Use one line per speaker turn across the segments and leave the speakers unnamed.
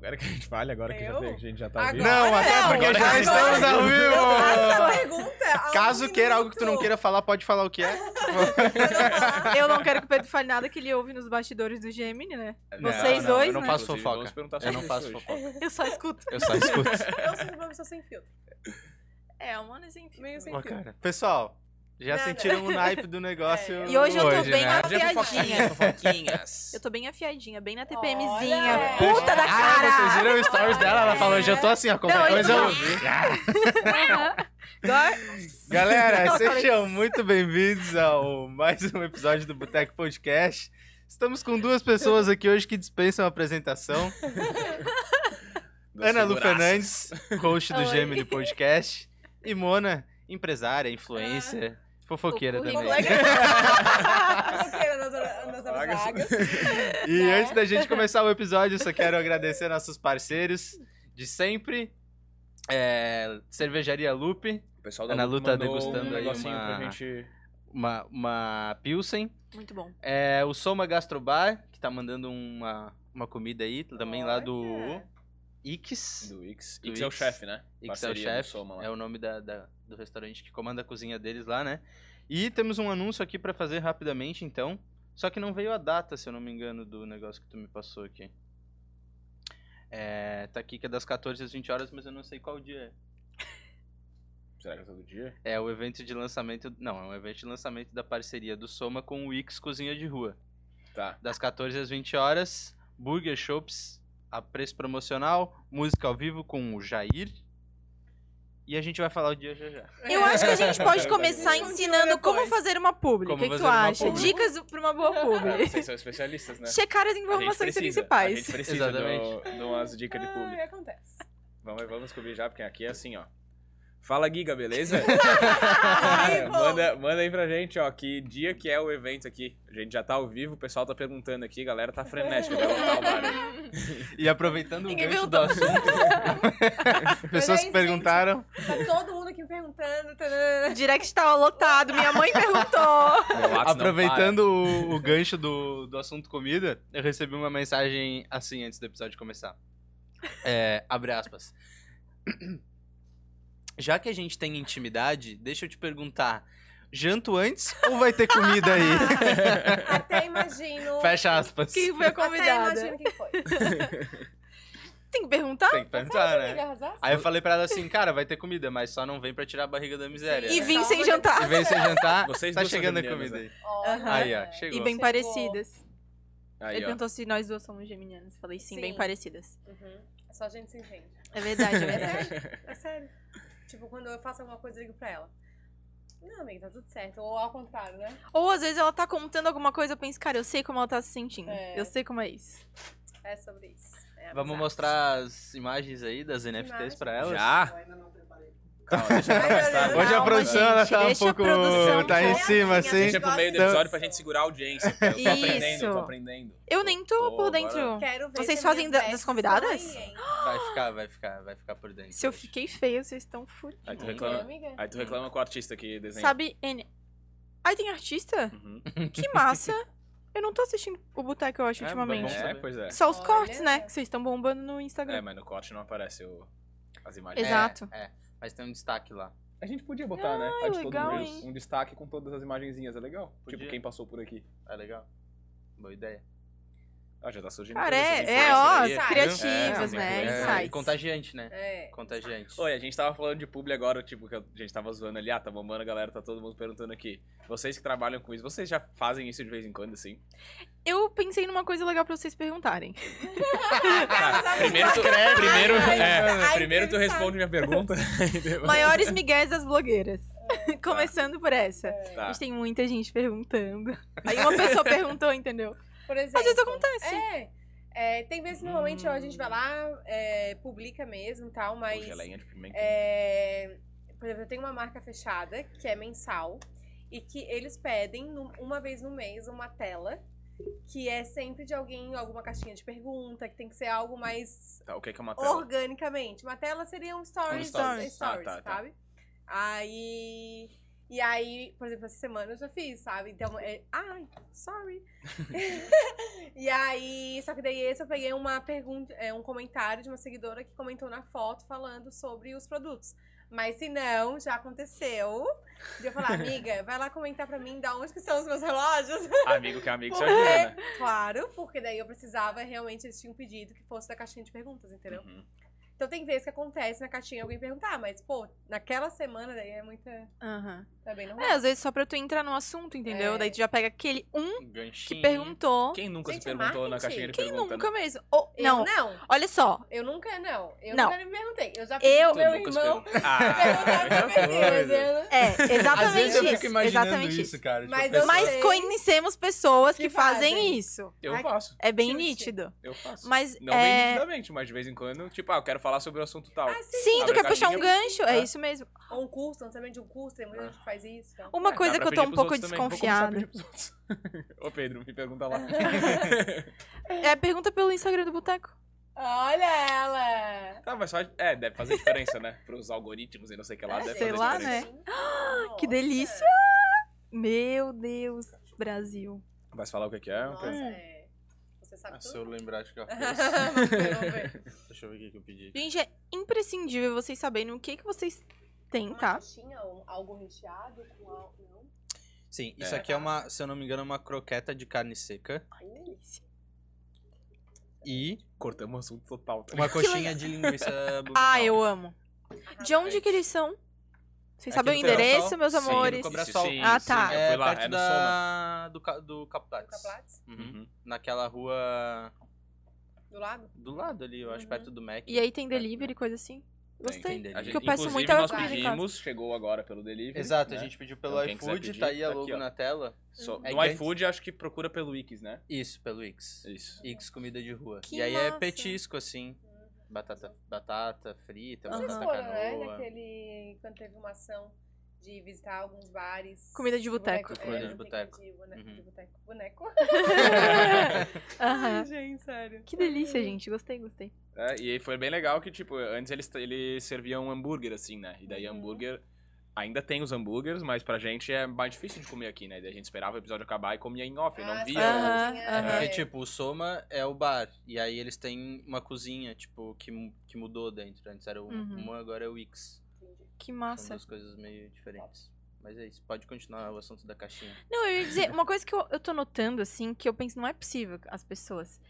quero que a gente fale agora que já,
Eu?
tem- a gente já tá
Agora
ouvindo.
Não,
não.
até porque
Agora
já
que-
estamos ao
Essa
vivo.
pergunta. há um
Caso queira algo que tu não
minuto.
queira falar, pode falar o que é.
Eu não quero que o Pedro fale nada que ele ouve nos bastidores do Gemini, né?
Não,
Vocês
não,
dois,
eu não
né?
faço
Inclusive,
fofoca.
Vamos perguntar sobre
Eu não
isso
faço
hoje.
fofoca.
Eu só escuto.
Eu só escuto.
Eu sou uma pessoa sem filtro.
É, o Mano sem
Meio sem
Ó,
filtro.
cara. Pessoal, já
Não,
sentiram o naipe do negócio.
É.
E hoje eu tô
né?
bem na-
Hoje é fofoquinha,
Piadinha.
fofoquinhas.
Eu tô bem afiadinha, bem na
Olha!
TPMzinha. Puta da
Ah, vocês
cara!
viram o stories dela? Ela falou, hoje eu tô assim, ó, qualquer
Não, eu
coisa
tô-
eu ouvi.
Go-
Galera,
Aquela
sejam
coleção.
muito bem-vindos ao mais um episódio do Boteco Podcast. Estamos com duas pessoas aqui hoje que dispensam a apresentação.
Dos
Ana Lu
figuraças.
Fernandes, coach do
Oi.
Gemini Podcast. E Mona, empresária, influencer, fofoqueira
O
também.
currículo
Colega. Bloqueira nas, nas
Vagas.
vagas.
E
né?
antes da gente começar o episódio, eu só quero agradecer nossos parceiros de sempre. É, Cervejaria Lupe,
O pessoal da
Ana Lu tá
mandou
degustando
um
aí
negocinho
uma-
pra gente.
uma, uma Pilsen.
Muito bom.
É, o Soma Gastrobar, que tá mandando uma, uma comida aí, também lá do
Olha.
Ix.
Do Ix.
Do
Ix é o
Ix.
chefe, né?
Ix é o
Parceria do
chefe,
Soma lá.
é o nome da, da- do restaurante que comanda a cozinha deles lá, né? E temos um anúncio aqui pra fazer rapidamente, então. Só que não veio a data, se eu não me engano, do negócio que tu me passou aqui. É, tá aqui que é das 14 às 20 horas, mas eu não sei qual dia
Será que é todo dia?
é. É o evento de lançamento. Não, é um evento de lançamento da parceria do Soma com o Wix Cozinha de Rua.
Tá.
das 14 às 20 horas, Burger Shops a preço promocional, música ao vivo com o Jair. E a gente vai falar o dia já já.
Eu acho que a gente pode começar
Isso é um
ensinando
dia depois.
como fazer uma publi. O
Como
que, que
fazer
tu
uma
acha?
publi.
Dicas pra uma boa
Ah,
publi.
vocês são especialistas, né?
Checar as
A gente
informações
precisa, A
principais.
gente precisa do,
Exatamente.
de umas dicas de
Ah,
público.
e acontece.
Vamos, vamos descobrir já, porque aqui é assim, ó. Fala, Giga, beleza?
Aí, pô.
É, manda, manda aí pra gente, ó, que dia que é o evento aqui. A gente já tá ao vivo, o pessoal tá perguntando aqui, a galera tá frenética pra lotar o bar. né?
E aproveitando o
Ninguém
gancho
viu
do assunto, pessoas
gente.
que perguntaram.
Tá todo mundo aqui me perguntando. tanana.
O direct tava lotado, minha mãe perguntou.
Meu lápis não
Aproveitando o, o gancho do, do assunto comida, eu recebi uma mensagem assim antes do episódio começar. É, abre aspas. Já que a gente tem intimidade, deixa eu te perguntar: janto antes ou vai ter comida aí?
Até imagino.
Fecha aspas.
Quem foi a
Até
convidada?
imagino quem foi.
Tem que perguntar?
Tem que perguntar, né?
Amiga, arrasasse.
Aí eu falei pra ela assim, cara, vai ter comida, mas só não vem pra tirar a barriga da miséria.
E
né?
vim sem jantar.
E vem sem jantar,
Vocês
tá
duas são
chegando a
geminianas,
comida aí.
Olha.
Aí, ó, chegou.
E bem
Chegou.
parecidas.
para. Aí,
Ele
ó.
perguntou se nós duas somos geminianas. Falei sim,
Sim.
bem parecidas.
Uhum. É Só a gente se entende.
É verdade, é
É
verdade.
sério, é sério. Tipo, quando eu faço alguma coisa, eu ligo pra ela. Não, amiga, tá tudo certo. Ou ao contrário, né?
Ou às vezes ela tá contando alguma coisa, eu penso, cara, eu sei como ela tá se sentindo.
É.
Eu sei como é isso.
É sobre isso. É
Vamos
amizade.
mostrar as imagens aí das NFTs pra
Imagens.
elas.
Já?
Eu ainda não preparei.
Calma, deixa pra mais tarde.
Hoje a
Calma,
produção
gente,
ela tá um
deixa a
pouco.
produção
tá
já.
em cima,
Assim, a
assim.
Deixa pro meio do
Então-
episódio pra gente segurar a audiência. porque Eu tô aprendendo, eu
Isso.
tô aprendendo.
Eu nem tô
Pô,
por
agora
dentro.
Quero ver
Vocês
se
fazem
minhas
da-
vestes
das convidadas?
estão aí, hein?
Vai ficar, vai ficar, vai ficar por dentro.
Se eu fiquei feia, vocês estão fudidos.
Aí tu
Hum.
Minha
reclama,
amiga?
aí tu reclama com o artista que desenha.
Sabe, N. Ai, tem artista?
Uhum.
Que massa. eu não tô assistindo o Boteco, eu acho,
É,
ultimamente.
bom
É, pois é.
Só os
Olha.
cortes, né? Que vocês estão bombando no
É,
Instagram.
mas no corte não aparece o- as
É,
imagens.
Exato.
É, mas tem um destaque lá.
A gente podia botar, né? A de todo
Ah, legal,
mundo.
hein?
Um destaque com todas as imagenzinhas, é legal.
Podia.
Tipo, quem passou por aqui.
Tá legal? Boa ideia.
Ah, já tá surgindo.
Cara,
coisas
é, é,
diferentes
ó,
aí, aqui,
criativas,
né?
né?
É,
É, e
Insights.
contagiante, né?
É.
Contagiante.
Oi, a gente tava falando de publi agora, tipo, que a gente tava zoando ali, ah, tá bombando, a galera tá todo mundo perguntando aqui. Vocês que trabalham com isso, vocês já fazem isso de vez em quando, assim?
Eu pensei numa coisa legal pra vocês perguntarem.
Ah,
Tá, primeiro tu, primeiro,
Ai,
é,
ai,
primeiro tu
entrevistado.
responde minha pergunta. e depois-
Maiores migués das blogueiras.
É.
Começando por essa. A
Tá.
gente tem muita gente perguntando. Aí uma pessoa perguntou, entendeu?
Por exemplo.
Às vezes acontece.
É. É, tem vezes que
Hum.
normalmente a gente vai lá, é, publica mesmo e tal,
Pô,
mas.
geleinha de pimentão.
É, por exemplo, eu tenho uma marca fechada, que é mensal, e que eles pedem num- uma vez no mês uma tela, que é sempre de alguém, alguma caixinha de pergunta, que tem que ser algo mais
Tá, o que é que é uma tela?
organicamente. Uma tela seria um stories,
stories.
stories,
Ah, tá, tá.
sabe? Aí E aí, por exemplo, essa semana eu já fiz, sabe? Então, é... ai, sorry. e aí, só que daí esse eu peguei uma pergunta, é, um comentário de uma seguidora que comentou na foto falando sobre os produtos. Mas se não, já aconteceu. De eu falar, amiga, vai lá comentar pra mim da onde que são os meus relógios.
Amigo que é amigo, se
Por quê?
ajuda.
Claro, porque daí eu precisava realmente, eles tinham pedido que fosse da caixinha de perguntas, entendeu?
Uhum.
Então tem vezes que acontece na caixinha alguém perguntar, mas, pô, naquela semana daí é muita.
Aham.
É bem normal.
É, às vezes só pra tu entrar no assunto, entendeu?
É.
Daí tu já pega aquele um
Um ganchinho.
que perguntou.
Quem nunca
Gente,
se perguntou na
marketing.
caixinha de
Quem
pergunta,
nunca
né?
mesmo? Ou-
Eu
não,
não.
olha só.
Eu nunca, não. Eu
Não.
nunca me perguntei. Eu já
Eu-
pedi pro
Tu
meu
nunca se
irmão
perguntou. Ah,
perguntar pra
é
mim, mas
coisa.
eu não...
É, exatamente
Às vezes eu
isso.
fico imaginando
exatamente
isso, cara. tipo, a
Mas eu
pessoa-
Mas
sei.
conhecemos pessoas que,
Que
fazem.
fazem.
isso.
Eu faço,
É bem
Cute.
nítido.
eu faço.
Mas
Não bem
é.
nitidamente, mas de vez em quando, tipo, ah, eu quero falar sobre o assunto tal.
Ah,
Sim, tu
Abre
quer
a
puxar um
caixinha.
gancho? É
É.
isso mesmo.
Ou um curso, lançamento de um curso, tem muita gente que faz isso. Então.
Uma
Dá
coisa
pra
que eu tô
pedir
um
pros
pouco
outros também, vou começar a
desconfiada.
pedir pros outros. Ô Pedro, me pergunta lá.
É, pergunta pelo Instagram do Boteco.
Olha ela!
tá, mas só. É, deve fazer diferença, né? Pros algoritmos e não sei o que lá.
Ah,
deve
sei
fazer
lá,
diferença.
né?
Nossa.
Que delícia! Meu Deus, Brasil.
Vai falar o que que é?
Nossa,
Pedro?
é. Você sabe
Ah, se eu
tudo?
lembrar de qualquer coisa.
Vamos ver, vamos
Tá.
ver.
Deixa eu ver o que que eu pedi.
Gente, é imprescindível vocês saberem o que, que vocês têm,
Uma
tá?
caixinha, um- algo recheado com al- não?
Sim,
É.
isso aqui é uma, se eu não me engano, é uma croqueta de carne seca
Uh,
e
Cortamos o assunto total. Tá?
uma coxinha de linguiça
Ah, eu amo. De
arrasou.
onde que eles são?
Aqui
Vocês sabem
no
o
Feira do
endereço,
Sol?
meus
Sim,
amores?
no Cobra Sol.
Ah, tá.
eu
É
fui lá,
perto
é no Soma.
da... do, ca- do Caputax.
Caplatz?
Uhum. Naquela rua
Do lado?
do lado ali, eu acho,
Uhum.
perto do Mac.
E aí tem delivery, coisa assim? Gostei.
Tem delivery.
A
Porque eu peço
inclusive,
muita
nós
comida em casa.
pedimos, chegou agora pelo delivery.
Exato,
né?
a gente pediu pelo
Então, quem quiser
iFood,
pedir,
tá aí a
tá aqui,
logo
ó.
na tela.
Só-
É
no
que
iFood, acho que procura pelo Wix, né? É
Isso, pelo Ix.
Isso.
Ix comida de rua.
Que
e aí
massa.
é petisco, assim. Batata, batata frita,
Aham.
Vocês
batata
foram, né?
canoa.
Naquele. Quando teve uma ação de visitar alguns bares.
Comida de boteco.
Boneco-
Comida
é,
de
boteca
boteco.
De bone-
Uhum.
de boteco. Boneco.
Aham.
Ai, gente, sério.
Que delícia, gente. Gostei, gostei.
É, e aí foi bem legal que, tipo, antes eles, eles serviam hambúrguer, assim, né? E daí
Uhum.
hambúrguer. Ainda tem os hambúrgueres, mas pra gente é mais difícil de comer aqui, né? Daí a gente esperava o episódio acabar e comia em off, e não
Ah,
via.
Aham,
sim, tinha-
É
aham.
porque, tipo, o Soma é o bar. E aí eles têm uma cozinha, tipo, que, mu- que mudou dentro. Antes era o
Uhum.
Uma, agora é o Wix.
Que
São
massa.
duas coisas meio diferentes. Mas é isso, pode continuar o assunto da caixinha.
Não, eu ia dizer, uma coisa que eu, eu tô notando, assim, que eu penso, não é possível as pessoas.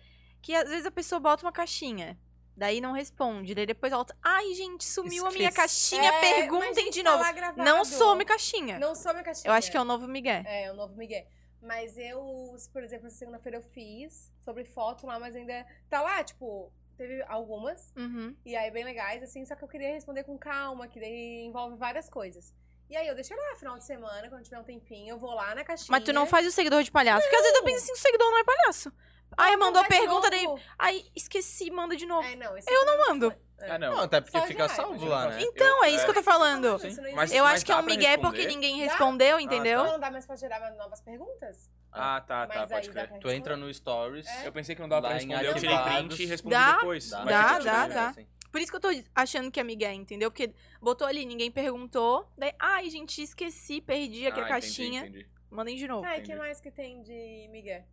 Que às vezes a pessoa bota uma caixinha, daí não responde, daí depois volta. Ai, gente, sumiu a minha
Esqueci."
caixinha,
É, mas
perguntem
isso
de
tá
novo.
lá gravado.
Não some caixinha.
Não some caixinha.
Eu acho que é o novo Miguel.
É, o novo Miguel. Mas eu, se, por exemplo, essa segunda-feira eu fiz sobre foto lá, mas ainda tá lá, tipo, teve algumas,
Uhum.
e aí bem legais, assim, só que eu queria responder com calma, que daí envolve várias coisas. E aí eu deixei lá, final de semana, quando tiver um tempinho, eu vou lá na caixinha.
Mas
Né?
tu não faz o seguidor de palhaço. Porque às vezes eu penso assim, o seguidor não é palhaço.
Ah,
Aí mandou
é
a
Mas
pergunta, daí.
novo.
Aí esqueci, manda de novo.
É, não,
Eu não mando.
Ah, não.
Não, até porque
Só
fica
já,
salvo
imagina
lá,
pra
né?
gente.
Então, é isso que eu tô falando.
Sim.
Isso não
Mas-
existe.
Eu acho que é
dá
um
pra
migué porque
responder? tá.
ninguém
Dá?
respondeu, entendeu?
Não dá mais pra gerar novas perguntas?
Ah, tá, tá,
Mas
pode
aí dá
crer.
pra
Tu
né?
entra no Stories.
É.
Eu pensei que não dava pra
Lá em
responder, eu tirei
arquivados.
print e respondi
Dá,
depois.
Dá,
mas né?
dá,
fica tudo
tipo,
dá,
bem.
dá.
assim.
Por isso que eu tô achando que é migué, entendeu? Porque botou ali, ninguém perguntou. Daí, ai, gente, esqueci, perdi aquela
Ah, entendi,
caixinha.
entendi. É.
Mandem de novo.
Ai,
entendi.
que mais que tem de Miguel?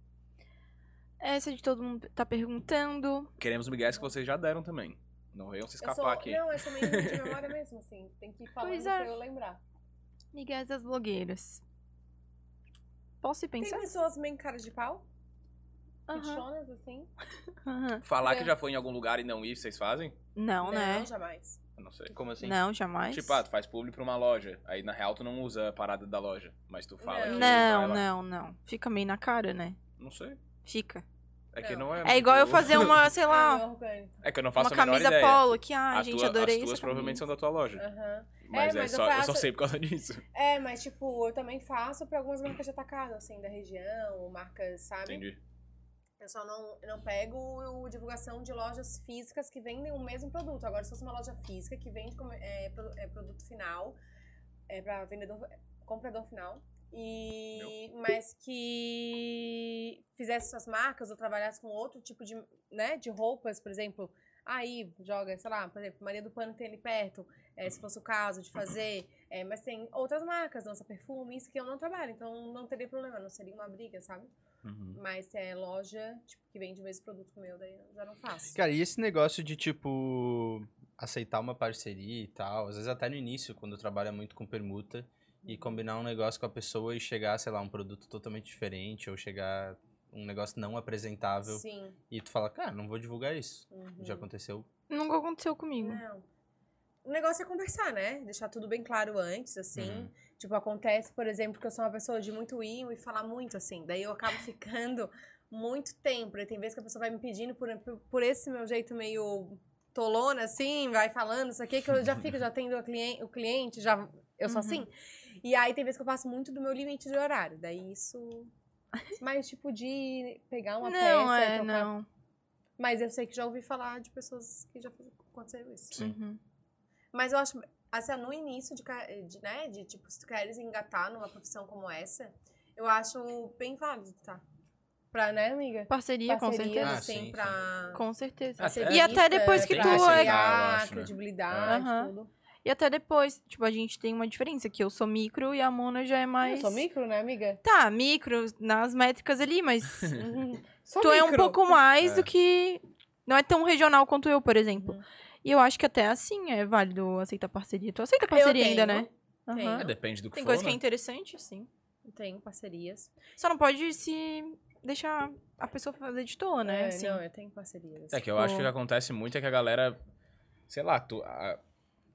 Essa de todo mundo tá perguntando.
Queremos migués que vocês já deram também. Não venham se
Eu
escapar
sou,
aqui.
não, eu sou meio ruim de memória mesmo, assim. Tem que ir falando
Pois é.
pra eu lembrar.
Miguel das blogueiras. Posso ir
Tem
pensar?
pessoas meio cara de pau?
Aham,
Pichonas, assim?
aham.
Falar que
É.
já foi em algum lugar e não ir, vocês fazem?
Não, né?
jamais.
Eu não sei.
Como assim?
Não, jamais.
Tipo, ah, tu faz publi pra uma loja. Aí na real tu não usa a parada da loja. Mas tu fala que. vai lá.
Não, não, não. Fica meio na cara, né?
Não sei.
Fica.
É que
Não.
não é.
É igual eu
muito-
fazer uma, sei
Ah,
lá,
não, orgânico.
É que eu não faço
uma
a menor
camisa
ideia.
polo que, ai,
A
gente,
tua-
adorei
As tuas
essa
provavelmente
camisa.
são da tua loja.
Aham.
Mas, é,
mas eu
só, eu, só
faço-
sei por causa disso.
É, mas tipo, eu também faço pra algumas marcas de atacado, assim, da região, ou marcas, sabe?
Entendi.
Eu só não, eu não pego o- divulgação de lojas físicas que vendem o mesmo produto. Agora, se fosse uma loja física que vende como- é, pro- é, produto final, é para vendedor, é, comprador final, e mas que fizesse suas marcas ou trabalhasse com outro tipo de, né, de roupas, por exemplo. Aí joga, sei lá, por exemplo, Maria do Pano tem ali perto, é, se fosse o caso de fazer. É, mas tem outras marcas, lança perfume, isso que eu não trabalho, então não teria problema, não seria uma briga, sabe?
Uhum.
Mas se é loja, tipo, que vende o mesmo produto que o meu, daí eu já não faço.
Cara, e esse negócio de, tipo, aceitar uma parceria e tal, às vezes até no início, quando trabalha muito com permuta, e combinar um negócio com a pessoa e chegar, sei lá, um produto totalmente diferente, ou chegar um negócio não apresentável,
Sim.
e tu fala, cara, não vou divulgar isso.
uhum.
Hum.
Já aconteceu.
Nunca aconteceu comigo.
Não. O negócio é conversar, né? Deixar tudo bem claro antes, assim.
Uhum.
Tipo, acontece, por exemplo, que eu sou uma pessoa de muito ir e falar muito, assim. Daí eu acabo ficando muito tempo. E tem vezes que a pessoa vai me pedindo por, por esse meu jeito meio tolona, assim, vai falando, isso aqui, que eu já fico, já atendo a clien- o cliente, já. Eu sou
Uhum.
assim. E aí tem vezes que eu passo muito do meu limite de horário. Daí isso. Mas, tipo, de pegar uma
Não,
peça então, e
é,
tocar.
não.
Mas eu sei que já ouvi falar de pessoas que já aconteceu isso.
Sim.
Uhum.
Mas eu acho, assim, no início de, ca- de, né, de tipo, se tu queres engatar numa profissão como essa, eu acho bem válido, tá? Pra, né, amiga?
Parceria, com
Parcerias,
certeza.
Ah,
assim,
sim,
pra...
Com certeza.
Até-
E até depois que
Tem
pra
tu
que
é-
assinar, eu
criar
acho, né?
credibilidade,
Aham.
tudo.
E até depois, tipo, a gente tem uma diferença, que eu sou micro e a Mona já é mais.
Ah, Eu sou micro, né, amiga?
Tá, micro nas métricas ali, mas
Sou
tu é um
micro.
pouco mais
É.
do que. Não é tão regional quanto eu, por exemplo.
Uhum.
E eu acho que até assim é válido aceitar parceria. Tu aceita parceria ainda, né?
tenho.
Aham.
É, depende do que
Tem
for,
coisa que é
né?
interessante, sim.
Tenho parcerias.
Só não pode se deixar a pessoa fazer de toa, né?
É,
assim.
Não, eu tenho parcerias.
É que eu
tipo-
acho que o que acontece muito é que a galera, sei lá, tu, a,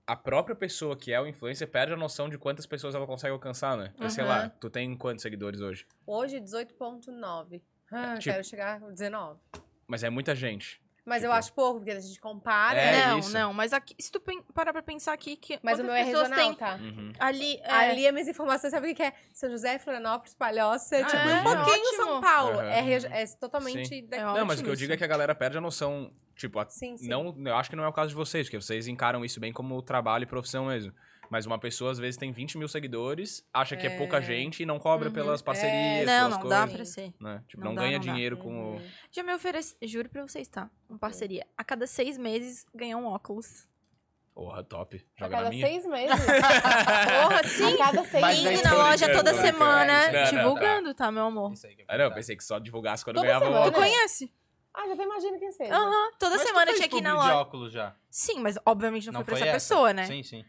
a própria pessoa que é o influencer perde a noção de quantas pessoas ela consegue alcançar, né? Então, Sei
Uhum.
lá, tu tem quantos seguidores hoje?
Hoje, 18.9. Ah,
tipo-
Quero chegar a 19.
Mas é muita gente.
Mas eu
Tipo-
acho pouco, porque a gente compara.
É,
né?
não,
isso.
não, mas aqui, se tu pen- parar pra pensar aqui que
Mas o
quantas
meu é
pessoas
regional,
têm
tá?
Uhum.
ali, é,
Ali as minhas informações, sabe o que que é? São José, Florianópolis, Palhoça,
Ah,
tipo,
é?
um pouquinho
Ótimo.
São Paulo. É,
Aham.
regi- é totalmente...
Sim.
daqui.
É
Não, mas o que eu
Ótimo
digo é
isso.
que a galera perde a noção, tipo, a-
Sim, sim.
não, eu acho que não é o caso de vocês, porque vocês encaram isso bem como trabalho e profissão mesmo. Mas uma pessoa, às vezes, tem 20 mil seguidores, acha que é pouca
É.
gente e não cobra
Uhum.
pelas parcerias, pelas
Não, não
coisas.
dá pra ser.
Né? Tipo, não,
Não dá,
ganha
não dá.
dinheiro com o...
Uhum.
Já me ofereci, juro pra vocês, tá? Uma parceria. A cada seis meses ganhar um óculos.
Porra, top.
A
Joga na
cada
minha.
seis meses.
Porra, sim!
A cada seis
Mas
Indo
daí-
na
tô
loja
brincando,
toda
tô brincando.
semana,
Não, não,
divulgando, tá, meu amor?
né, Isso aí que eu ia
Ah, não, eu
perguntar.
pensei que só divulgasse quando
Toda
ganhava
semana?
o
Tu
Olha.
conhece?
Ah, já até imagino quem seja.
Aham. Toda
Mas tu
semana
fez
eu tinha que ir na
publi de
loja.
óculos já.
Sim, mas obviamente não,
Não
foi pra
foi
essa,
essa?
pessoa, né?
Sim, sim.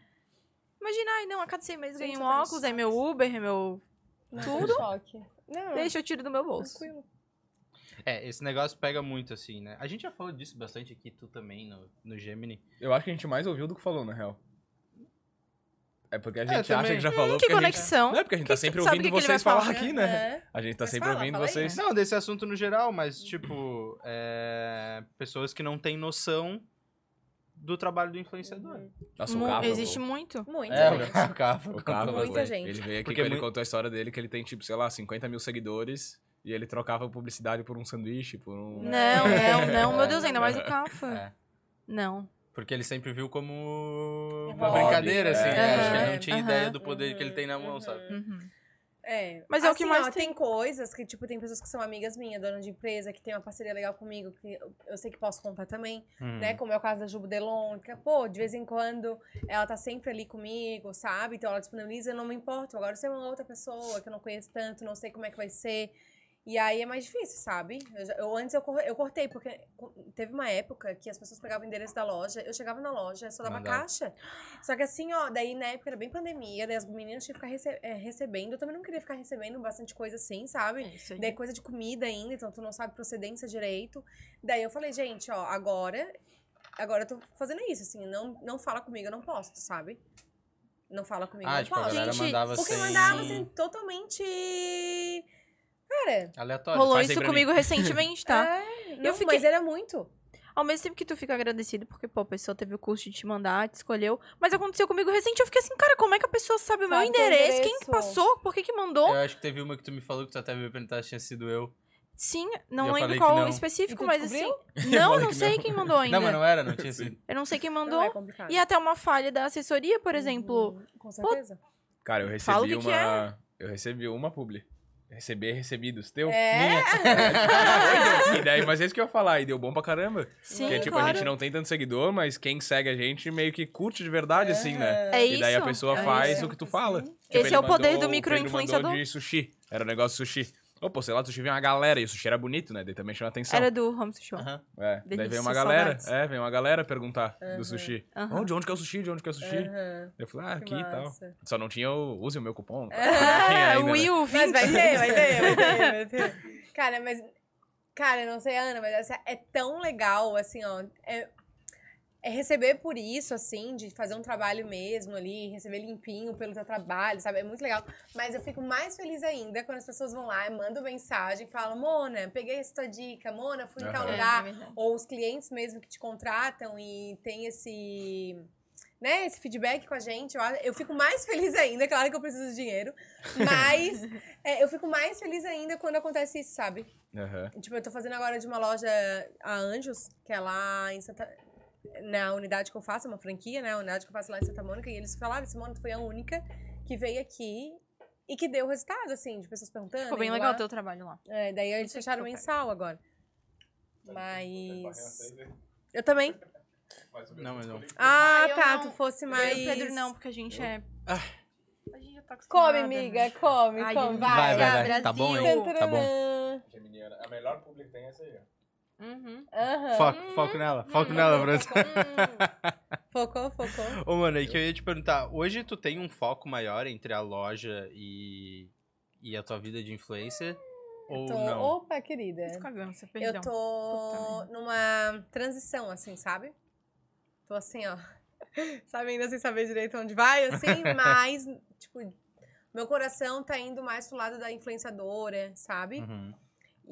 Imagina, ai não, a cada seis meses eu
Gente,
ganho um
eu tô em
óculos, é
choque.
meu Uber, é meu.
Não,
Tudo?
Choque. Não,
Deixa eu tiro do meu bolso.
tranquilo.
É, esse negócio pega muito, assim, né? A gente já falou disso bastante aqui, tu também, no, no Gemini.
Eu acho que a gente mais ouviu do que falou, na real. É porque a gente acha
também.
que já falou.
Hum, Que
porque a gente-
conexão.
Não é porque a gente
Que
tá
que-
sempre
sabe
ouvindo
o que que ele
vocês
vai
falar
falar? É.
aqui, né?
Aham.
A gente tá
Mas
sempre
fala,
ouvindo
fala aí.
né?
vocês.
Não, desse assunto no geral, mas, tipo, é, pessoas que não têm noção do trabalho do influenciador.
Uhum.
Nossa, o
Mu-
Cava.
Existe muito.
Muito,
É,
gente.
o Cava.
O Cava,
Muita
velho.
gente.
Ele veio aqui,
Porque
ele
mui-
contou a história dele, que ele tem, tipo, sei lá, 50 mil seguidores. E ele trocava publicidade por um sanduíche, por um...
Não, não, não, meu Deus, ainda mais o
É.
Cafa. Não.
Porque ele sempre viu como
Um
uma
hobby,
brincadeira, assim,
é.
né? Acho que
Aham,
ele não tinha
aham.
ideia do poder que ele tem na mão,
Uhum.
sabe?
Uhum.
É.
Mas é o que mais
ó, tem. coisas que, tipo, tem pessoas que são amigas minhas, dona de empresa, que tem uma parceria legal comigo, que eu- eu sei que posso contar também.
Uhum.
Uhum.
né? Como é o caso da Jubo Delon, que, pô, de vez em quando ela tá sempre ali comigo, sabe? Então ela disponibiliza, eu não me importo. Agora você é uma outra pessoa que eu não conheço tanto, não sei como é que vai ser. E aí é mais difícil, sabe? Eu, já- eu- antes eu, cor- eu cortei, porque co- teve uma época que as pessoas pegavam o endereço da loja, eu chegava na loja, só dava
Mandava.
caixa. Só que assim, ó, daí na época era bem pandemia, daí as meninas tinham que ficar rece- eh, recebendo. Eu também não queria ficar recebendo bastante coisa assim, sabe?
É isso aí.
Daí coisa de comida ainda, então tu não sabe procedência direito. Daí eu falei, gente, ó, agora. Agora eu tô fazendo isso, assim, não, não fala comigo, eu não posso, sabe? Não fala comigo, eu
Ah,
não
tipo, a
posso.
galera
Gente,
mandava
Porque
sem...
mandava assim, totalmente. Cara.
Aleatório.
Rolou
faz aí
isso
pra
comigo recentemente, tá?
É, não,
fiquei-
Mas era muito.
Ao mesmo tempo que tu fica agradecido, porque, pô, a pessoa teve o custo de te mandar, te escolheu. Mas aconteceu comigo recente, eu fiquei assim, cara, como é que a pessoa sabe o meu
Sabe teu
endereço? Quem
endereço?
que passou? Por que que mandou?
É.
Eu acho que teve uma que tu me falou que tu até veio perguntar se tinha sido eu.
Sim,
E
não
eu
lembro
falei
qual
que não.
E
específico,
tu
mas assim.
descobriu?
Não,
falei
não
que
sei
não.
quem mandou ainda.
Não, mas não era, não tinha sido.
Eu não sei quem mandou.
Não, é complicado.
E até uma falha da assessoria, por exemplo.
Uhum, Com certeza.
Cara, eu
Fala o
recebi
que é. que
uma... Eu recebi uma publi. Receber recebidos. Teu?
É.
Minha. e daí, mas é isso que eu ia falar. E deu bom pra caramba.
é
Sim,
Porque, tipo, a
claro.
gente não tem tanto seguidor, mas quem segue a gente meio que curte de verdade, assim, né?
É isso.
E daí a pessoa
é
faz
isso.
o que tu fala. Tipo,
Esse
ele
é o
mandou-
poder do
o Pedro
micro-influenciador.
mandou de sushi. Era o negócio de sushi. Opa, sei lá, do sushi veio uma galera. E o sushi era bonito, né? Daí também chama atenção.
Era do Home Show.
Aham.
É, daí
Delícia,
veio uma galera.
saudades.
É, veio uma galera perguntar
Aham.
do sushi.
Aham.
Oh, de onde que é o sushi? De onde que é o sushi?
Aham,
Eu falei, ah,
que
aqui e tal.
massa.
Só não tinha o. Use o meu cupom. Não tinha
É,
ainda, né?
Will,
Mas
20.
vai ter, vai ter, vai ter, vai ter. Cara, mas. Cara, eu não sei, Ana, mas essa é tão legal, assim, ó. É, é receber por isso, assim, de fazer um trabalho mesmo ali, receber limpinho pelo teu trabalho, sabe? É muito legal. Mas eu fico mais feliz ainda quando as pessoas vão lá e mandam mensagem, falam, Mona, peguei essa tua dica, Mona, fui
É,
em tal
Aham.
Tá.
lugar. ou os clientes mesmo que te contratam e tem esse né, esse feedback com a gente, eu, a- eu fico mais feliz ainda, é claro que eu preciso de dinheiro, mas é, eu fico mais feliz ainda quando acontece isso, sabe?
Aham.
Tipo, eu tô fazendo agora de uma loja, a Anjos, que é lá em Santa... Na unidade que eu faço, uma franquia, né? A unidade que eu faço lá em Santa Mônica. E eles falaram, Simone, tu foi a única que veio aqui e que deu resultado, assim, de pessoas perguntando.
Ficou bem
indo
legal o
lá.
teu trabalho lá.
É, daí eles
Isso é
fecharam
super.
mensal agora. Mas... Eu também.
tá
Não, mas não.
Ah,
Ah, eu
tá.
não.
Tu fosse
Mas...
mais.
o Pedro não, porque a gente é... A gente já tá acostumado.
Come, amiga. Come,
Ai,
come.
ele vai,
Vai,
vai,
é
vai.
vai. Tá bom,
hein?
Tá bom.
A melhor público tem essa aí, ó.
Uhum.
Aham.
Foco, foco nela, foco
Hum.
nela, Bruno.
Hum. Focou, focou.
Ô, mano, aí que eu ia te perguntar, hoje tu tem um foco maior entre a loja e, e a tua vida de influencer? Ou
Tô-
não?
Opa, querida.
Descagância, perdão.
É. Eu tô
Puta
numa transição, assim, sabe? Tô assim, ó. Sabe, ainda sem saber direito onde vai, assim, mas, tipo, meu coração tá indo mais pro lado da influenciadora, sabe?
Uhum.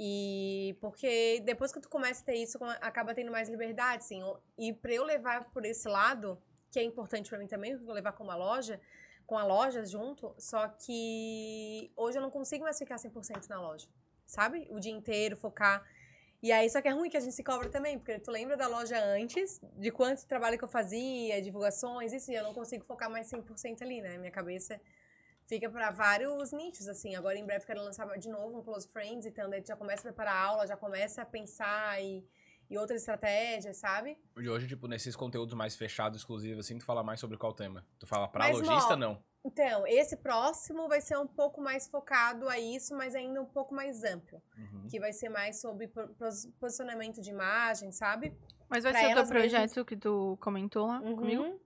E porque depois que tu começa a ter isso, come- acaba tendo mais liberdade, assim. O- E pra eu levar por esse lado, que é importante pra mim também, eu vou levar com uma loja, com a loja junto, só que hoje eu não consigo mais ficar 100% na loja, sabe? O dia inteiro focar. E aí só que é ruim que a gente se cobra também, porque tu lembra da loja antes, de quanto trabalho que eu fazia, divulgações, isso, e eu não consigo focar mais 100% ali, né? Minha cabeça fica para vários nichos, assim. Agora, em breve, quero lançar de novo um Close Friends, então daí tu já começa a preparar a aula, já começa a pensar e, e outras estratégias, sabe?
De hoje, tipo, nesses conteúdos mais fechados, exclusivos, assim, tu fala mais sobre qual tema? Tu fala pra
Mas,
lojista,
Mó,
não?
Então, esse próximo vai ser um pouco mais focado a isso, mas ainda um pouco mais amplo,
Uhum.
que vai ser mais sobre pro- pros- posicionamento de imagem, sabe?
Mas vai
pra
ser o teu
elas mesmas.
projeto que tu comentou lá comigo?
Uhum.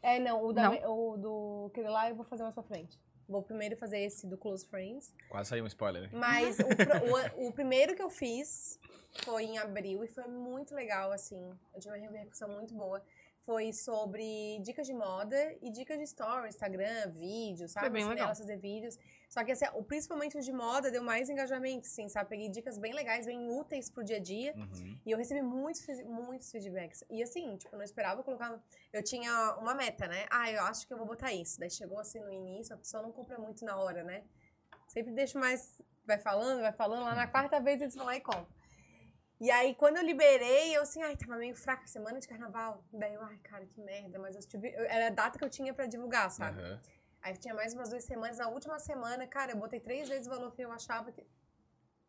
É, não, o, da,
Não.
me- o do aquele lá eu vou fazer mais pra frente. Vou primeiro fazer esse do Close Friends.
Quase saiu um spoiler, né?
Mas o, pro- o, o primeiro que eu fiz foi em abril e foi muito legal, assim. Eu tive uma repercussão muito boa. Foi sobre dicas de moda e dicas de story, Instagram, vídeo, sabe?
bem
Ensinei
legal.
elas a fazer vídeos. Só que assim, o- principalmente o de moda deu mais engajamento, assim, sabe? Peguei dicas bem legais, bem úteis pro dia a dia.
Uhum.
E eu recebi muitos, fe- muitos feedbacks. E assim, tipo, eu não esperava colocar. Eu tinha uma meta, né? Ah, eu acho que eu vou botar isso. Daí chegou assim no início, a pessoa não compra muito na hora, né? Sempre deixo mais. Vai falando, vai falando. Lá na quarta vez eles vão lá e compram. E aí, quando eu liberei, eu assim, ai, tava meio fraca, semana de carnaval. Daí eu, ai, cara, que merda. Mas eu tive. eu- era a data que eu tinha pra divulgar, sabe?
Aham.
Aí tinha mais umas duas semanas. Na última semana, cara, eu botei três vezes o valor que eu achava que.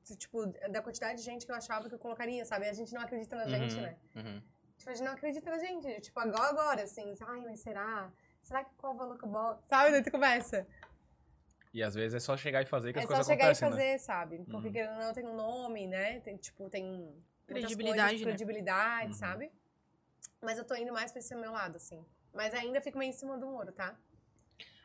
se, Tipo, da quantidade de gente que eu achava que eu colocaria, sabe? A gente não acredita na gente,
Uhum.
né?
Uhum.
Tipo, a gente não acredita na gente. Tipo, agora, agora, assim. Ai, mas será? Será que qual é o valor que eu boto? Sabe? Daí tu começa.
E às vezes é só chegar e fazer que
É
as
só
coisas
chegar e
acontecem, né?
fazer, sabe? Porque
Uhum.
querendo ou não, tem um nome, né? Tem, tipo, tem muitas
Credibilidade,
coisas de
né?
credibilidade,
Uhum.
sabe? Mas eu tô indo mais pra esse meu lado, assim. Mas ainda fico meio em cima do muro, tá?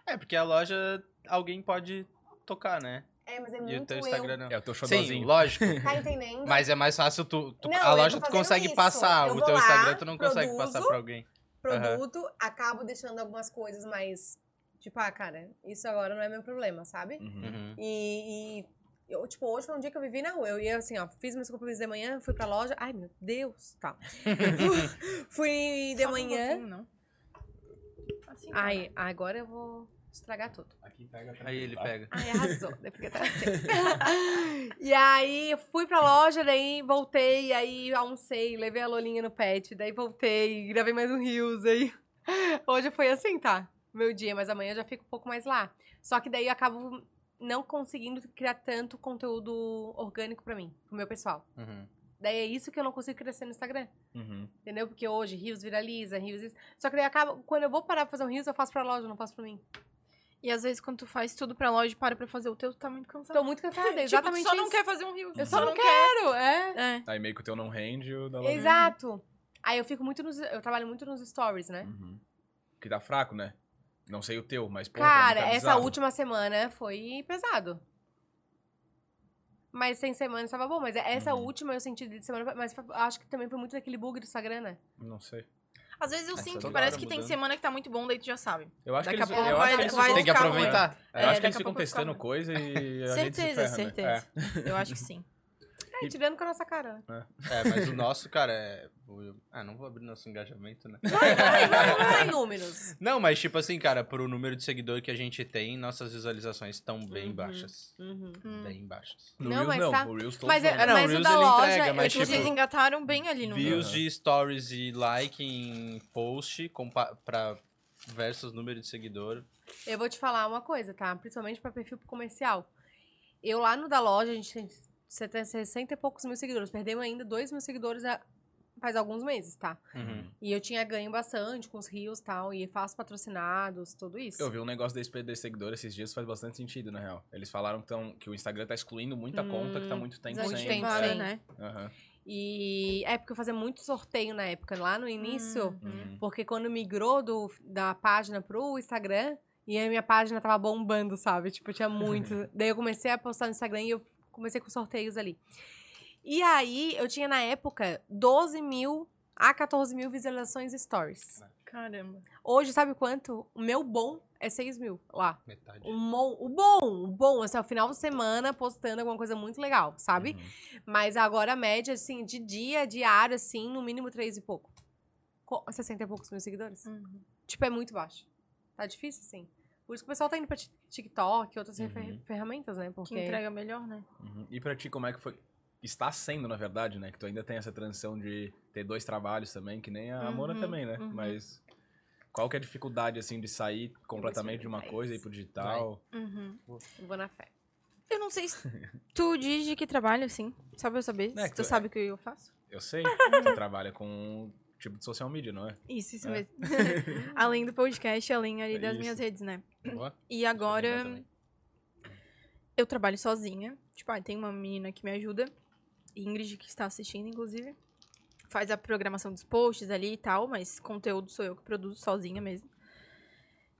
É, porque a loja alguém pode tocar, né?
É, mas é
E o
muito
teu
eu.
Instagram não.
É o teu
Sim,
xodózinho.
lógico.
Tá entendendo?
Mas é mais fácil tu. tu-
Não,
a
eu tô
loja tu
fazendo
consegue
isso.
passar.
Eu
O
vou
teu
lá,
Instagram tu não consegue passar
produzo.
pra alguém.
produto, acabo deixando algumas coisas mais. Tipo, ah, cara, isso agora não é meu problema, sabe?
Uhum.
Uhum.
E. e eu, tipo, hoje foi um dia que eu vivi na rua. Eu ia assim, ó, fiz meus compromissos de manhã, fui pra loja. Ai, meu Deus, tá. fui de
Só um
manhã.
pouquinho, não. Assim,
Ai, agora eu vou estragar tudo.
Aqui pega
Aí ele pega.
Ai, arrasou. Daí porque tá assim. e aí, eu fui pra loja, daí voltei, aí almocei, levei a Lolinha no pet, daí voltei, gravei mais um Reels, aí... Hoje foi assim, tá? Meu dia, mas amanhã eu já fico um pouco mais lá. Só que daí eu acabo não conseguindo criar tanto conteúdo orgânico pra mim, pro meu pessoal.
Uhum.
Daí é isso que eu não consigo crescer no Instagram.
Uhum.
Entendeu? Porque hoje rios viraliza, rios isso. Só que daí acaba. Quando eu vou parar pra fazer um rios, eu faço pra loja, eu não faço pra mim.
E às vezes quando tu faz tudo pra loja e para pra fazer o teu, tu tá muito cansado.
Tô muito cansada,
Tipo, tu
exatamente
só não
isso.
quer fazer um rio.
Eu só não, quero, é.
É.
Aí meio que o teu não rende o da Laura-
Exato. Aí eu fico muito nos. Eu trabalho muito nos stories, né?
Uhum. Que tá fraco, né? Não sei o teu, mas porra,
Cara,
tá
essa
bizarro.
última semana foi pesado. Mas sem semana estava bom. Mas essa
Uhum.
última eu senti de semana. Mas foi- acho que também foi muito daquele bug do Instagram, né?
Não sei.
Às vezes eu
Essa
sinto
toda
que parece
hora
que tem
mudando.
semana que tá muito bom, daí tu já sabe.
Eu acho
Daqui
que
a
eles,
pouco
eu
vai-
acho que eles
vai
ficam-
Tem que
ficar ruim. É,
eu
aproveitar.
acho
daqui
que
a
eles ficam
pouco fica
testando
ruim.
coisa e. a gente se
certeza,
ferra, né?
certeza. Eu acho que sim.
É,
E-
tirando com a nossa cara. né?
É, mas o nosso, cara, é. o- Ah, não vou abrir nosso engajamento, né?
Vai, vai, vai, números.
Não, mas tipo assim, cara, pro número de seguidor que a gente tem, nossas visualizações estão bem
Uhum.
baixas.
Uhum.
Bem baixas.
No
Não,
Reels
mas
não.
tá-
O Reels todo
Mas, é,
É, não,
mas
o
o
Reels
da
ele
loja,
entrega,
eu
mas,
tive-
tipo,
Vocês engataram bem ali no
Views
Aham.
de stories e like em post compa- pra versus número de seguidor.
Eu vou te falar uma coisa, tá? Principalmente pra perfil comercial. Eu lá no da loja, a gente tem 70, 60 e poucos mil seguidores. Perdemos ainda 2 mil seguidores há- faz alguns meses, tá?
Uhum.
E eu tinha ganho bastante com os rios e tal, e faço patrocinados, tudo isso.
Eu vi um negócio desse perder seguidor esses dias faz bastante sentido, na real. Eles falaram que, tão, que o Instagram tá excluindo muita conta que tá
Hum,
muito tempo
Muito
sem.
tempo
é.
sem.
né?
Aham.
E é porque eu fazia muito sorteio na época, lá no início,
Hum. Né?
Uhum.
porque quando migrou do, da página pro Instagram, e a minha página tava bombando, sabe? Tipo, eu tinha muito. Daí eu comecei a postar no Instagram e eu comecei com sorteios ali. E aí, eu tinha na época 12 mil a 14 mil visualizações stories.
Né.
Caramba.
Hoje, sabe quanto? O meu bom é 6 mil lá.
Metade.
O, um mon- o bom, o bom, assim, ao final de semana postando alguma coisa muito legal, sabe?
Uhum.
Mas agora a média, assim, de dia, diário, assim, no mínimo três e pouco. Co- 60 e poucos mil seguidores.
Uhum.
Tipo, é muito baixo. Tá difícil, assim. Por isso que o pessoal tá indo pra ti- TikTok e outras
Uhum.
fer- ferramentas, né?
Que
Porque.
entrega melhor, né?
Uhum. E pra ti, como é que foi? Está sendo, na verdade, né? Que tu ainda tem essa transição de ter dois trabalhos também, que nem a
Uhum,
Amora também, né?
uhum.
Mas qual que é a dificuldade, assim, de sair completamente de uma
experimentar
coisa e ir
isso.
pro digital?
Uhum.
Eu Vou na fé.
Eu não sei se tu diz de que trabalho, assim. Só pra eu saber.
Né,
se
que
tu
tu-
sabe o que eu faço.
Eu sei, tu trabalha com um tipo de social media, não é?
Isso, isso
É.
mesmo. além do podcast, além ali
É
das
isso.
minhas redes, né?
Boa.
E agora
Também.
eu trabalho sozinha. Tipo, ah, tem uma menina que me ajuda. Ingrid, que está assistindo, inclusive. Faz a programação dos posts ali e tal, mas conteúdo sou eu que produzo sozinha mesmo.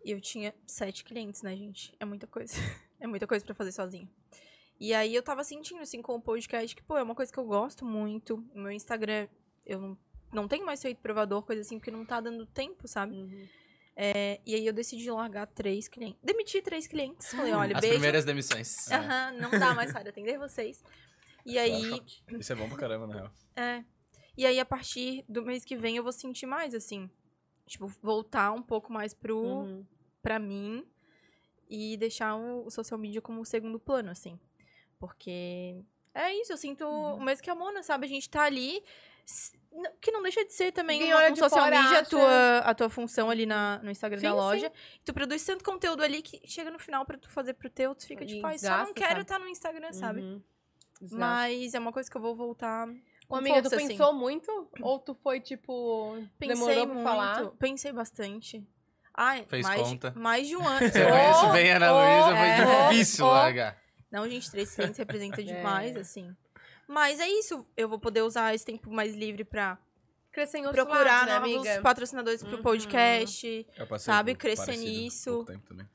E eu tinha sete clientes, né, gente? É muita coisa. É muita coisa pra fazer sozinha. E aí eu tava sentindo, assim, com o podcast, que, pô, é uma coisa que eu gosto muito. O meu Instagram, eu não, não tenho mais feito provador, coisa assim, porque não tá dando tempo, sabe?
Uhum.
É, e aí eu decidi largar três clientes. Demitir três clientes. Falei, olha,
Hum, As
beijo.
primeiras demissões.
Aham, não dá mais para atender vocês. E aí,
Isso é bom pra caramba, na real.
é. E aí, a partir do mês que vem, eu vou sentir mais, assim. Tipo, voltar um pouco mais pro,
Uhum.
pra mim e deixar o o social media como o segundo plano, assim. Porque é isso, eu sinto
Uhum.
o mesmo que a Mona, sabe? A gente tá ali, s- n- que não deixa de ser também
Ninguém
uma-
olha
um
de
social
fora,
media, a
acha.
tua, a tua função ali na, no Instagram da
Sim,
loja. Tu produz tanto conteúdo ali que chega no final pra tu fazer pro teu, tu fica tipo, ai, só não
Desgasta,
quero
sabe?
estar no Instagram, sabe?
Uhum. Exato.
Mas é uma coisa que eu vou voltar.
Ô,
com
amiga, tu
força, assim.
um pensou muito? Ou tu foi, tipo.
Pensei
demorou pra
muito,
falar?
pensei bastante. Ai,
Fez
mais,
conta.
mais de um ano.
Você
Oh,
conhece bem a Ana Luísa,
é.
foi difícil
Oh.
largar.
Não, gente, três clientes representa demais,
É.
assim. Mas é isso, eu vou poder usar esse tempo mais livre pra
Crescer em outros
procurar
lados, né,
novos
amiga?
patrocinadores pro
Uhum.
podcast.
Eu passei
Sabe,
por
crescer
parecido
nisso.
pouco tempo também.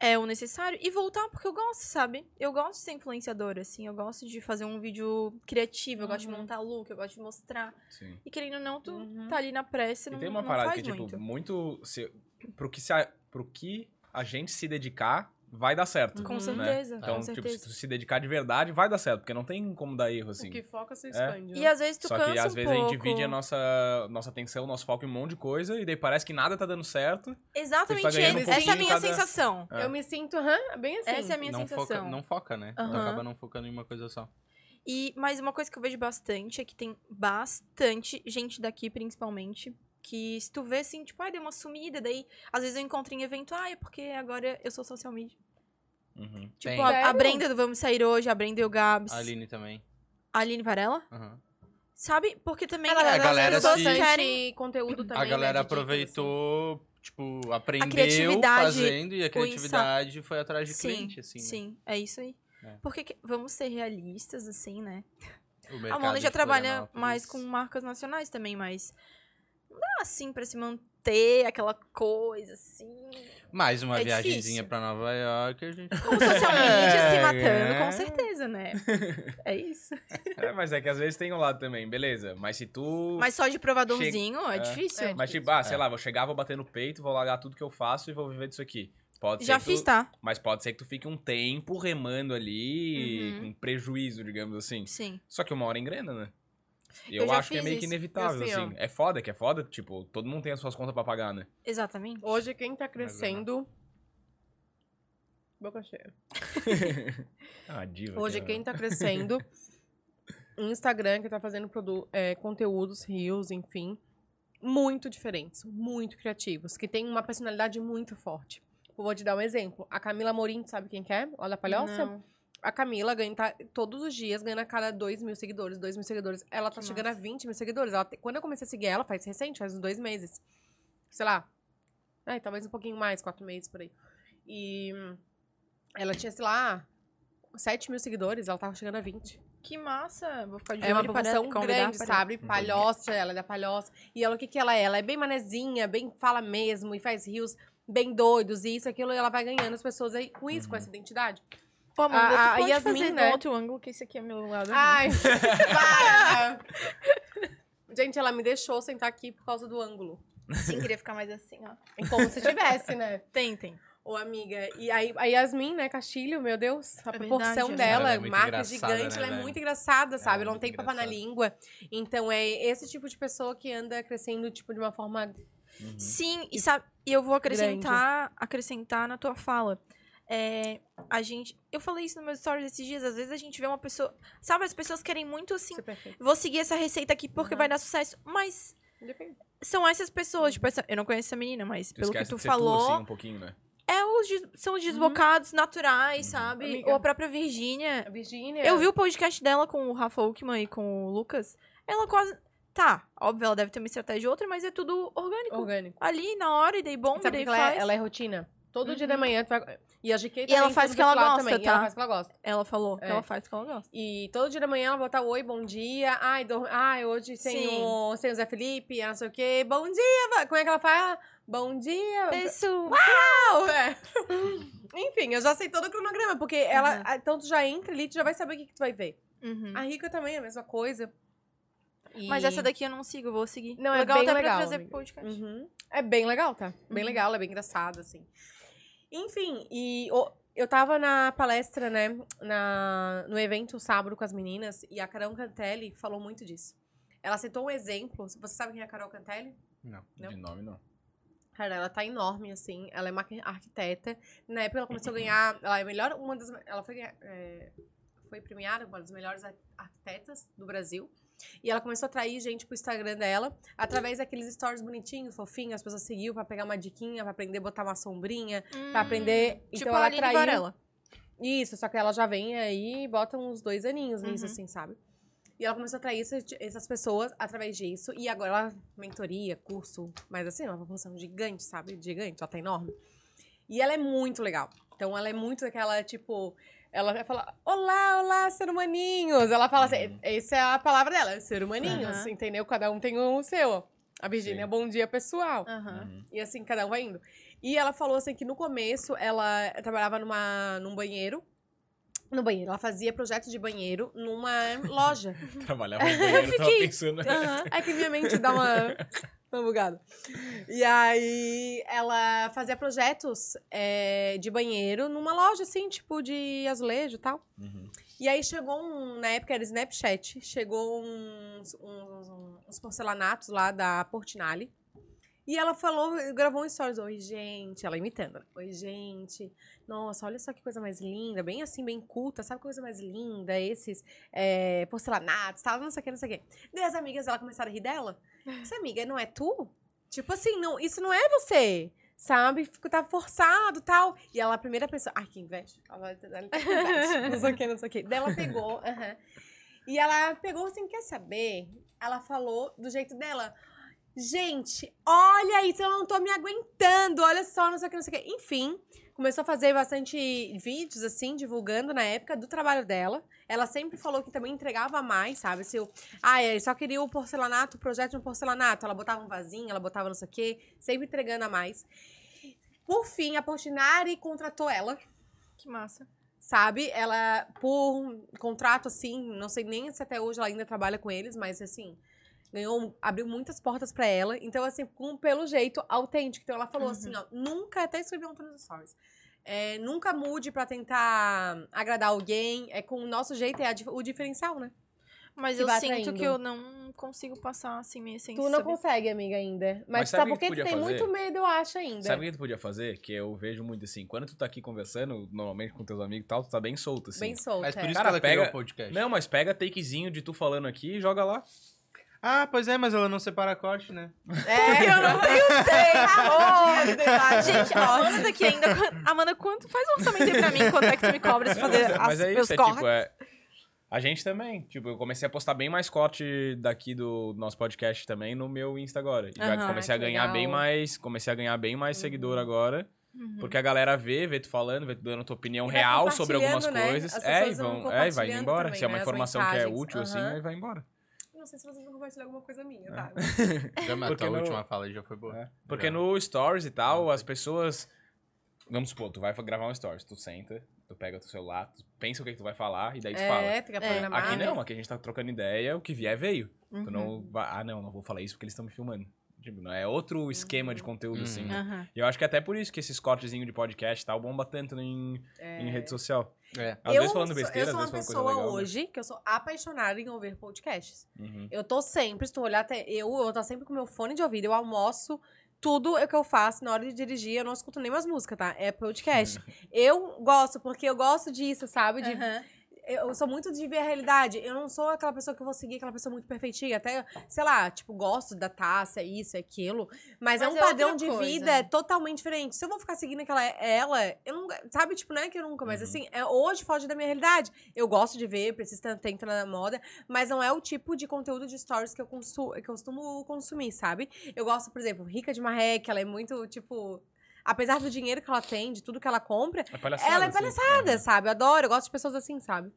É o necessário. E voltar, porque eu gosto, sabe? Eu gosto de ser influenciadora, assim. Eu gosto de fazer um vídeo criativo, eu gosto de
Uhum.
montar look, eu gosto de mostrar.
Sim.
E querendo ou não, tu
Uhum.
tá ali na pressa,
E
e não,
tem uma
não
parada
faz
que, tipo,
muito.
muito, se, pro, que se a, pro que a gente se dedicar, vai dar certo.
Com
né?
certeza,
Então,
Uhum. com
tipo, se
certeza.
tu se dedicar de verdade, vai dar certo, porque não tem como dar erro, assim.
O que foca
É.
se
expande,
expande. né?
E às vezes tu
Só
cansa
que às
um
vezes
pouco.
a gente divide a nossa, nossa atenção, nosso foco em um monte de coisa, e daí parece que nada tá dando certo.
Exatamente,
Você tá ganhando
um
essa é a
pouquinho
minha
cada-
sensação.
É.
Eu me sinto, hã? Bem assim.
Essa é a minha
Não
sensação.
foca, não foca, né? Tu
Aham.
acaba não focando em uma coisa só.
E, mas uma coisa que eu vejo bastante é que tem bastante gente daqui, principalmente, que se tu vê assim, tipo, ai, deu uma sumida, daí às vezes eu encontro em evento, ai, é porque agora eu sou social media.
Uhum.
Tipo,
Tem.
a, a
Sério?
Brenda do Vamos Sair Hoje, a Brenda e o Gabs.
A Aline também.
a Aline Varela.
Aham.
Sabe? Porque também
é a
as
galera assim.
pessoas
se-
querem
conteúdo também.
a
né,
galera
de dicas,
aproveitou, tipo, aprendeu
tipo, assim, criatividade,
fazendo e a criatividade foi atrás de
Sim,
cliente, assim. né?
Sim, é isso aí.
É.
Porque que- vamos ser realistas, assim, né?
O
A
mercado
Mona já
de
trabalha mais
Florianópolis.
com marcas nacionais também, mas não dá assim pra se manter aquela coisa, assim.
Mais uma
É
viagenzinha
difícil.
pra Nova York, a gente.
Com social media se
É,
matando,
né?
com certeza, né? É isso.
É, mas é que às vezes tem um lado também, beleza. Mas se tu.
Mas só de provadorzinho é,
É.
difícil.
É.
Mas tipo, ah, sei
É.
lá, vou chegar, vou bater no peito, vou largar tudo que eu faço e vou viver disso aqui. Pode
Já
ser
fiz,
que tu...
tá?
Mas pode ser que tu fique um tempo remando ali,
Uhum.
com prejuízo, digamos assim.
Sim.
Só que uma hora engrena, né? Eu,
Eu já
acho que é
fiz
meio que
isso.
inevitável,
Assim, ó.
assim. É foda que é foda, tipo, todo mundo tem as suas contas pra pagar, né?
Exatamente.
Hoje quem tá
é
crescendo. Boca cheia.
Ah, diva.
Hoje quem tá crescendo. Um Instagram que tá fazendo produ- é, conteúdos, reels, enfim. Muito diferentes, muito criativos, que tem uma personalidade muito forte. Eu Vou te dar um exemplo. A Camila Morim, sabe quem que é? Olha a palhoça.
Não.
A Camila ganha, tá, todos os dias ganha a cada 2 mil seguidores, 2 mil seguidores. Ela tá
Que
chegando
massa.
a 20 mil seguidores. Ela te- quando eu comecei a seguir ela, faz recente, faz uns dois meses. Sei lá. Ai, talvez um pouquinho mais, quatro meses por aí. E hum, ela tinha, sei lá, 7 mil seguidores, ela tava chegando a 20.
Que massa. Vou ficar de
É uma
olho para
proporção
convidar
grande,
para-
sabe? Palhoça, ela é da palhoça. E ela, o que que ela é? Ela é bem manezinha, bem fala mesmo e faz rios bem doidos e isso, aquilo. E ela vai ganhando as pessoas aí com isso, com
Uhum.
essa identidade.
Pô, Amanda,
A- a
tu pode
Yasmin,
fazer
né?
do outro ângulo, que esse aqui é meu lado.
Ai, para! né? Gente, ela me deixou sentar aqui por causa do ângulo.
Sim, queria ficar mais assim, ó.
É Como se tivesse, né?
Tentem.
Ô, amiga. E aí, a Yasmin, né, Castilho, meu Deus, a
É
proporção
verdade, né?
dela,
Ela é muito
marca
engraçada,
gigante,
né,
ela é
velho?
muito engraçada, sabe?
é
Ela não
muito
tem papo na
engraçada.
língua. Então, é esse tipo de pessoa que anda crescendo, tipo, de uma forma.
Sim, e sabe, e eu vou acrescentar, acrescentar na tua fala. É, a gente, eu falei isso no meu stories esses dias, às vezes a gente vê uma pessoa, sabe, as pessoas querem muito assim,
Super perfeita.
vou seguir essa receita aqui porque
Uhum.
vai dar sucesso, mas
Depende.
são essas pessoas, tipo, essa, eu não conheço essa menina, mas pelo que
esquece
tu
de ser
falou,
assim, um pouquinho, né?
é os des- são os desbocados naturais,
Uhum.
sabe?
Amiga.
Ou a própria Virgínia,
A Virgínia.
Eu vi um o podcast dela com o Rafa Uckman e com o Lucas. Ela quase. Tá, óbvio, ela deve ter uma estratégia ou outra, mas é tudo orgânico.
orgânico.
Ali, na hora, e daí bomba,
Sabe
daí
porque ela é,
faz. Uhum.
ela é rotina? Todo dia da manhã tu vai. E a GK
ela
também,
faz
tudo
o que ela
desse lado
gosta,
também, E ela
tá?
faz o que ela gosta.
Ela
É.
falou que ela faz o que ela gosta.
E todo dia da manhã ela bota oi, bom dia. Ai, dor- ai hoje sem
Sim.
o, sem o Zé Felipe, ah, não sei o quê. Bom dia! va- Como é que ela fala? Bom dia!
Isso.
Não, é. Enfim, eu já sei todo o cronograma, porque ela.
Uhum.
ah, Então tu já entra ali, tu já vai saber o que, que tu vai ver.
Uhum.
A Rica também é a mesma coisa. E-
Mas essa daqui eu não sigo, eu vou seguir.
Não, é
legal
bem
até pra
legal,
trazer
amiga.
pro podcast.
Uhum. É bem legal, tá? Bem
Uhum.
legal, ela é bem engraçada, assim. Enfim, e o- eu tava na palestra, né? Na, no evento sábado com as meninas, e a Carol Cantelli falou muito disso. Ela citou um exemplo. Você sabe quem é a Carol Cantelli?
Não.
Não.
De nome, não.
Cara, ela tá enorme, assim. Ela é uma arqui- arquiteta. Na época ela começou a ganhar. Ela é a melhor. Uma das. Ela foi, ganhar- é, foi premiada como uma das melhores ar- arquitetas do Brasil. E ela começou a atrair gente pro Instagram dela através daqueles stories bonitinhos, fofinhos. As pessoas seguiam pra pegar uma diquinha, pra aprender a botar uma sombrinha, pra
Hum,
aprender.
Tipo
então
a
ela
Aline
atraiu.
Varela.
Isso, só que ela já vem aí e bota uns dois aninhos nisso,
Uhum.
assim, sabe? E ela começou a atrair esse- essas pessoas através disso. E agora ela, mentoria, curso, mas assim, uma proporção gigante, sabe? Gigante, ela tá enorme. E ela é muito legal. Então ela é muito aquela, tipo. Ela vai falar: Olá, olá, ser humaninhos. Ela fala assim:
Uhum.
essa é a palavra dela, ser humaninhos,
Aham.
entendeu? Cada um tem o seu. A Virgínia,
Sim.
bom dia, pessoal.
Aham.
Uhum.
E assim, cada um vai indo. E ela falou assim que no começo ela trabalhava numa, num banheiro. No banheiro, ela fazia projeto de banheiro numa loja.
Trabalhava no banheiro, tava
Fiquei-
pensando.
Aham.
É que minha mente dá uma, uma bugada. E aí ela fazia projetos é, de banheiro numa loja, assim, tipo de azulejo e tal.
Uhum.
E aí chegou um, na época era Snapchat, chegou uns, uns, uns porcelanatos lá da Portinale. E ela falou, gravou um stories, oi gente, ela imitando, né? oi gente, nossa, olha só que coisa mais linda, bem assim, bem culta, sabe que coisa mais linda, esses é, porcelanatos, tal, não sei o que, não sei o que. Daí as amigas dela começaram a rir dela, essa amiga não é tu? Tipo assim, não, isso não é você, sabe? Fico- Tá forçado tal. E ela, a primeira pessoa. Ai, que inveja. Ela, vai- ela tem inveja. Não sei o que, não sei o que. Daí ela pegou. aham. E ela pegou assim, quer saber? Ela falou do jeito dela. Gente, olha isso, eu não tô me aguentando. Olha só, não sei o que, não sei o que. Enfim, começou a fazer bastante vídeos, assim, divulgando na época do trabalho dela. Ela sempre falou que também entregava mais, sabe? Se eu, ah, eu só queria o porcelanato, o projeto de um porcelanato. Ela botava um vasinho, ela botava não sei o quê, sempre entregando a mais. Por fim, a Portinari contratou ela
Que massa.
sabe? Ela, por um contrato, assim, não sei nem se até hoje ela ainda trabalha com eles, mas assim, ganhou, abriu muitas portas pra ela. Então, assim, com, pelo jeito autêntico. Então, ela falou assim, ó, nunca, até um escreveu ontem nos stories. é, nunca mude pra tentar agradar alguém. É com o nosso jeito, é a dif- o diferencial, né?
Mas
Que
eu
vai
sinto
atraindo.
que eu não consigo passar assim minha essência.
tu não
sabe?
consegue, amiga, ainda. Mas,
Mas sabe
sabe
o
por
que
que
tu
tu
podia
tem
fazer?
muito medo, eu acho, ainda.
Sabe o que tu podia fazer? Que eu vejo muito assim, quando tu tá aqui conversando, normalmente com teus amigos e tal, tu tá bem solto, assim.
Bem solto,
Mas por
é.
isso
Cara,
que ela pega...
pega-
criou o podcast.
Não, mas pega takezinho de tu falando aqui e joga lá.
Ah, pois é, mas ela não separa corte, né?
É, eu não tenho tempo!
Gente, a Amanda daqui ainda. Amanda, quanto faz um orçamento aí pra mim? Quanto é que tu me cobras pra fazer
Não,
as, meus cortes?
é- A gente também. Tipo, eu comecei a postar bem mais corte daqui do nosso podcast também no meu Insta agora. E já
Aham,
comecei a
que
ganhar
legal.
bem mais. Comecei a ganhar bem mais seguidor agora.
Uhum.
Porque a galera vê, vê tu falando, vê tu dando tua opinião
E vai
real sobre algumas
compartilhando, né?
coisas.
As
É, e,
pessoas vão
vão, é, e vai
compartilhando
indo embora.
também,
Se é uma
né, as
informação que é
mensagens.
útil, assim,
Aham.
aí vai embora.
Não sei se vocês vão compartilhar alguma coisa minha,
Ah,
tá?
Já, mas
Porque
a
no-
última fala aí já foi boa.
É. Porque
Já.
no Stories e tal, as pessoas. Vamos supor, tu vai gravar um Stories, tu senta, tu pega teu celular, tu pensa o que, que tu vai falar e daí tu fala.
É, fica
É.
programado.
Aqui não, aqui a gente tá trocando ideia, o que vier veio. Tu
Uhum.
não vai, ah não, não vou falar isso porque eles estão me filmando. Tipo, não é outro esquema de conteúdo,
Uhum.
assim. né?
Aham.
E eu acho que é até por isso que esses cortezinhos de podcast e tal bomba tanto em,
É.
em rede social.
É.
Às vezes falando
sou-
besteira,
eu sou
às
uma
vezes
pessoa
falando coisa legal. né?
hoje que eu sou apaixonada em ouvir podcasts.
Uhum.
Eu tô sempre, se tu olhar até eu, eu tô sempre com meu fone de ouvido, eu almoço, tudo é o que eu faço na hora de dirigir, eu não escuto nem mais música, tá? É podcast. eu gosto, porque eu gosto disso, sabe? De
Aham.
eu eu sou muito de ver a realidade. Eu não sou aquela pessoa que eu vou seguir, aquela pessoa muito perfeitinha. Até, sei lá, tipo, gosto da taça, isso, é aquilo. Mas,
Mas
é um
é
padrão
outra
de
coisa.
vida totalmente diferente. Se eu vou ficar seguindo aquela ela, eu não. Sabe, tipo, não é que eu nunca, mas
Uhum.
assim, é, hoje foge da minha realidade. Eu gosto de ver, preciso estar atenta na moda, mas não é o tipo de conteúdo de stories que eu, consu, que eu costumo consumir, sabe? Eu gosto, por exemplo, Rica de Marré, que ela é muito, tipo. Apesar do dinheiro que ela tem, de tudo que ela compra,
É palhaçada.
ela é
assim.
palhaçada, sabe? Eu adoro, eu gosto de pessoas assim, sabe?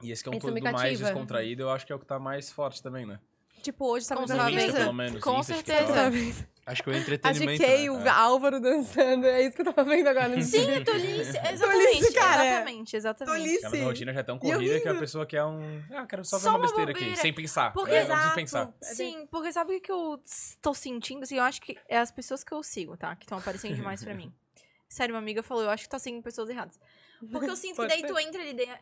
E esse é um
Isso me
conteúdo mais
cativa.
descontraído, eu acho que é o que tá mais forte também, né?
Tipo, hoje tá
Com
muito
No
na
certeza.
Insta,
vez.
pelo menos.
Com
Insta,
certeza.
TikTok.
Acho que o entretenimento.
Adiquei
né?
É.
o Álvaro dançando, é isso que eu tava vendo agora no
Sim, eu tô Tolice, exatamente.
cara.
Exatamente, exatamente.
Aquela rotina já é tão corrida que a pessoa quer um. Ah, quero só ver
Só
uma
uma
besteira aqui,
bobeira.
sem pensar.
Porque
né? Não preciso
exato.
pensar.
Sim, porque sabe o que que eu s- tô sentindo? Assim, eu acho que é as pessoas que eu sigo, tá? Que estão aparecendo demais pra mim. Sério, uma amiga falou, eu acho que tá seguindo pessoas erradas. Porque eu sinto que
Pode
daí
ser.
tu entra ali dentro.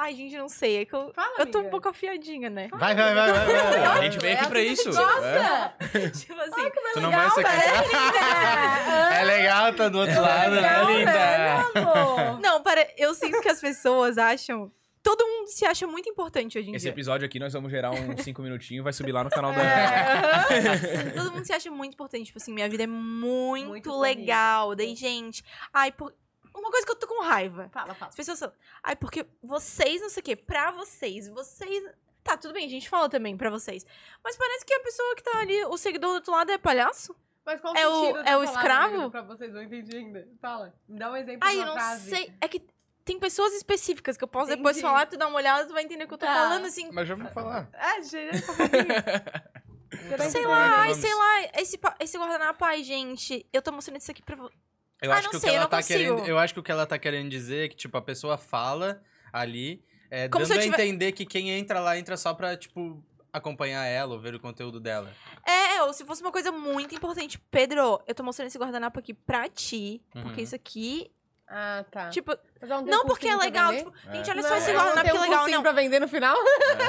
Ai, gente, não sei. É que eu,
Fala,
eu tô um
amiga.
pouco afiadinha, né?
Vai, vai, vai, vai, vai, vai.
A gente veio aqui pra isso. É.
tipo assim,
Tu não vai ser
né?
É legal, tá do outro lado,
legal,
né, linda?
Amor.
Não, para, eu sinto que as pessoas acham. Todo mundo se acha muito importante hoje em
Esse
dia.
episódio aqui nós vamos gerar uns 5 minutinhos, vai subir lá no canal da.
É. Todo mundo se acha muito importante. Tipo assim, minha vida é muito,
Muito corrida.
legal. Daí, gente. Ai, por... uma coisa que eu tô com raiva.
Fala, fala.
As pessoas falam. Ai, porque vocês, não sei o quê, pra vocês, vocês. Tá, tudo bem, a gente fala também pra vocês. Mas parece que a pessoa que tá ali, o seguidor do outro lado é palhaço.
Mas qual
É o-
sentido de
é o
falar,
escravo?
amiga, Pra vocês, não entendi ainda. Fala. Me dá um exemplo
Ai,
de
eu
uma
não
frase.
sei. É que tem pessoas específicas que eu posso depois
Entendi.
falar, tu dá uma olhada, tu vai entender o que eu tô
Tá.
falando, assim.
Mas já vou falar.
Ah, gente, tá fofinho. Já tá
Sei
entendendo.
lá, ai, sei lá, esse, pa- esse guardanapo, ai, gente, eu tô mostrando isso aqui pra vocês.
Eu
Ah,
acho
não
que o que
sei, eu
ela
não
tá
consigo.
querendo. Eu acho que o que ela tá querendo dizer é que, tipo, a pessoa fala ali, é,
Como
dando
se eu
a
tiver-
entender que quem entra lá entra só pra, tipo, acompanhar ela ou ver o conteúdo dela.
É, ou se fosse uma coisa muito importante. Pedro, eu tô mostrando esse guardanapo aqui pra ti, porque
Uhum.
isso aqui,
Ah, tá.
tipo,
Mas ela tem
não
um
porque é
cursinho pra
legal,
vender?
tipo,
É.
gente, olha
Não,
só esse
ela
guardanapo
tem
que
um
legal,
cursinho
não.
pra vender no final?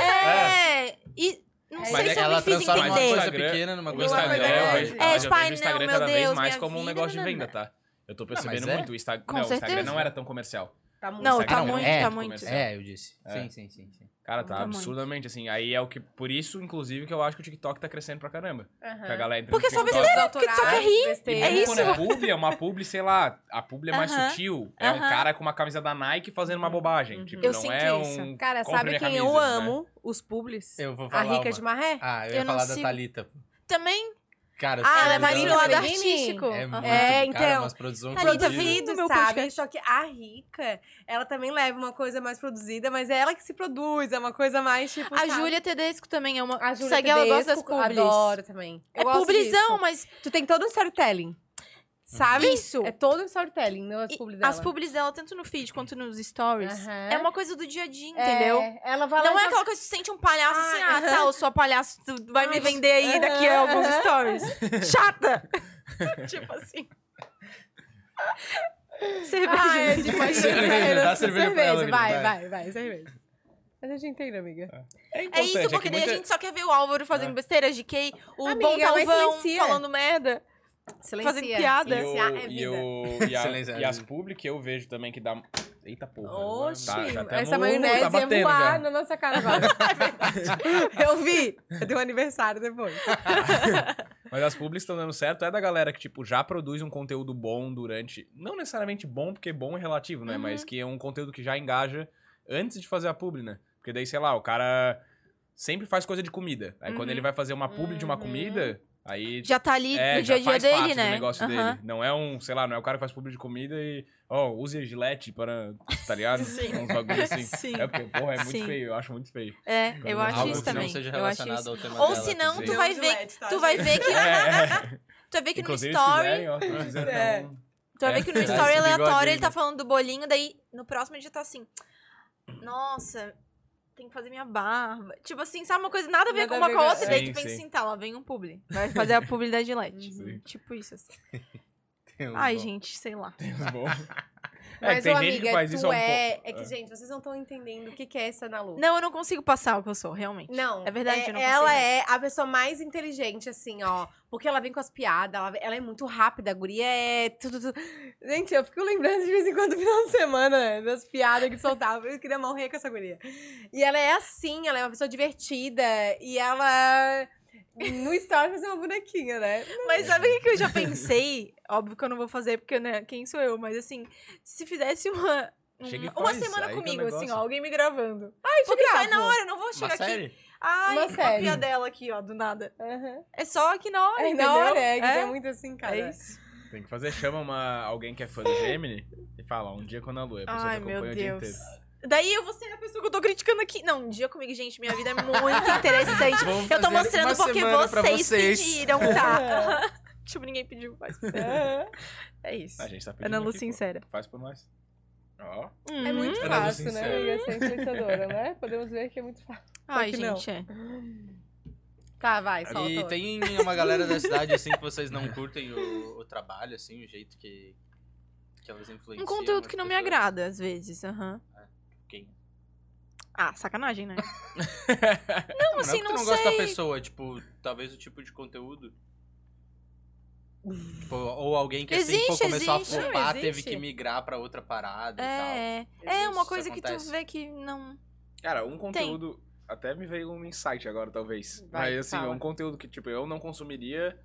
É, e não
Mas
Mas
sei
é
se
que
eu
ela
me fiz
transforma uma
entender.
coisa
Instagram-
pequena numa
O
coisa
Instagram,
grande.
eu vejo,
É,
eu
tipo, ai,
vejo o Instagram
não,
cada
meu
vez
Deus,
mais
minha
como um
vida,
negócio de
nanana.
venda, tá? Eu tô
mas
percebendo
é.
muito. O, Insta...
Com
não, o Instagram
certeza.
não era tão comercial.
Tá muito.
Não,
Instagram
tá
não,
muito,
é
tá muito.
comercial.
É, eu disse.
É.
Sim, sim, sim, sim.
Cara, tá
Muito.
absurdamente, assim. Aí é o que. Por isso, inclusive, que eu acho que o TikTok tá crescendo pra caramba.
Aham.
Que a galera entra no
É. Porque só
TikTok.
besteira, porque tu só quer rir.
E
besteira.
É
muito
isso.
quando é publi, é uma publi, sei lá, a publi é mais
Aham,
sutil. É um
aham.
cara com uma camisa da Nike fazendo uma bobagem.
Uhum.
Tipo,
Eu
não
sinto
é
isso.
um.
Cara,
Compre
sabe
minha
quem eu
camisa, né?
amo? Os publis.
Eu vou
A
falar
rica
uma.
de Maré?
Ah, eu
é Eu
ia
não
falar da
sigo.
Thalita.
Também.
Cara,
Ah,
Thalita
ela vai
é
vir
no
no
lado
lado
artístico.
É muito,
É,
cara,
então,
umas produções
Thalita,
fodidas.
vi-
produzido,
no Tá meu
sabe?
podcast.
Só que a Rica, ela também leva uma coisa mais produzida, mas é ela que se produz, é uma coisa mais tipo.
A
sabe?
Júlia Tedesco também é uma.
A Júlia
segue ela, gosta das
Tedesco,
publis.
Adoro também.
É
Eu gosto
publizão,
disso.
mas
Tu tem todo um storytelling. Sabe?
isso.
É todo um storytelling, não as
E
publis dela.
as publis dela, tanto no feed quanto nos stories,
Aham.
é uma coisa do dia a dia,
É,
entendeu?
Ela vai lá
Não
e
é
joga-
aquela coisa que você sente um palhaço assim,
então. Ah,
ah, tá, eu sou palhaço, tu vai me
Ai,
vender aí daqui a alguns stories. Chata! tipo assim. Cerveja.
Ah, é de paixão.
Cerveja, dá
Era-
cerveja pra ela, Gris,
Vai,
vai.
vai, vai, cerveja. Mas a gente entende, amiga.
É
É
importante,
isso,
que
porque daí
muita-
a gente só quer ver o Álvaro fazendo
É.
besteira, GK, o
Amiga,
Bom
mas
Talvão
silencia.
falando merda.
Silencia.
Fazendo piada.
E, o-
Silenciar é
e,
vida.
o- e a-
Silenciar
e as
é vida.
publi que eu vejo também que dá. Eita porra.
Oxi,
tá- tá até
essa
no-
maionese
é
tá
ia
batendo
voar
já.
na nossa cara agora. é verdade. Eu vi. Eu dei um aniversário depois.
Mas as publis estão dando certo. É da galera que, tipo, já produz um conteúdo bom durante. Não necessariamente bom, porque bom é relativo, né?
Uhum.
Mas que é um conteúdo que já engaja antes de fazer a publi, né? Porque daí, sei lá, o cara sempre faz coisa de comida. Aí quando
Uhum.
ele vai fazer uma publi de uma
Uhum.
comida, aí.
Já tá ali
é,
no
já
dia a dia
faz parte
dele,
do
né?
negócio
Aham.
dele. Não é um, sei lá, não é o cara que faz publi de comida e, ó, use a gilete para, tá ligado?
Sim.
Uns bagulho assim.
Sim.
É porque, porra, é muito
Sim.
feio, eu acho muito feio.
É,
Quando
eu
é
acho
Algo
isso
que
também.
não seja
eu acho
relacionado
isso.
ao tema
Ou
dela,
se não, tu
dizer.
vai
Não,
ver,
Gillette, tá,
tu vai
gente?
ver que,
É.
tu vai ver que no
Inclusive,
story,
se quiserem, ó, se quiserem,
É.
dá um-
tu vai
É.
ver Então, que no
Dá esse
story
bigodinho.
aleatório ele tá falando do bolinho, daí no próximo ele já tá assim, nossa, tem que fazer minha barba. Tipo assim, sabe uma coisa nada a ver
Nada
com
a
uma
ver
com a
com-
outra, daí
Sim,
tu pensa
sim.
assim, tá, lá vem um publi, vai fazer a publi da Gillette.
Sim.
Tipo isso, assim.
Tem uns
Ai,
bons.
gente, sei lá.
Tá bom. É,
Mas,
que tem
ô,
gente
amiga,
que faz isso há
tu
um
é...
pouco.
É que, gente, vocês não estão entendendo o que que é essa Ana Lu.
Não, eu não consigo passar o que eu sou, realmente.
Não.
É verdade, eu não consigo.
Ela é a pessoa mais inteligente, assim, ó. Porque ela vem com as piadas, ela, ela é muito rápida, a guria é. tu, tu, tu. Gente, eu fico lembrando de vez em quando, no final de semana, das piadas que soltava. Eu queria morrer com essa guria. E ela é assim, ela é uma pessoa divertida. E ela. No story fazer uma bonequinha, né?
Mas sabe o que que eu já pensei? Óbvio que eu não vou fazer, porque, né, quem sou eu? Mas, assim, se fizesse uma... um-
Chega e
uma
faz, aí
semana
que é o
comigo, assim, ó,
negócio.
alguém me gravando.
Ai,
Porque sai na
hora.
hora, eu não vou chegar
Uma
aqui.
série?
Ai,
Uma série.
copia dela aqui, ó, do nada.
Uhum.
É só aqui na hora,
É
entendeu?
na hora, é, que
é,
é muito assim, cara.
é isso.
Tem que fazer, chama uma, alguém que é fã do Gemini e fala, um dia quando a
tá
lua, a pessoa
Ai,
que
meu
acompanha o dia
Deus.
inteiro.
Daí eu vou ser a pessoa que eu tô criticando aqui. Não, um dia comigo, gente, minha vida é muito interessante.
Vamos
eu tô
fazer uma
mostrando porque
semana pra
vocês,
vocês.
pediram, tá? tipo, ninguém pediu, mas...
Aham.
É isso.
A gente tá pedindo
Ana Lu
aqui, pô.
sincera. Uhum.
Faz por nós. Ó,
É muito
Ana Lu
fácil, né,
sincera.
amiga? Ser influenciadora, né? Podemos ver que é muito fácil.
Ai,
que não.
gente, é.
Tá, vai, solta.
E
outra.
tem uma galera da cidade, assim, que vocês não curtem o, o trabalho, assim, o jeito que, que elas influenciam.
Um conteúdo
as
que não me
pessoas.
agrada, às vezes. aham.
É, Quem?
Ah, sacanagem, né?
Não,
assim,
é porque
não
tu não gosta da
sei.
pessoa, tipo, talvez o tipo de conteúdo. Tipo, ou alguém que assim, pô,
Existe,
começou
existe.
a
Não,
flopar,
existe.
teve que migrar pra outra parada e
É, é.
Existe,
É uma
isso
coisa que tu
acontece.
vê que não.
cara, um conteúdo... Até me veio um insight agora, talvez.
Vai,
Mas, assim,
fala.
é um conteúdo que, tipo, eu não consumiria.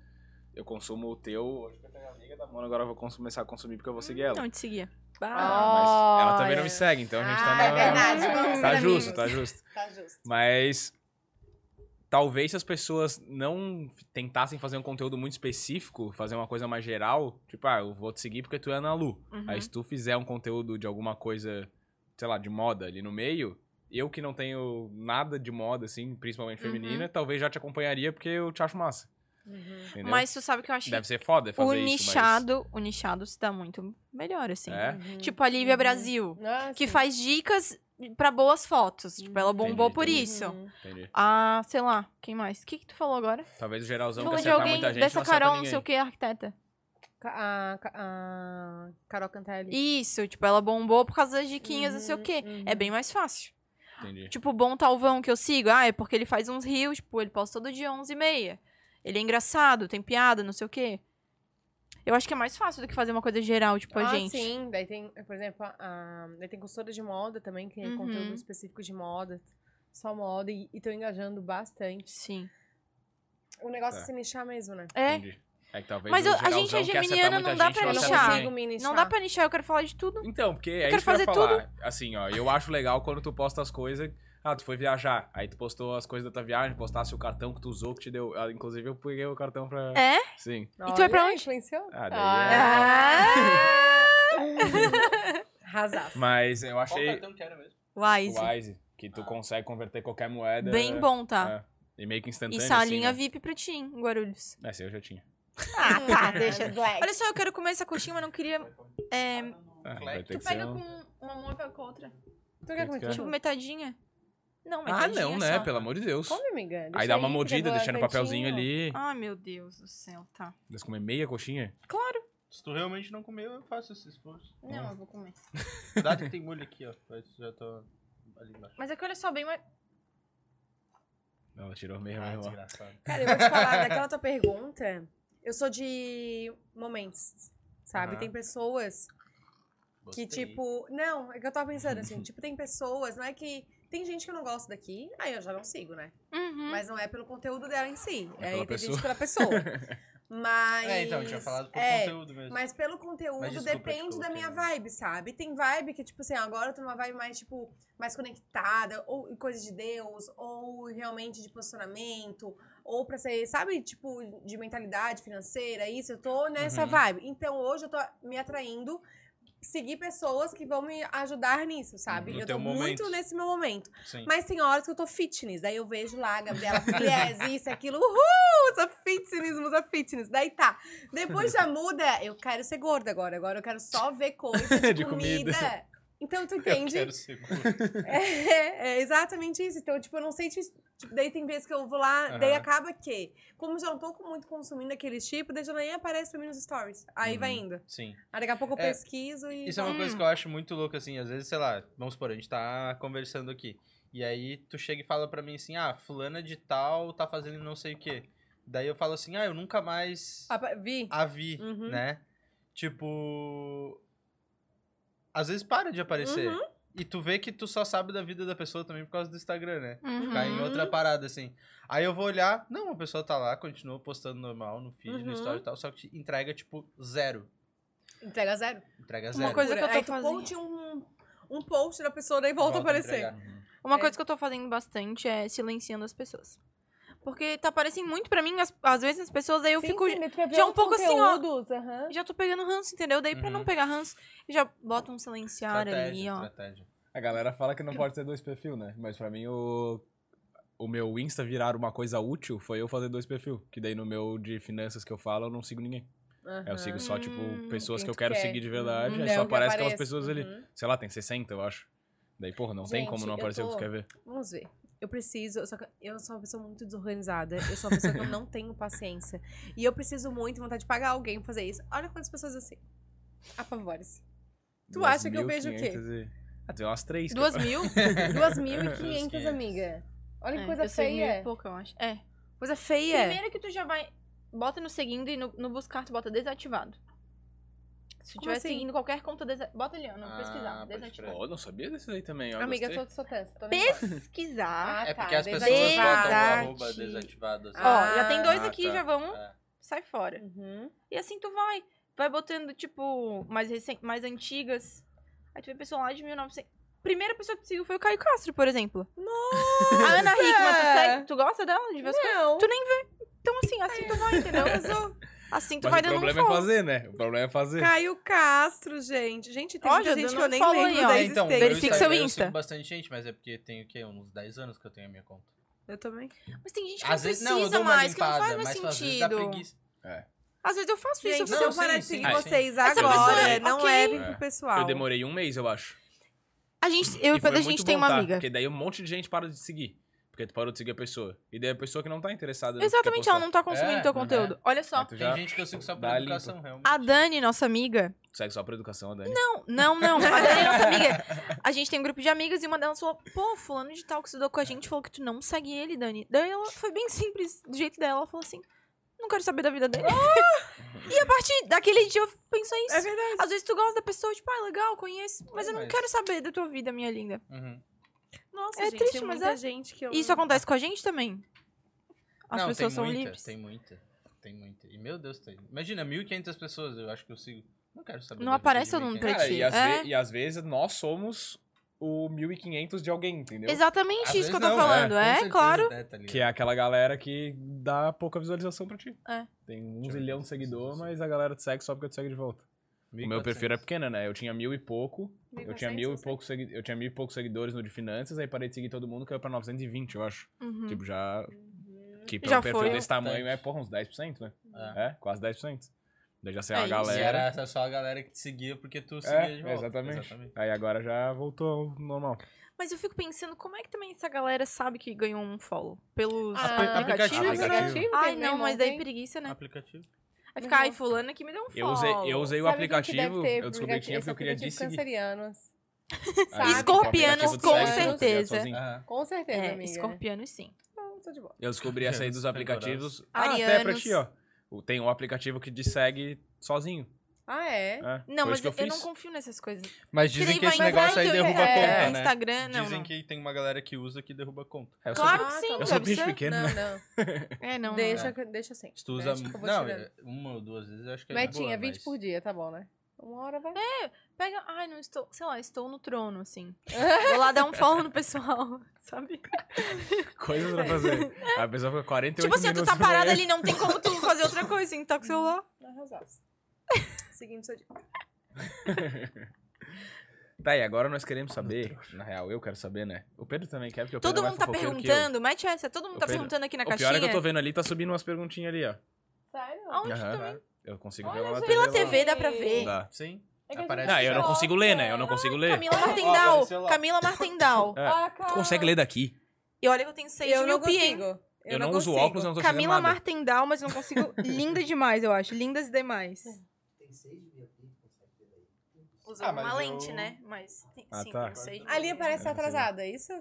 Eu consumo o teu. Hoje eu tenho amiga da Mona, agora eu vou cons- começar a consumir porque eu vou seguir ela.
Então,
Não te seguia.
Ah, mas ela também
Hum, Olha.
não me segue, então a gente tá
Ah,
na...
é verdade.
vamos
Tá
ser
justo, tá justo.
Tá justo.
Mas talvez se as pessoas não tentassem fazer um conteúdo muito específico, fazer uma coisa mais geral, tipo, ah, eu vou te seguir porque tu é Ana Lu.
Uhum.
Aí se tu fizer um conteúdo de alguma coisa, sei lá, de moda ali no meio, eu que não tenho nada de moda, assim, principalmente
Uhum.
feminina, talvez já te acompanharia porque eu te acho massa,
Uhum.
entendeu?
Mas tu sabe que eu acho
Deve ser foda
o
fazer isso, mas...
nichado, o nichado se dá muito melhor, assim.
É?
Tipo a Lívia
Uhum.
Brasil,
Ah,
que
sim.
faz dicas pra boas fotos. Tipo, ela bombou
Entendi,
por
entendi.
isso.
Uhum.
Entendi.
Ah, sei lá, quem mais? O que, que tu falou agora?
Talvez o geralzão que
falou Tipo de
acertar
alguém,
muita gente
dessa
não acerta
Carol, não
ninguém.
sei o que, arquiteta.
Ca- A, ca- a Carol Cantelli.
Isso, tipo, ela bombou por causa das diquinhas, não sei o
Uhum,
que.
uhum.
É bem mais fácil.
Entendi.
Tipo, o Bom Talvão que eu sigo, ah, é porque ele faz uns rios, tipo, ele posta todo dia 11 e meia. Ele é engraçado, tem piada, não sei o quê. Eu acho que é mais fácil do que fazer uma coisa geral, tipo, a
ah,
gente.
sim. Daí tem, por exemplo, a, a- daí tem consultora de moda também, que é
Uhum.
conteúdo específico de moda. só moda e estão engajando bastante.
Sim.
O negócio é,
É.
se nichar mesmo, né?
É,
Entendi. É que talvez
Mas
o
eu- a gente
geralzão
é
quer acertar
geminiana,
muita
não dá
gente,
pra
não
eu
acerta
nichar.
ninguém.
me nichar.
não dá pra nichar, eu quero falar de tudo.
Então, porque é
quero
isso que eu ia
fazer
falar. Assim, ó, eu acho legal quando tu posta as coisas. Ah, tu foi viajar. Aí tu postou as coisas da tua viagem, postasse o cartão que tu usou, que te deu. Ah, Inclusive, eu peguei o cartão pra.
É?
Sim.
E tu é pra
Olha,
onde?
Influenciou?
Ah, daí é-
Ah! é.
Arrasar.
Mas eu
Qual
achei
cartão que era mesmo?
o
Wise.
Wise, que tu consegue converter qualquer moeda.
Bem bom, tá?
é, e meio que
E
instantâneo.
salinha
assim, né?
VIP pra ti, em Guarulhos.
Essa eu já tinha.
Ah, tá, deixa.
Black.
Olha só, eu quero comer essa coxinha, mas não queria. É,
Ah,
Clack.
vai ter
tu
que ser
pega
um-
com uma mão e pega com a outra.
Tu quer comer
Quer?
Tipo,
tudo?
metadinha. Não,
Ah,
metadinha.
não, né?
só.
Pelo amor de Deus.
Come, amiga.
Aí
deixa
dá uma
aí,
mordida,
quebra
deixa no papelzinho
cantinho.
ali.
Ai, meu Deus do céu, tá.
Mas comer meia coxinha?
Claro.
Se tu realmente não comeu, eu faço esse esforço.
Não, eu vou comer.
Cuidado que tem molho aqui, ó. Mas já tô ali embaixo.
Mas é que olha só, bem mais.
Não, ela tirou meia,
Ah,
mas ó.
desgraçado.
Cara, eu vou te falar, daquela tua pergunta, eu sou de momentos, sabe?
Aham.
Tem pessoas que,
Gostei.
tipo... Não, é que eu tava pensando assim, tipo, tem pessoas, não é que... Tem gente que eu não gosto daqui, aí eu já não sigo, né?
Uhum.
Mas não é pelo conteúdo dela em si.
É
É
pela
aí tem gente
pessoa.
pela pessoa. Mas...
É, então, eu tinha falado por
é,
conteúdo mesmo.
Mas pelo conteúdo
Mas desculpa,
depende
tipo,
da
que-
minha vibe, sabe? Tem vibe que, tipo assim, agora eu tô numa vibe mais, tipo, mais conectada, ou em coisas de Deus, ou realmente de posicionamento, ou pra ser, sabe, tipo, de mentalidade financeira, isso. Eu tô nessa
Uhum.
vibe. Então hoje eu tô me atraindo seguir pessoas que vão me ajudar nisso, sabe?
Uhum, No
eu
teu
tô
momento.
muito nesse meu momento.
Sim.
Mas tem horas que eu tô fitness, daí eu vejo lá a Gabriela Pugliese, isso, aquilo, uhul, usa fitness, usa fitness. Daí tá. Depois já muda, eu quero ser gorda agora, agora eu quero só ver coisa de,
De comida.
comida. Então tu
eu
entende?
quero ser gordo.
É, é exatamente isso. Então, tipo, eu não sei te. tipo, daí tem vezes que eu vou lá, daí
Aham.
acaba que, como eu já não tô muito consumindo aquele tipo, daí já nem aparece pra mim nos stories. Aí vai
Uhum.
indo.
Sim.
Aí daqui a pouco eu
É,
pesquiso e.
Isso é uma coisa que eu acho muito louca, assim. Às vezes, sei lá, vamos supor, a gente tá conversando aqui. E aí tu chega e fala pra mim assim, ah, fulana de tal tá fazendo não sei o quê. Daí eu falo assim, ah, eu nunca mais
Ah, pa- Vi?
a vi,
Uhum.
né? Tipo. Às vezes para de aparecer.
Uhum.
E tu vê que tu só sabe da vida da pessoa também por causa do Instagram, né?
Uhum.
Cai em outra parada, assim. Aí eu vou olhar, não, a pessoa tá lá, continua postando normal no feed, no
Uhum.
story e tal, só que te entrega, tipo, zero.
Entrega zero.
Entrega
Uma
zero.
coisa que eu
Aí
tô
tu
fazendo.
poste um, um post da pessoa, daí volta, a aparecer.
Uhum.
entregar.
Uma
É.
coisa que eu tô fazendo bastante é silenciando as pessoas. Porque tá aparecendo muito pra mim, as- às vezes as pessoas, aí eu fico. já um pouco assim, ó. Já tô pegando ranço, entendeu? Daí pra
Uhum.
não pegar ranço, eu já bota um silenciar ali,
Estratégia,
ó.
estratégia.
A galera fala que não pode ter dois perfil, né? Mas pra mim, o, o meu Insta virar uma coisa útil foi eu fazer dois perfil. Que daí no meu de finanças que eu falo, eu não sigo ninguém.
Aham.
Eu sigo só, tipo,
Hum,
pessoas
quem
que eu
tu
quero
quer.
seguir de verdade.
Uhum.
Aí
É,
só
o que
aparece aquelas
aparece.
pessoas ali.
Uhum.
Sei lá, tem 60, eu acho. Daí, porra, não tem como
Gente,
não
eu
aparecer o que
tô-
tu quer ver.
Vamos ver. Eu preciso, eu sou, eu sou uma pessoa muito desorganizada. Eu sou uma pessoa que eu não tenho paciência. E eu preciso muito, vontade de pagar alguém pra fazer isso. Olha quantas pessoas assim. Apavore-se. Tu acha que eu vejo o quê?
2.500 e- Ah, tem umas três. que
Duas
eu-
mil?
2.500, amiga. Olha que
É,
coisa
eu sei mil e
feia.
pouco, eu acho. É.
Coisa feia.
Primeiro que tu já vai. Bota no seguindo e no, no buscar tu bota desativado. Se tu
Como
tiver
assim?
seguindo qualquer conta, desa... bota ali, ó, não
Ah,
pesquisar,
pode
desativado.
Pô, eu não sabia desses aí também, ó.
Amiga,
gostei.
eu tô, sou tensa. Tô nervosa.
Pesquisar.
Ah,
É
tá,
porque as pessoas botam
desativado.
o arroba
Desati-
desativado. assim.
Ó,
Ah,
já tem dois
Ah,
aqui,
tá.
já vão,
É.
sai fora.
Uhum.
E assim tu vai. Vai botando, tipo, mais, recen... mais antigas. Aí tu vê pessoa lá de 1900. Primeira pessoa que tu seguiu foi o Caio Castro, por exemplo. Nossa! A Ana Hickman, tu, segue... tu gosta dela? De ver as coisas?
Não.
Tu nem vê. Então, assim, assim tu vai, entendeu? Assim tu
Mas
vai
o
dando um
problema é
foco.
fazer, né? O problema é fazer.
Caio Castro, gente. Gente, tem
Olha,
muita gente que
não
eu nem
fala aí,
lembro
ó.
da
É,
Dez
existência.
então, meu
Verifique seu
Instagram, eu
Insta.
sigo bastante gente, mas é porque tem o quê? Uns 10 anos que eu tenho a minha conta.
Eu também.
Mas tem gente que
Às
não
vezes,
precisa
não, eu dou uma
mais, que não
limpada,
faz mais
mas às vezes
sentido.
dá preguiça.
Às vezes eu faço
Gente,
isso.
Não,
se eu
sim,
parar de
sim,
seguir
sim.
vocês
Essa
agora,
pessoa é-
não
ok.
levem pro
É.
pessoal.
Eu demorei um mês, eu acho.
A gente, eu
E foi
e Pedro, a
muito
gente tem
bom,
uma
tá?
amiga.
Porque daí um monte de gente para de seguir. Porque tu parou de seguir a pessoa. E daí a pessoa que não tá interessada. no que tu quer
Exatamente, ela
postar.
não tá consumindo
É,
teu
não é.
conteúdo. Olha só.
Mas tu
Tem
já
gente que eu sigo só por
dá
educação, realmente.
A Dani, nossa amiga.
segue só pra educação, né? a Dani.
Não, não, não. A Dani é nossa amiga. A gente tem um grupo de amigas e uma delas falou: pô, fulano de tal que estudou com a gente falou que tu não segue ele, Dani. Daí ela foi bem simples, do jeito dela. Ela falou assim: não quero saber da vida dele. e a partir daquele dia eu penso isso.
É verdade.
Às vezes tu gosta da pessoa, tipo, ah, legal, conheço, mas
É,
eu não
mas-
quero saber da tua vida, minha linda.
Uhum.
Nossa,
É
gente,
triste,
tem
mas
muita
é.
gente que eu...
Isso acontece com a gente também. As
Não,
pessoas
tem
são
muita,
livres.
Tem muita, tem muita. E meu Deus, tem. Imagina, 1.500 pessoas, eu acho que eu sigo. Não quero saber.
Não
da vida de Ah,
aparece todo mundo
1.500.
pra
Cara,
ti.
e, às
É.
ve- e às vezes nós somos o 1500 de alguém, entendeu?
Exatamente
Às
isso
vezes
que eu tô
não, né?
falando.
Com
É,
certeza
claro.
é, tá ligado?
Que é aquela galera que dá pouca visualização pra ti.
É.
Tem um
Deixa eu ver
zilhão
aqui,
de seguidor,
sim, sim.
mas a galera te segue só porque tu segue de volta. O meu
1.400.
perfil era pequeno, né? Eu tinha mil e pouco. Eu tinha, mil
assim.
e poucos segui- eu tinha mil e poucos seguidores no de finanças, aí parei de seguir todo mundo, caiu pra 920, eu acho.
Uhum.
Tipo, já.
Uhum.
Que pra
Já
um perfil
foi
desse tamanho é,
bastante.
porra, uns 10%, né?
É.
É, quase 10%. Daí já saiu
É
a
isso.
E
galera.
era essa só a galera que te seguia porque tu seguia
É,
de volta.
exatamente. Aí agora já voltou ao normal.
Mas eu fico pensando, como é que também essa galera sabe que ganhou um follow? Pelos
Ah,
aplicativos,
aplicativo,
né?
aplicativo.
Ai, não, mas daí preguiça, né?
Aplicativo.
Aí
Meu
fica, ai,
irmão.
fulana que me deu um follow.
Eu usei, eu usei o aplicativo, eu descobri que tinha porque eu queria desseguir.
cancerianos.
Aí, tipo,
Escorpianos,
o aplicativo tu segue,
com
tu segue
certeza.
sozinho.
Aham.
Com certeza,
É,
amiga.
escorpiano sim.
Não, Ah, tô de boa.
Eu descobri essa aí dos
Super
aplicativos.
grossa.
Ah, até pra
Arianos.
ti, ó. O- Tem um aplicativo que te segue sozinho.
Ah, é?
É,
Não,
foi
mas
isso que
eu,
eu fiz.
não confio nessas coisas.
Mas
Porque
dizem
daí
que
vai
esse negócio aí
entrar no
derruba a
teu- é,
um,
conta, né?
Instagram, não,
Dizem
não.
que tem uma galera que usa que derruba a conta.
É, eu sou-
Claro
Ah,
que sim,
tá bom.
Eu sou
deve
bicho
ser.
pequeno,
Não,
né?
não.
É, não, não.
Deixa, que- deixa assim.
Se tu usa.
Acho que eu vou
Não, é
tirando.
uma ou duas vezes eu acho que é de
Metinha,
boa,
20
mas-
por dia, tá bom, né? Uma hora vai.
Pega, ai, não estou, sei lá, estou no trono, assim. Vou lá dar um follow no pessoal, sabe?
Coisas pra fazer. A pessoa fica 48
tipo assim, tu
minutos
tá
no
parada
banheiro.
ali, não tem como tu fazer outra coisa, assim, tá com o celular.
Arrasasse. Seguindo seu dia.
Tá, e agora nós queremos saber, na real, eu quero saber, né? O Pedro também quer, porque o Pedro
Todo
é mais
mundo tá
fofoqueiro que eu.
perguntando, mete essa, todo mundo
Ô,
tá
Pedro,
perguntando aqui na
O
caixinha.
pior é que eu tô vendo ali, tá subindo umas perguntinhas ali, ó.
Sério?
Aonde tá?
Aham.
tu também?
Eu consigo
Olha,
ver lá na
gente.
TV.
Pela
lá.
TV dá pra ver.
Dá.
Sim.
É que a
Aparece.
gente
Não, eu não
gosta.
consigo ler, né? Eu não consigo ler.
Camila
Ó,
Martendal,
apareceu lá.
Camila Martendal.
É.
Ah, cara.
Tu consegue ler daqui?
E olha que eu tenho 6
Eu
mil
não
pi, hein?
consigo.
Eu, não, uso
consigo.
óculos, eu não tô entendendo
Camila
nada.
Martendal, mas eu não consigo. Linda demais, eu acho. Lindas demais.
É,
Usou
Ah, mas
uma
eu-
lente, né? Mas tem-
Ah,
sim,
tá.
tem uns 6 mil.
Ali parece estar
Eu não consigo.
atrasada, é isso?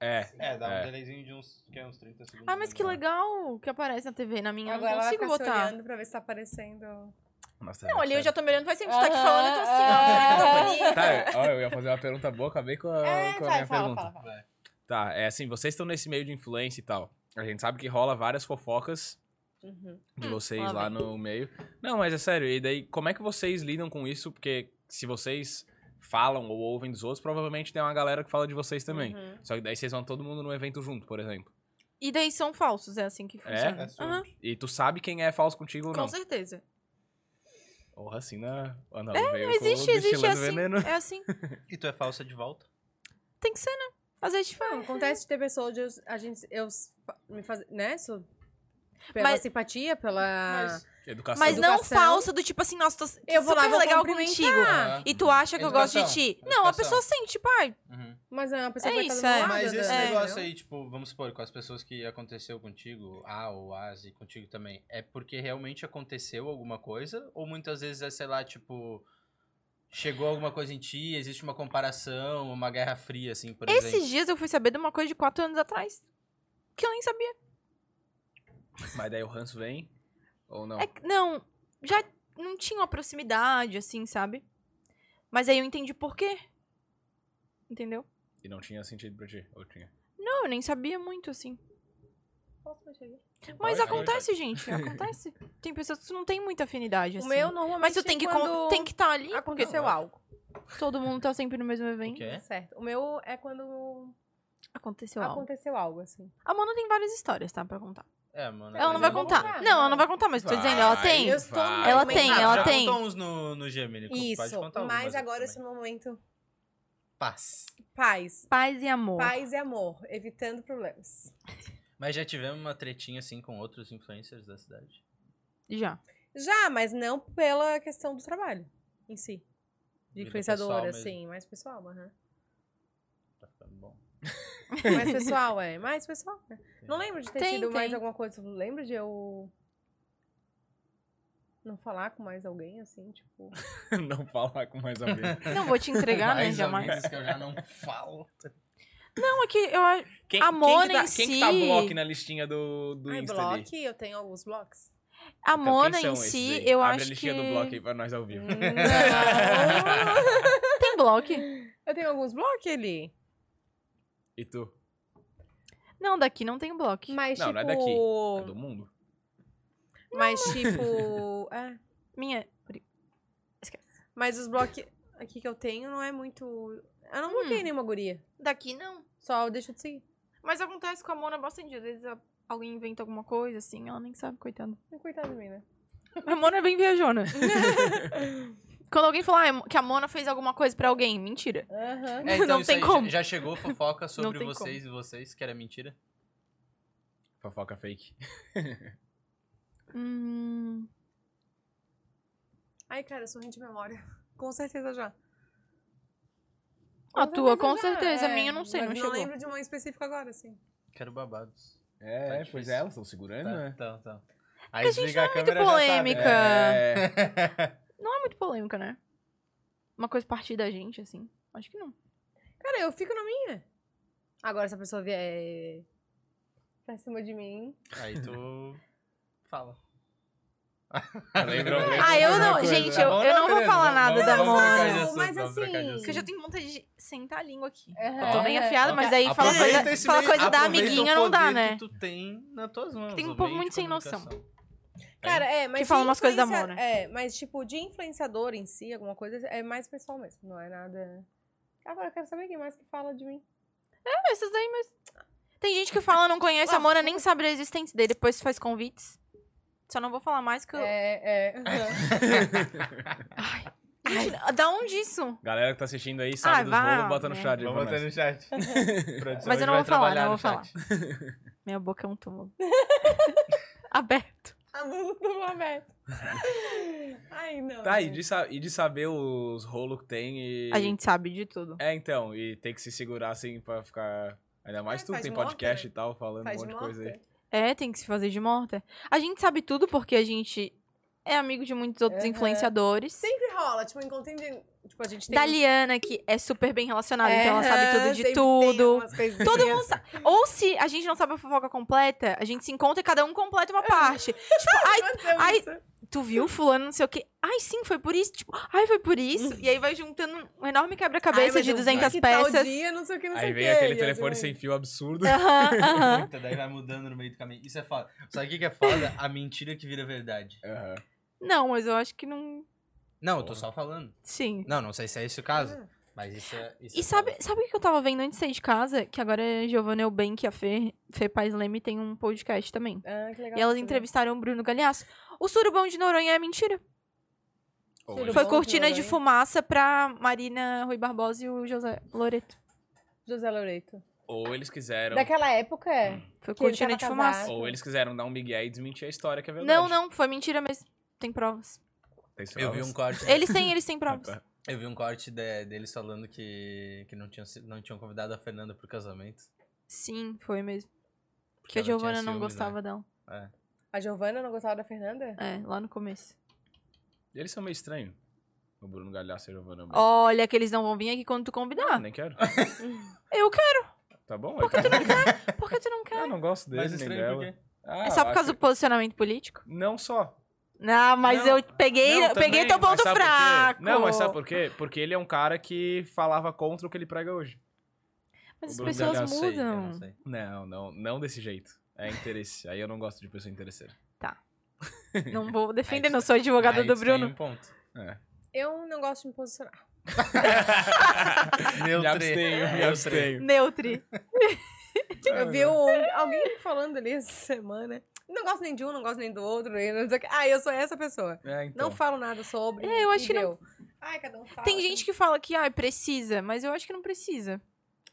É.
É, dá
É.
um delayzinho de uns, que é uns 30 segundos.
Ah, mas que legal que aparece na TV. Na minha eu
Agora
não
ela vai
consigo
ficar se
botar.
olhando pra ver se tá aparecendo.
Nossa, é
Não, ali eu já tô me olhando faz tempo que tu tá aqui
Aham,
falando, eu tô assim, ó.
Tá, eu- ó, eu ia fazer uma pergunta boa, acabei com Ah, a,
É,
com a
vai,
minha
fala,
pergunta.
fala, fala.
Tá, é assim, vocês estão nesse meio de influência e tal. A gente sabe que rola várias fofocas
Uhum.
de
Hum,
vocês
lá
lá
vem.
no meio. Não, mas é sério, e daí como é que vocês lidam com isso? Porque se vocês falam ou ouvem dos outros, provavelmente tem uma galera que fala de vocês também.
Uhum.
Só que daí vocês vão todo mundo num evento junto, por exemplo.
E daí são falsos, é assim que funciona.
É sobre.
Aham,
E tu sabe quem é falso contigo ou
com
não.
certeza.
Porra, assim na. Ah, não, veio com
É, Existe, existe, é
destilando
assim.
veneno.
É assim.
E tu é falsa de volta?
Tem que ser, né? Às vezes
Não,
fala.
acontece de ter pessoas de eu, a gente, eu s- fa- me fazer, né? Sou- pela
Mas-
simpatia, pela...
Educação.
Mas não
Educação.
falsa do tipo assim, nossa, tô
eu vou lá,
super
vou um
legal
cumprimentar.
contigo.
Ah.
E tu acha que eu gosto de
Educação,
ti. Não, a
educação.
pessoa sente, tipo, ai,
Uhum.
Mas é uma pessoa
É
que vai
isso,
estar do
é.
meu lado,
Mas esse
né?
negócio aí, tipo, vamos supor, com as pessoas que aconteceu contigo, A ou As e contigo também, é porque realmente aconteceu alguma coisa? Ou muitas vezes é, sei lá, tipo, chegou alguma coisa em ti, existe uma comparação, uma guerra fria, assim, por exemplo?
Esses dias eu fui saber de uma coisa de quatro anos atrás. Que eu nem sabia.
Mas daí o ranço vem. Ou não?
É que- não, já não tinha uma proximidade, assim, sabe? Mas aí eu entendi por quê. Entendeu?
E não tinha sentido pra ti. Ou tinha.
Não, eu nem sabia muito, assim.
Posso mexer aqui?
Mas
Pode,
acontece, gente. Acontece. Tem pessoas que tu não tem muita afinidade,
O
assim.
meu normalmente
Mas tu tem que
é
con-
quando
tem que estar ali,
aconteceu
Não, é.
algo.
porque todo mundo tá sempre no mesmo
O
evento.
que é?
Certo. O meu é quando
Aconteceu algo.
aconteceu algo, assim.
A Mona tem várias histórias, tá, pra contar.
É, mano.
Ela não
mas
vai
eu vou
contar.
Ah,
contar,
Não, ela
né?
não vai contar, mas eu tô dizendo, ela
Vai,
tem.
Eu estou no
vai.
Ela tem,
Ah,
ela
já
tem.
contou uns no, no Gemini, pode
Isso,
contar
mas
algumas
agora
também.
esse momento...
Paz.
Paz.
Paz e amor.
Paz e amor, evitando problemas.
Mas já tivemos uma tretinha, assim, com outros influencers da cidade?
Já.
Já, mas não pela questão do trabalho em si. De
Vida
influenciadora,
pessoal mesmo.
assim, mais pessoal, aham.
Tá ficando bom.
Mais pessoal, é. Mais pessoal. né? Não lembro de ter
Tem,
tido mais
tem.
alguma coisa. Lembro de eu. Não falar com mais alguém, assim, tipo.
não falar com mais alguém.
Não vou te entregar, né? Jamais.
amigos que eu já não falo.
Não, é que eu a-
Quem,
A Mona
quem que tá, quem que
em
tá
si-
bloco na listinha do, do
Ai,
Insta ali?
bloco, eu tenho alguns blocos.
a
Então, quem
Mona em
são esses
si,
aí?
eu
Abre a
acho que. Ah.
listinha do bloco aí pra nós ao
Hum.
vivo.
Não.
Tem bloco?
eu tenho alguns blocos ali.
E tu?
Não, daqui não tem bloco.
Mas,
Não,
tipo.
não é daqui, É do mundo.
Mas, tipo. é.
Minha.
Mas os blocos aqui que eu tenho não é muito. Eu não
Hum.
bloqueei nenhuma guria.
Daqui não.
Só eu deixo de seguir.
Mas acontece com a Mona bastante. Às vezes a- alguém inventa alguma coisa, assim, ela nem sabe, coitada.
Coitado de mim, né?
A Mona é bem viajona. Quando alguém falar ah, que a Mona fez alguma coisa pra alguém, mentira.
Aham.
É, então Não isso tem aí, já- como.
Já chegou fofoca sobre
sobre tem
vocês
vocês
e vocês, que era mentira?
Fofoca fake.
Hum,
Ai, cara, eu sou ruim de memória. Com certeza já.
a tua, com
já,
certeza.
é.
A minha, eu não sei,
Mas
não chegou.
Não lembro de uma específica agora, assim.
Quero babados. Tá
É,
difícil.
pois é, elas estão segurando,
Tá,
né?
tá, tá.
a
Aí
gente é
desliga a
muito
câmera já sabe.
polêmica.
É,
Não é muito polêmica, né? Uma coisa partir da gente, assim. Acho que não.
Cara, eu fico na minha. Agora, se a pessoa vier pra cima de mim.
né? Aí tu fala.
lembrou, lembrou
Ah, eu
alguma
não.
coisa.
Gente,
Tá
eu,
bom,
eu
né,
não vou
beleza,
falar
vamos-
nada
vamos-
da
vamos
Mona.
trocar de
Não,
assunto,
mas
vamos trocar de
assim-
Porque eu já
assunto.
tenho vontade de sentar a língua aqui.
Eu
Tô Tá bem afiada, mas aí fala
Aproveita
coisa,
esse
fala
meio-
coisa da
aproveita o
amiguinha, não dá,
poder
né?
Que tu tem nas tuas mãos.
Tem um
o
povo
meio
muito
de
sem noção.
comunicação.
Cara, é, mas.
Que fala
de
umas coisas da
influencia-
Mona.
É, mas, tipo, de influenciador em si, alguma coisa, é mais pessoal mesmo. Não é nada. Agora eu quero saber quem mais que fala de mim.
Ah, essas aí, mas. Tem gente que fala, não conhece a Mona, nem sabe da existência dele, depois faz convites. Só não vou falar mais que eu.
É, é.
Gente, da onde isso?
Galera que tá assistindo aí, sabe
Ah,
dos
vá,
rolos, bota no
né.
chat. aí
Vamos
pra
botar
nós.
no chat. Produção
Mas eu
hoje
não
vai
vou falar,
trabalhar
não
no
vou falar.
chat.
Minha boca é um túmulo. Aberto.
A blusa do aberto. Ai, não.
Tá, e de, sa- e de saber os rolos que tem e...
Uhum. A gente sabe de tudo.
É, então, e tem que se segurar assim pra ficar... Ainda mais
É,
tu que
faz
tem
morta,
podcast
né?
e tal, falando
Faz
um monte de coisa aí.
É, tem que se fazer de morta. A gente sabe tudo porque a gente é amigo de muitos outros
Aham.
influenciadores.
Sempre rola, tipo, encontro de... Tipo, a gente tem...
Da Liana, que é super bem relacionada,
É,
então ela sabe tudo de
sempre tem
tudo.
algumas coisinhas.
Todo mundo sabe. Ou se a gente não sabe a fofoca completa, a gente se encontra e cada um completa uma parte. tipo, ai,
Aconteceu
ai,
isso.
tu viu fulano, não sei o quê. Ai, sim, foi por isso. Tipo, ai, foi por isso. E aí vai juntando um enorme
Ai,
quebra-cabeça
mas
de
eu vi
200
que tal
peças.
dia, não sei o que, não sei
Aí
o
vem
quê,
aquele
e
telefone
assim,
sem fio absurdo.
Aham, aham.
Puta, daí vai mudando no meio do caminho. Isso é foda. Sabe o que que é foda? A mentira que vira verdade.
É.
Aham.
Não, mas eu acho que não.
Não, eu tô só falando.
Sim.
Não, não sei se é esse o caso. Mas isso é. Isso
Uhum. E
é
sabe,
foda.
sabe o que eu tava vendo antes de sair de casa? Que agora a Giovanna Eubank e a Fê, Fê Paz Leme tem um podcast também.
Ah, que legal.
E elas
saber.
entrevistaram o Bruno Galhaço. O surubão de Noronha é mentira.
Ou
Tudo
ele-
Foi
bom,
cortina de
Noronha?
fumaça pra Marina Rui Barbosa e o José Loreto.
José Loreto.
Ou eles quiseram...
Daquela época, é.
Hum.
Foi
Que ele
cortina
tava
de fumaça.
casado.
Ou eles quiseram dar um migué e desmentir a história, que é verdade.
Não, não, foi mentira mesmo. Tem provas.
Tem
Eu vi
provas.
um corte.
Eles têm, eles têm
Ah,
provas.
tá.
Eu vi um corte de- deles falando que, que não, tinham, se- não tinham convidado a Fernanda pro casamento.
Sim, foi mesmo.
Porque
Porque a
ela tinha
Giovana não
ciúmes,
né?
gostava dela.
A Giovana não gostava da Fernanda?
É, lá no começo.
Eles são é meio estranhos. O Bruno Galhaço e a Giovanna. Amor.
Olha, que eles não vão vir aqui quando tu combinar.
Nem quero.
Eu quero.
Tá bom?
Por que tu não quer? Por que tu não quer?
Eu não gosto dele,
Mas
nem
estranho
dela.
por quê?
Ah,
É só por
acho-
causa do posicionamento político?
Não só.
Ah, mas
Não,
eu peguei,
Não,
eu
também,
peguei teu
mas
ponto
sabe por quê?
fraco.
Não, mas sabe por quê? Porque ele é um cara que falava contra o que ele prega hoje.
Mas as
Bruno
pessoas
Galhaço
Eu não sei, eu não
mudam.
sei.
Não, não, não desse jeito. É interesse. Aí eu não gosto de pessoa interesseira. né?
Não vou defender,
Aí
não sou advogada
Aí
do
tu
Bruno.
Tem um ponto.
É.
Eu não gosto de me posicionar.
Meu
Me abstenho, me abstenho. É,
Neutri.
Eu vi um- alguém falando ali essa semana. Não gosto nem de um, não gosto nem do outro. e não sei o quê. Ah, eu sou essa pessoa.
É, então.
Não falo nada sobre.
É, eu acho
e
que não-
deu. Ai, cada um fala.
Tem gente que fala que, ai, precisa, mas eu acho que não precisa.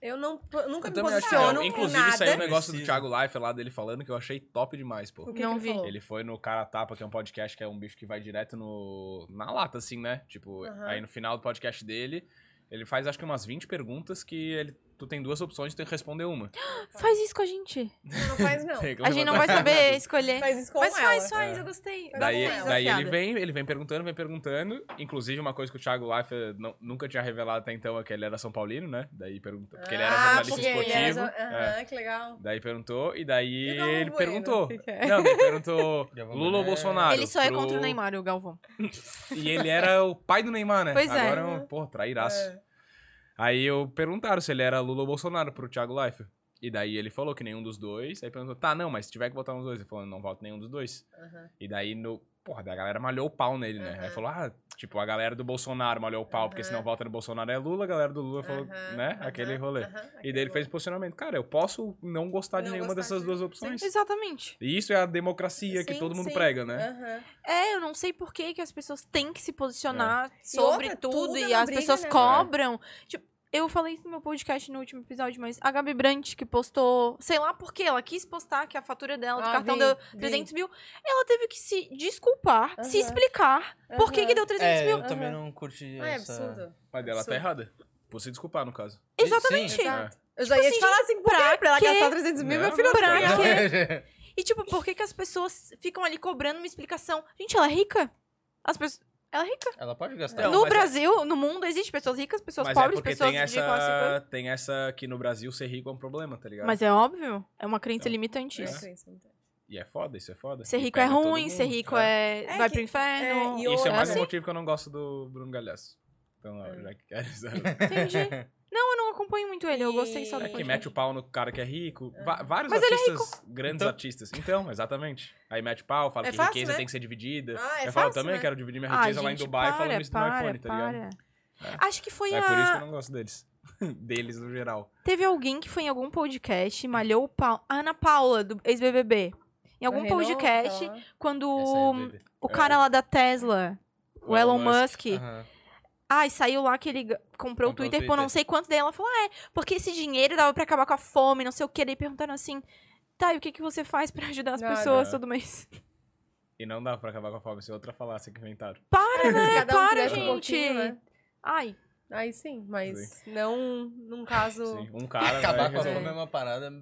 Eu não, nunca me
também acho que
Não,
posiciono
não,
inclusive
com nada.
saiu um negócio do
Preciso.
Thiago Leifert lá dele falando que eu achei top demais, pô.
O que
Não
que
vi.
Ele falou?
Ele foi no Cara Tapa, que é um podcast que é um bicho que vai direto no na lata, assim, né? Tipo,
Aham.
aí no final do podcast dele, ele faz acho que umas 20 perguntas que ele, tu tem duas opções e tem que responder uma.
Faz isso com a gente.
Não, não faz, não.
Tem que
A gente não vai
levantar-
saber escolher.
Faz isso com
Mas
ela.
faz, faz,
É.
eu gostei. Eu
Daí,
gostei,
daí ele
desafiada.
vem, ele vem perguntando, vem perguntando. Inclusive, uma coisa que o Thiago Leifert não- nunca tinha revelado até então é que ele era São Paulino, né? Daí perguntou. Porque ele era
Ah,
jornalista
porque ele era
esportivo.
jo- Aham, que legal.
Daí perguntou, e daí
E o Galvão
ele
Bueno,
perguntou.
o que que é?
Não, ele perguntou
Já vamos
Lula ou
ver.
Bolsonaro.
Ele só é
pro-
contra o Neymar, o Galvão.
E ele era o pai do Neymar, né?
Pois é.
Agora é um, pô, trairaço.
É.
Aí eu perguntaram se ele era Lula ou Bolsonaro pro Thiago Life. E daí ele falou que nenhum dos dois. Aí perguntou, tá, não, mas se tiver que votar nos dois. Ele falou, não voto nenhum dos dois.
Aham.
E daí no. Porra, daí a galera malhou o pau nele, né? Aí
Aham.
falou, ah, tipo, a galera do Bolsonaro malhou o pau, porque se não
Aham.
vota no Bolsonaro é Lula, a galera do Lula falou,
Aham,
né?
aham,
Aquele rolê.
aham,
E
aquele
daí ele fez
rolê.
o posicionamento, cara, eu posso não gostar de
Não
nenhuma
gostar
dessas
de-
duas
sim.
opções.
Exatamente.
E isso é a democracia que
Sim,
todo mundo
sim.
prega, né?
Aham.
É, eu não sei por que, que as pessoas têm que se
É.
posicionar sobre
outra,
tudo,
tudo é
e
uma
as
briga,
pessoas
né?
cobram. Tipo, eu falei isso no meu podcast no último episódio, mas a Gabi Brandt que postou, sei lá por quê, ela quis postar que a fatura dela do
Ah,
cartão
vi,
deu
vi.
300 mil. Ela teve que se desculpar, se
Aham.
explicar por que, que
Aham.
deu 300
É,
mil.
eu também
Aham.
não curti
Ah, é
essa...
absurdo.
Mas dela
Absurdo.
tá errada. Por se desculpar, no caso.
Exatamente.
Sim.
Exato.
É. Né?
Eu já
Tipo
ia
assim,
te falar assim, por
pra
quê? Pra ela
quê?
gastar 300 mil,
Não,
meu filho
pra
não
quê?
tem.
E tipo, por que, que as pessoas ficam ali cobrando uma explicação? Gente, ela é rica. As pessoas. Ela é rica.
Ela pode gastar.
Não,
no
mas é-
Brasil, no mundo, existem pessoas ricas, pessoas
Mas
pobres,
é porque
pessoas
tem
de classe.
essa, tem essa que no Brasil ser rico é um problema, tá ligado?
Mas é óbvio, é uma crença
Então,
limitante
é.
isso.
E é foda, isso é foda.
Ser
E
rico é
pega todo
ruim, ser
mundo, né?
rico é,
É
vai
que-
pro
é,
inferno.
e
Isso é
outra-
mais
assim.
um motivo que eu não gosto do Bruno Galhaço. Então, ó,
Hum.
já que quer
é,
Entendi. Não, eu não acompanho muito ele, eu gostei só
É
do
que
podcast.
mete o pau no cara que é rico. Va- vários
Mas ele é
artistas, grandes
Então-
artistas. Então, exatamente. Aí mete o pau, fala
É
que
fácil,
riqueza
né?
tem que ser dividida.
Ah, é
eu falo,
fácil,
também
né?
quero dividir minha
Ah,
riqueza lá em
gente,
Dubai
para,
falando isso
para,
no iPhone, tá ligado?
para.
É.
Acho que foi
É
a...
por isso que eu não gosto deles. deles no geral.
Teve alguém que foi em algum podcast e malhou o pau. A Ana Paula, do ex-BBB. Em algum podcast,
então.
quando
é
o, o cara lá da Tesla, o Elon Musk,
é.
Aham.
ai, saiu lá que ele g- comprou o
Comprou o
Twitter por não
Twitter.
sei quanto, daí ela falou, ah, é, porque esse dinheiro dava pra acabar com a fome, não sei o quê. Daí perguntaram assim, tá, e o que, que você faz pra ajudar as
Nada.
pessoas todo mês?
E não dá pra acabar com a fome, isso é outra falácia que inventaram.
Para, né?
Cada um
Para,
cresce um
gente.
pouquinho, né?
Ai,
Aí sim, mas não num caso...
Sim, um cara
Acabar
vai um
com a
resolver.
fome é uma parada...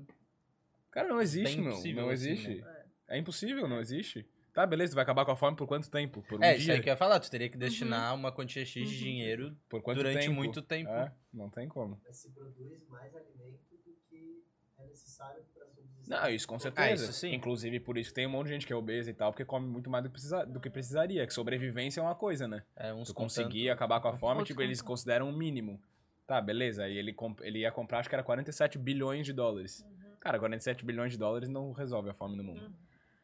Cara, não existe,
Bem
meu.
impossível,
Não
assim,
existe. É impossível, não existe. Tá, beleza, tu vai acabar com a fome por quanto tempo? Por um
É, isso
dia?
aí que eu ia falar. Tu teria que
Uhum.
destinar uma quantia X de dinheiro
Por quanto
durante
tempo?
muito tempo.
É, não tem como.
mas se produz mais alimento do que é necessário para subsistir.
Não, Ah, isso com certeza.
isso sim.
Inclusive, por isso que tem um monte de gente que é obesa e tal, porque come muito mais do que, precisa, do que precisaria. Que sobrevivência é uma coisa, né?
É, uns
Tu
com tanto.
conseguir acabar com a fome,
Outros
tipo, eles
com
consideram um mínimo. Tá, beleza. Aí ele, comp- ele ia comprar, acho que era 47 bilhões de dólares. Cara, 47 bilhões de dólares não resolve a fome no mundo.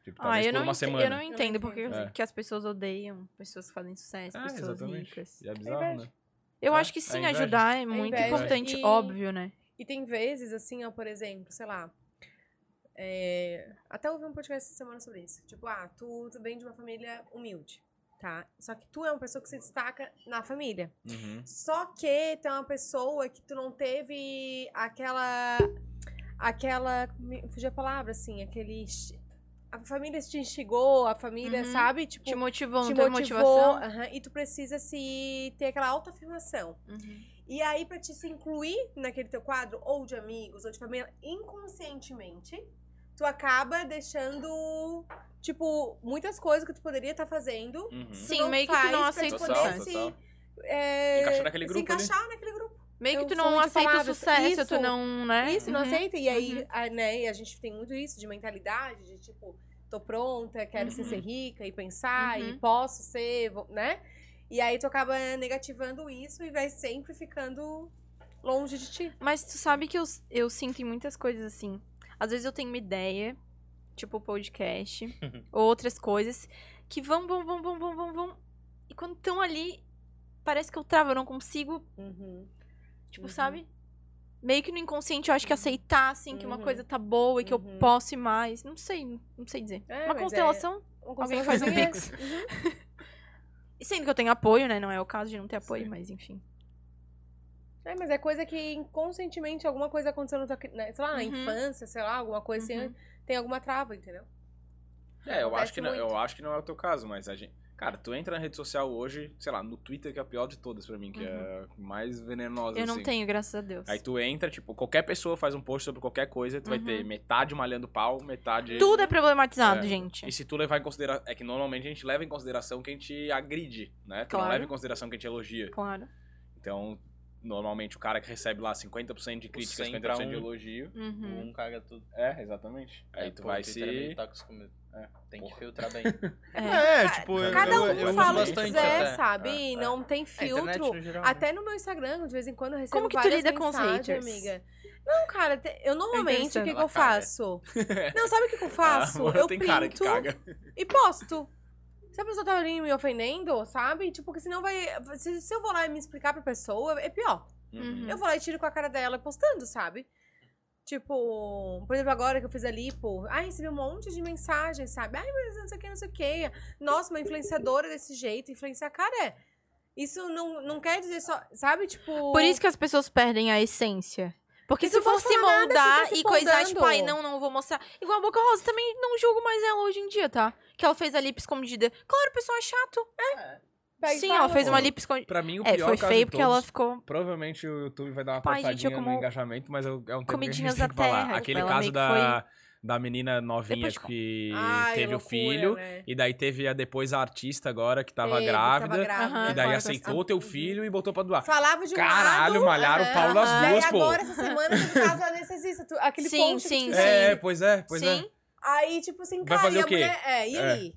Tipo,
ah,
talvez
eu,
por
não
uma
ente-
semana.
eu não entendo
entendo.
porque
É.
que as pessoas odeiam pessoas que fazem sucesso,
Ah,
pessoas
exatamente.
ricas.
E é bizarro, né?
Eu
É,
acho que
é
sim,
inveja.
ajudar é muito
inveja.
importante,
E-
óbvio, né?
E tem vezes, assim, ó, por exemplo, sei lá. é, Até ouvi um podcast essa semana sobre isso. Tipo, ah, tu, tu vem de uma família humilde, tá? Só que tu é uma pessoa que se destaca na família.
Uhum.
Só que tu é uma pessoa que tu não teve aquela. Aquela. me Fugiu a palavra, assim, aquele. ch- A família te instigou, a família,
Uhum.
sabe? Tipo,
Te motivou, não
te
teve motivação.
aham, e tu precisa se ter aquela autoafirmação.
Uhum.
E aí, pra te se incluir naquele teu quadro, ou de amigos, ou de família, inconscientemente, tu acaba deixando, tipo, muitas coisas que tu poderia estar fazendo.
Uhum.
tu
Sim, meio que tu
faz
não
pra
aceita
te
o
poder
Total,
sucesso.
se,
total.
é,
Encaixar naquele
Se
grupo ali.
encaixar naquele grupo.
Meio que
Eu
tu
sou
não
muito
aceita o
palavras.
sucesso, tu
Isso.
não, né?
Isso, não
Uhum.
aceita. E aí,
Uhum.
a, né, e a gente tem muito isso de mentalidade, de tipo, tô pronta, quero ser,
Uhum.
ser rica e pensar, e
Uhum.
posso ser, vou- né? E aí tu acaba negativando isso e vai sempre ficando longe de ti.
Mas tu sabe que eu, eu sinto em muitas coisas assim. Às vezes eu tenho uma ideia, tipo podcast, ou outras coisas, que vão, vão, vão, vão, vão, vão, vão. E quando estão ali, parece que eu travo, eu não consigo, tipo,
Uhum.
sabe? Meio que no inconsciente eu acho que aceitar, assim, que uma
Uhum.
coisa tá boa e que
Uhum.
eu posso ir mais. Não sei, não sei dizer.
É,
uma
mas é-
constelação, alguém faz um pix.
Uhum.
E sendo que eu tenho apoio, né? Não é o caso de não ter apoio,
Sim.
mas enfim.
É, mas é coisa que inconscientemente alguma coisa aconteceu na tua, cri- né, sei lá, na
Uhum.
infância, sei lá, alguma coisa
Uhum.
assim, tem alguma trava, entendeu?
É, eu acho,
Acontece
que não, eu
muito.
acho que não é o teu caso, mas a gente. Cara, tu entra na rede social hoje, sei lá, no Twitter, que é a pior de todas pra mim, que é a mais venenosa.
Uhum. Eu não
assim.
tenho, graças a Deus.
Aí tu entra, tipo, qualquer pessoa faz um post sobre qualquer coisa, tu vai
Uhum.
ter metade malhando pau, metade.
Tudo é problematizado,
É.
gente.
E se tu levar em consideração. É que normalmente a gente leva em consideração que a gente agride, né? Tu não
Claro.
é leva em consideração que a gente elogia.
Claro.
Então, normalmente o cara que recebe lá 50% de crítica,
100 pra
50% de
um.
elogio.
Uhum.
Um caga tudo.
É, exatamente. Aí
É,
tu
pô,
vai
o Twitter é meio
se.
tóxico mesmo.
É,
Tem
porra.
que filtrar bem.
É,
É.
Ca-
tipo, eu-
Cada
eu-
um
eu uso
fala o que
bastante
quiser,
até.
sabe?
É,
E
é.
não tem
A internet
filtro.
no geral, né?
Até no meu Instagram, de vez em quando, eu recebo
Como que tu
várias
lida com os
mensagens,
haters?
amiga. Não, cara, te- eu normalmente, o que,
entendo.
que eu
Ela caga.
faço? Não, sabe o que, que eu faço?
Ah, mano,
eu
tem
printo
cara que caga.
e posto. Se a pessoa tá ali me ofendendo, sabe? Tipo, que senão vai... Se, se eu vou lá e me explicar pra pessoa, é pior.
Uhum.
Eu vou lá e tiro com a cara dela postando, sabe? Tipo, por exemplo, agora que eu fiz a lipo, ai, recebi um monte de mensagem, sabe? Ai, mas não sei o que, não sei o que. Nossa, uma influenciadora desse jeito, influenciar, cara, é. Isso não, não quer dizer só, sabe? Tipo.
Por isso que as pessoas perdem a essência. Porque
Você
se
não pode
for se
falar nada,
moldar
você tá se
e coisar, tipo,
moldando.
ai, não, não vou mostrar. Igual a Boca Rosa, também não julgo mais ela hoje em dia, tá? Que ela fez a lip escondida. Claro, o pessoal é chato.
pega e
Sim,
fala,
ela fez
pô.
uma lip escondida.
Pra mim, o
É,
pior
foi
caso
feio
de
porque ela
todos-
ficou.
Provavelmente o YouTube vai dar uma
Pai, gente, eu
cortadinha
como
no engajamento, mas eu- é um tema que a gente
comidinhas
tem
da
que falar.
terra, tipo,
Aquele
ela
caso
meio que
da, da menina novinha
Depois de-
que
Ai, é
teve o
loucura,
filho,
né?
e daí teve a, depois a artista agora que tava
É,
Teve, que
grávida,
Aham.
e daí
Agora tá
aceitou o teu filho e botou pra doar.
Falava de um
Caralho,
lado,
malharam o
aham.
pau
aham.
nas
E aí
duas,
agora,
pô.
essa semana, teve caso da anestesista. tu- Aquele
Sim,
post que
sim,
tu fez.
É, pois é, pois é.
Sim.
Aí, tipo assim,
Vai
cara,
fazer
e
o
a
quê?
mulher... É, e
É.
aí?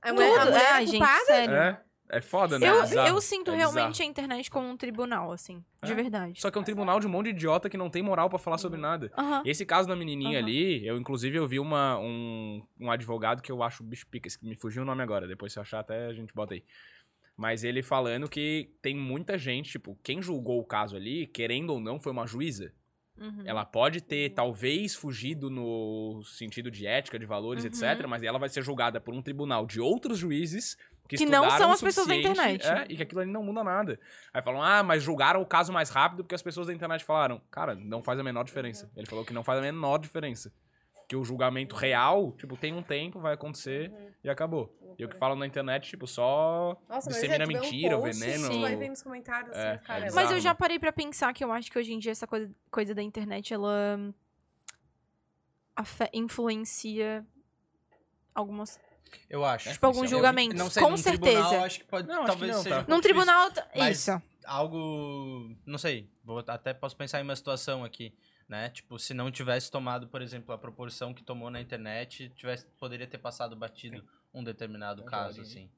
A
Tudo.
mulher, a mulher
Ai,
é
gente,
culpada?
sério.
É, é foda, né?
Eu,
É bizarro.
eu sinto
É
realmente
bizarro.
a internet como um tribunal, assim. De
É.
verdade.
Só que é um tribunal de um monte de idiota que não tem moral pra falar sobre nada.
Aham.
Esse caso da menininha
Aham.
ali, eu inclusive eu vi uma, um, um advogado que eu acho bicho pica, esse que me fugiu o nome agora, depois se eu achar até a gente bota aí. Mas ele falando que tem muita gente, tipo, quem julgou o caso ali, querendo ou não, foi uma juíza.
Uhum.
Ela pode ter, talvez, fugido no sentido de ética, de valores,
Uhum.
etc. Mas ela vai ser julgada por um tribunal de outros juízes que,
Que não
estudaram
são
o
as pessoas da
suficiente,
internet.
É, e que aquilo ali não muda nada. Aí falam, ah, mas julgaram o caso mais rápido porque as pessoas da internet falaram. Cara, não faz a menor diferença. Ele falou que não faz a menor diferença. Que o julgamento real, tipo, tem um tempo, vai acontecer
Uhum.
e acabou. E o que falam na internet, tipo, só
Nossa,
dissemina
mas é, tu vê um
mentira,
post,
veneno.
Tu vai ver nos comentários,
É,
assim, cara.
é
ela-
Mas
bizarro,
eu já
né?
parei pra pensar que eu acho que hoje em dia essa coisa, coisa da internet, ela hum, afe- influencia algumas.
É, Eu acho.
Tipo, alguns julgamentos.
Não sei,
Com
num
certeza.
tribunal, acho que pode.
É? Não, acho
talvez
que não,
seja
tá.
um pouco
Num
difícil.
tribunal.
Mas-
Isso.
algo, não sei, vou- até posso pensar em uma situação aqui, né? Tipo, se não tivesse tomado, por exemplo, a proporção que tomou na internet, tivesse poderia ter passado batido um determinado
Verdade, né?
caso,
hein?
assim.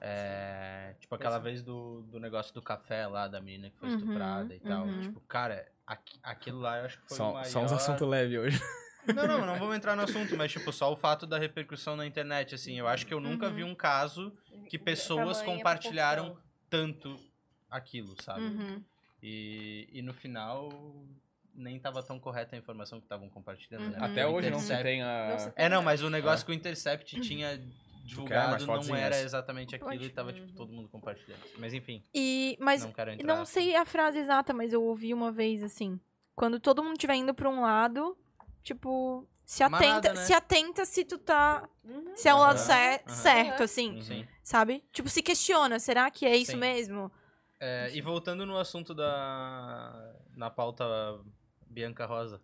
É, tipo aquela vez do, do negócio do café lá, da menina que foi
Uhum,
estuprada e tal.
uhum.
Tipo, cara, aqu- aquilo lá eu acho que foi o
Só, um,
maior...
só uns assuntos leves hoje.
Não, não, não vamos entrar no assunto, mas tipo, só o fato da repercussão na internet, assim. Eu acho que eu nunca
Uhum.
vi um caso que pessoas
Tamanha
compartilharam
proporção.
tanto aquilo, sabe?
Uhum.
E, e no final, nem tava tão correta a informação que estavam compartilhando. né?
Uhum.
Porque
Até
o
hoje não se
Intercept-
tem a.
Não se
É, não, mas o negócio que o Intercept tinha divulgado
mais
não
fotinhas?
era exatamente aquilo
Pode.
e tava, tipo, todo mundo compartilhando. Mas enfim,
E, mas
não assim. quero entrar.
não sei a frase exata, mas eu ouvi uma vez assim. Quando todo mundo estiver indo pra um lado, tipo, se
Manada,
atenta,
né?
se atenta se tu tá.
Uhum.
Se é o lado
Aham,
cer-
aham.
certo, assim.
Uhum. Sim.
Sabe? Tipo, se questiona, será que é isso
Sim.
mesmo?
É, e voltando no assunto da... Na pauta Bianca Rosa.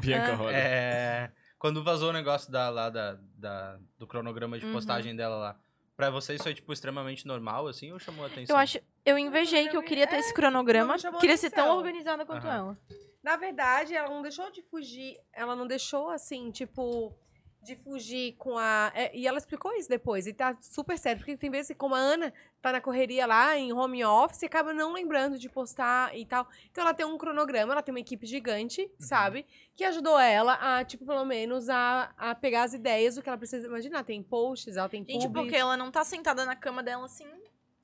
Bianca
Ah,
Roda.
É, quando vazou o negócio da, lá da, da- do cronograma de
Uhum.
postagem dela lá, pra vocês foi, tipo, extremamente normal, assim, ou chamou a atenção?
Eu acho. Eu invejei que eu queria ter esse cronograma,
não chamou
queria ser tão
atenção.
organizada quanto
Aham.
ela.
Na verdade, ela não deixou de fugir. Ela não deixou, assim, tipo, de fugir com a. é, e ela explicou isso depois. E tá super sério. Porque tem vezes que, como a Ana tá na correria lá, em home office, acaba não lembrando de postar e tal. Então ela tem um cronograma, ela tem uma equipe gigante,
Uhum.
sabe? Que ajudou ela a, tipo, pelo menos, a, a pegar as ideias do que ela precisa imaginar. Tem posts, ela tem
Gente,
publis.
porque ela não tá sentada na cama dela assim,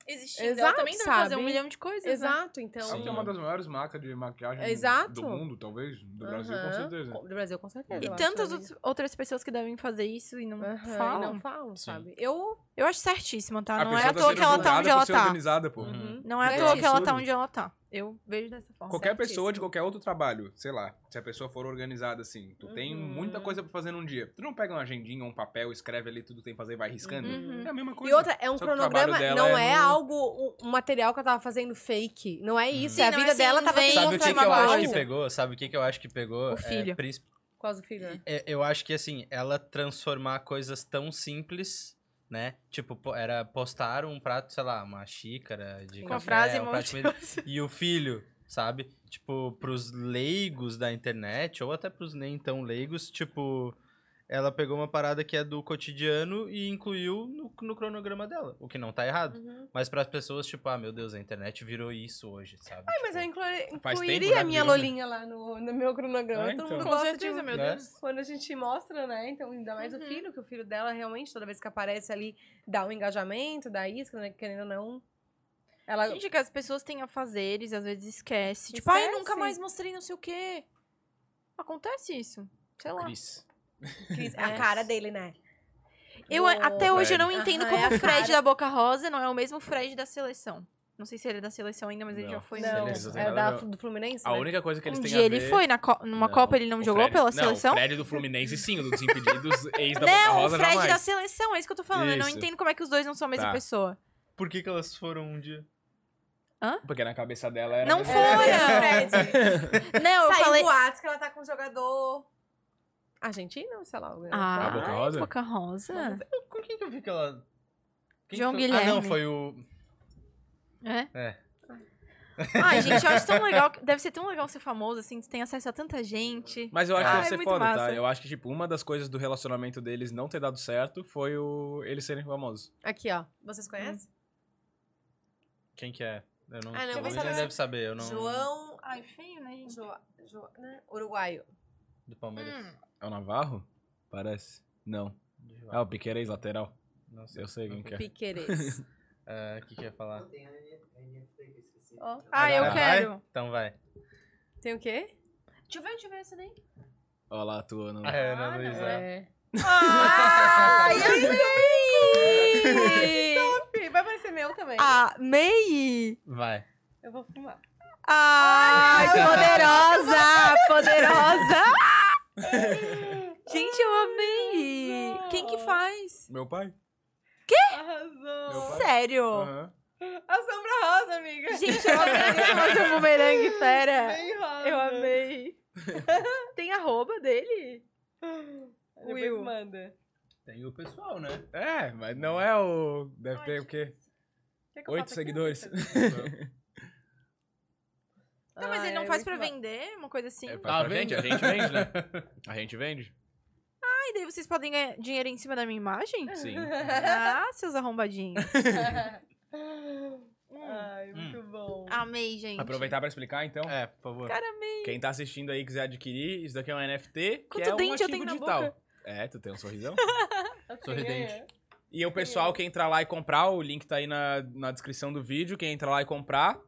existindo. ela
Exato,
também deve fazer um
sabe?
milhão de coisas. né?
Exato, então.
Ela tem é uma das maiores marcas de maquiagem
Exato.
do mundo, talvez. Do Brasil, com
Aham.
certeza.
Com- Do Brasil, com certeza.
E
eu acho,
tantas
né,
outras- outras pessoas que devem fazer isso e não
Aham, e
falam.
Não falam,
Sim.
sabe? Eu.
Eu acho certíssima, tá?
A
não é
pessoa
à toa
sendo
que ela tá
julgada
onde
por
ela
ser
tá.
organizada, pô.
Uhum.
Não é à
É
toa que ela tá
absurdo.
onde ela tá. Eu vejo dessa forma.
Qualquer
Certíssimo.
pessoa de qualquer outro trabalho, sei lá, se a pessoa for organizada assim, tu tem
Uhum.
muita coisa pra fazer num dia. Tu não pega uma agendinha, um papel, escreve ali tudo que tem que fazer e vai riscando.
Uhum.
É a mesma coisa.
E outra, é um
Só que o
cronograma,
trabalho dela
não
é
é,
no-
algo, um, um material que ela tava fazendo fake. Não
Uhum.
é isso.
Sim,
é a
não,
vida
assim,
dela tava
vem-
sendo
Sabe o que, que eu
uma
acho que
coisa.
pegou? Sabe o que, que eu acho que pegou?
O filho.
É, princip-
Por causa do filho, né?
é, eu acho que, assim, ela transformar coisas tão simples né? Tipo, po- era postar um prato, sei lá, uma xícara de
né?
Uma
café,
frase
É,
um prato de comida,
maravilhosa.
e o filho, sabe? Tipo, pros leigos da internet, ou até pros nem tão leigos, tipo, ela pegou uma parada que é do cotidiano e incluiu no, no cronograma dela, o que não tá errado.
Hum.
Uhum.
Mas pras pessoas, tipo, ah, meu Deus, a internet virou isso hoje, sabe? Tipo, Ai,
Mas eu inclui-
Faz tempo,
incluiria
né,
a minha
virou, né?
Lolinha lá no, no meu cronograma.
É,
Todo
então.
mundo
Com
gosta
certeza,
de... um
meu
né?
Deus.
Quando a gente mostra, né? Então, ainda mais o
Uhum.
filho, que o filho dela realmente, toda vez que aparece ali, dá um engajamento, dá isca, né? Querendo ou não. Ela.
Gente, que as pessoas têm afazeres, às vezes esquece. Tipo, ai, nunca
Esquece.
mais mostrei não sei o quê. Acontece isso. Sei lá.
Cris.
Cris- a
É.
cara dele, né?
Eu,
Do-
até hoje eu não
Fred.
entendo
Aham,
como
é a
o Fred
cara.
da Boca Rosa não é o mesmo Fred da seleção. Não sei se ele é da seleção ainda, mas ele
Não.
já foi.
Não,
né?
Seleção tem
é
nada a
da,
ver.
do Fluminense?
A
né?
única coisa que eles
um
têm
dia
a
ele
ver...
foi, na co- numa
Não,
Copa ele não
o
jogou
Fred-
pela
não,
seleção?
o Fred é do Fluminense, sim, o dos impedidos, ex da Boca
Não,
tá
o
Rosa,
Fred da
jamais.
seleção, é isso que eu tô falando. Eu não
Isso.
entendo como é que os dois não são a mesma
Tá.
pessoa.
Por que, que elas foram um dia?
Porque na cabeça dela era... É.
Não
É,
Fora!
Fred.
Não, eu
Saiu
falei.
boatos que ela tá com um jogador argentino, sei lá. assim. alguém-
Ah,
A Boca Rosa?
Boca Rosa.
Então, Com quem que eu vi que ela... quem
João
que foi- Ah, não,
Guilherme.
foi o...
É?
É.
Ai, gente, eu acho tão legal. que- Deve ser tão legal ser famoso, assim, tu tem acesso a tanta gente.
Mas eu acho
Ah,
que
é
deve ser
muito
foda,
massa.
tá? Eu acho que, tipo, uma das coisas do relacionamento deles não ter dado certo foi o... eles serem famosos.
Aqui, ó. Vocês conhecem?
Quem que é? Eu não...
Ah, não,
o
vou
Luiz
saber.
não deve saber, eu não...
João. Ai,
feio, né,
Jo... Jo... né? Uruguaio.
Do Palmeiras.
Hum.
É o Navarro? Parece. Não. É o Piqueires, lateral.
Não sei.
Eu sei quem que é.
Piqueires.
Ah, O que que eu ia falar?
Não, tem a NFT que eu esqueci.
Ó.
Ah, eu
Vai?
quero.
Então vai.
Tem o quê?
Deixa eu ver, deixa eu ver essa daí.
Olha lá, atuando.
Ah, é, não, Luiz, é.
É.
Ai, amei!
Top! Vai parecer meu também.
Ah. Amei!
Vai.
Eu vou fumar.
Ai,
Ai,
poderosa! Poderosa! Gente, eu amei!
Arrasou.
Quem que faz?
é Meu pai? Meu
Arrasou.
pai?
Sério?
Aham.
A sombra rosa, amiga.
Gente, eu amei fazer o bumerangue, pera!
Bem rosa.
É. Eu amei! Tem arroba dele?
Depois
Will.
manda.
Tem o pessoal, né?
É, mas não é o... Deve
Ai,
ter o quê?
Quer que eu
Oito
faça aqui?
seguidores.
Não, mas ele
Ai,
não faz
muito
pra
bom.
vender, uma coisa assim?
É,
Ai,
faz pra gente, a gente vende, né? A gente vende.
daí vocês podem ganhar dinheiro em cima da minha imagem?
Sim.
Ah, seus arrombadinhos.
Hum.
Ai, muito bom.
Amei, gente.
Aproveitar pra explicar, então.
É, por favor.
Cara, amei.
Quem tá assistindo aí e quiser adquirir, isso daqui é um NFT, que
Quanto
é um
dente eu
ativo
tenho na
digital.
boca?
É, tu tem um sorrisão.
Assim,
sorridente.
é.
E o pessoal que entrar lá e comprar, o link tá aí na, na descrição do vídeo. Quem entrar lá e comprar,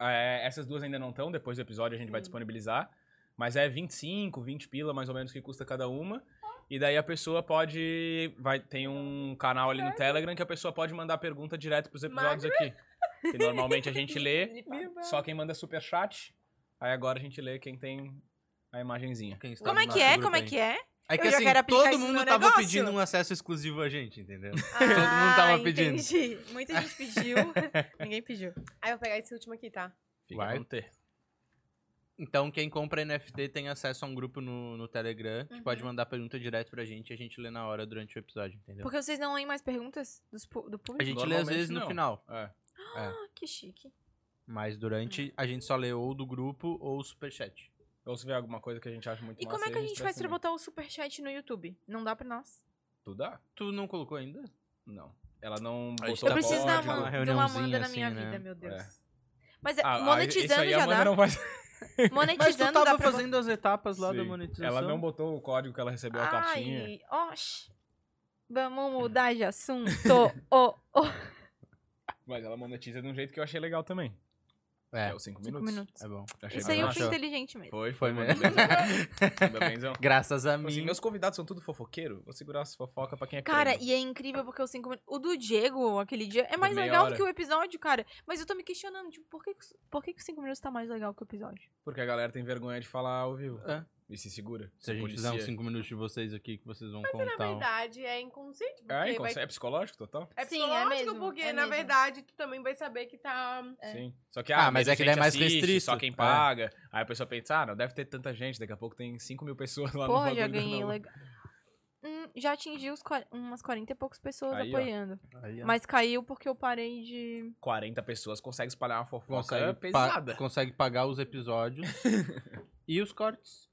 é, essas duas ainda não estão, depois do episódio a
Uhum.
gente vai disponibilizar. Mas é 25, 20 pila mais ou menos que custa cada uma. E daí a pessoa pode. Vai, tem um canal ali no Telegram que a pessoa pode mandar pergunta direto pros episódios aqui. Que normalmente a gente lê, só quem manda superchat. Aí agora a gente lê quem tem a imagenzinha.
Quem está
Como é
no
que
nosso
é?
grupo
Como é
aí?
que é?
É que
Eu já
assim,
quero aplicar
todo
isso no
mundo
meu
tava
negócio.
pedindo um acesso exclusivo a gente, entendeu?
Todo
mundo tava pedindo.
Ah, Entendi. Muita gente pediu. Ninguém pediu.
Aí eu vou pegar esse último aqui, tá?
Fica
Vai.
com T.
Então, quem compra NFT tem acesso a um grupo no, no Telegram que
Uhum.
pode mandar pergunta direto pra gente e a gente lê na hora durante o episódio, entendeu?
Porque vocês não leem mais perguntas dos pu- do público?
A gente lê às
Normalmente
vezes no
não.
final,
É.
Ah, que chique.
mas durante a gente só lê ou do grupo ou o superchat.
Ou se vê alguma coisa que a gente acha muito
E como
massa,
é que a gente faz pra
também.
botar o superchat no YouTube? Não dá pra nós.
Tu dá?
Tu não colocou ainda?
Não. Ela não
A gente
botou
Tá
Eu preciso
bom,
da
de uma
Amanda, de uma
reuniãozinha
Amanda na
assim,
minha
né?
vida, meu Deus.
É.
Mas é,
Ah, ah, isso
monetizando
aí
já
a Amanda
dá.
não faz.
Mas tu
Monetizando dá
tava
pra
fazendo as etapas lá da
Sim.
monetização.
Ela não botou o código que ela recebeu a cartinha.
Ai, oxe. Vamos mudar de assunto. Ô, ô.
Mas ela monetiza de um jeito que eu achei legal também. É,
É,
os 5
Cinco
minutos.
minutos.
é bom.
Achei
Isso aí
bem
eu
Achou.
fui
massa.
inteligente mesmo.
Foi,
Foi
foi,
mesmo.
mesmo. Ainda bemzão.
Graças a
Tipo
mim.
assim, meus convidados são tudo fofoqueiro. Vou segurar as fofocas pra quem é
Cara,
crente.
e é incrível porque os cinco minutos. O do Diego, aquele dia, é mais
meia
legal do
hora.
que o episódio, cara. Mas eu tô me questionando, tipo, por que, que os- por que, que os cinco minutos tá mais legal que o episódio?
Porque a galera tem vergonha de falar ao vivo.
É.
E se segura.
Se a gente
Policia.
fizer um uns 5 minutos de vocês aqui, que vocês vão
Mas na
contar. um-
verdade é inconsciente. Porque
É,
vai...
inconsci- é psicológico total?
é
Sim, é
psicológico,
mesmo,
porque
é
na
mesmo.
verdade tu também vai saber que tá.
É.
Sim. Só que,
Ah,
ah,
mas
menos
é que daí é
gente
mais
assiste,
restrito.
Só quem
É.
paga. Aí a pessoa pensa, ah, não deve ter tanta gente. Daqui a pouco tem 5 mil pessoas lá no
Porra, já
bagulho,
ganhei
não.
legal. hum, já atingi os qua- umas 40 e poucas pessoas
Aí, ó.
apoiando.
Aí, é ó.
Mas caiu porque eu parei de.
40 pessoas conseguem espalhar uma fofoca
consegue, pa-
pesada.
consegue pagar os episódios e os cortes.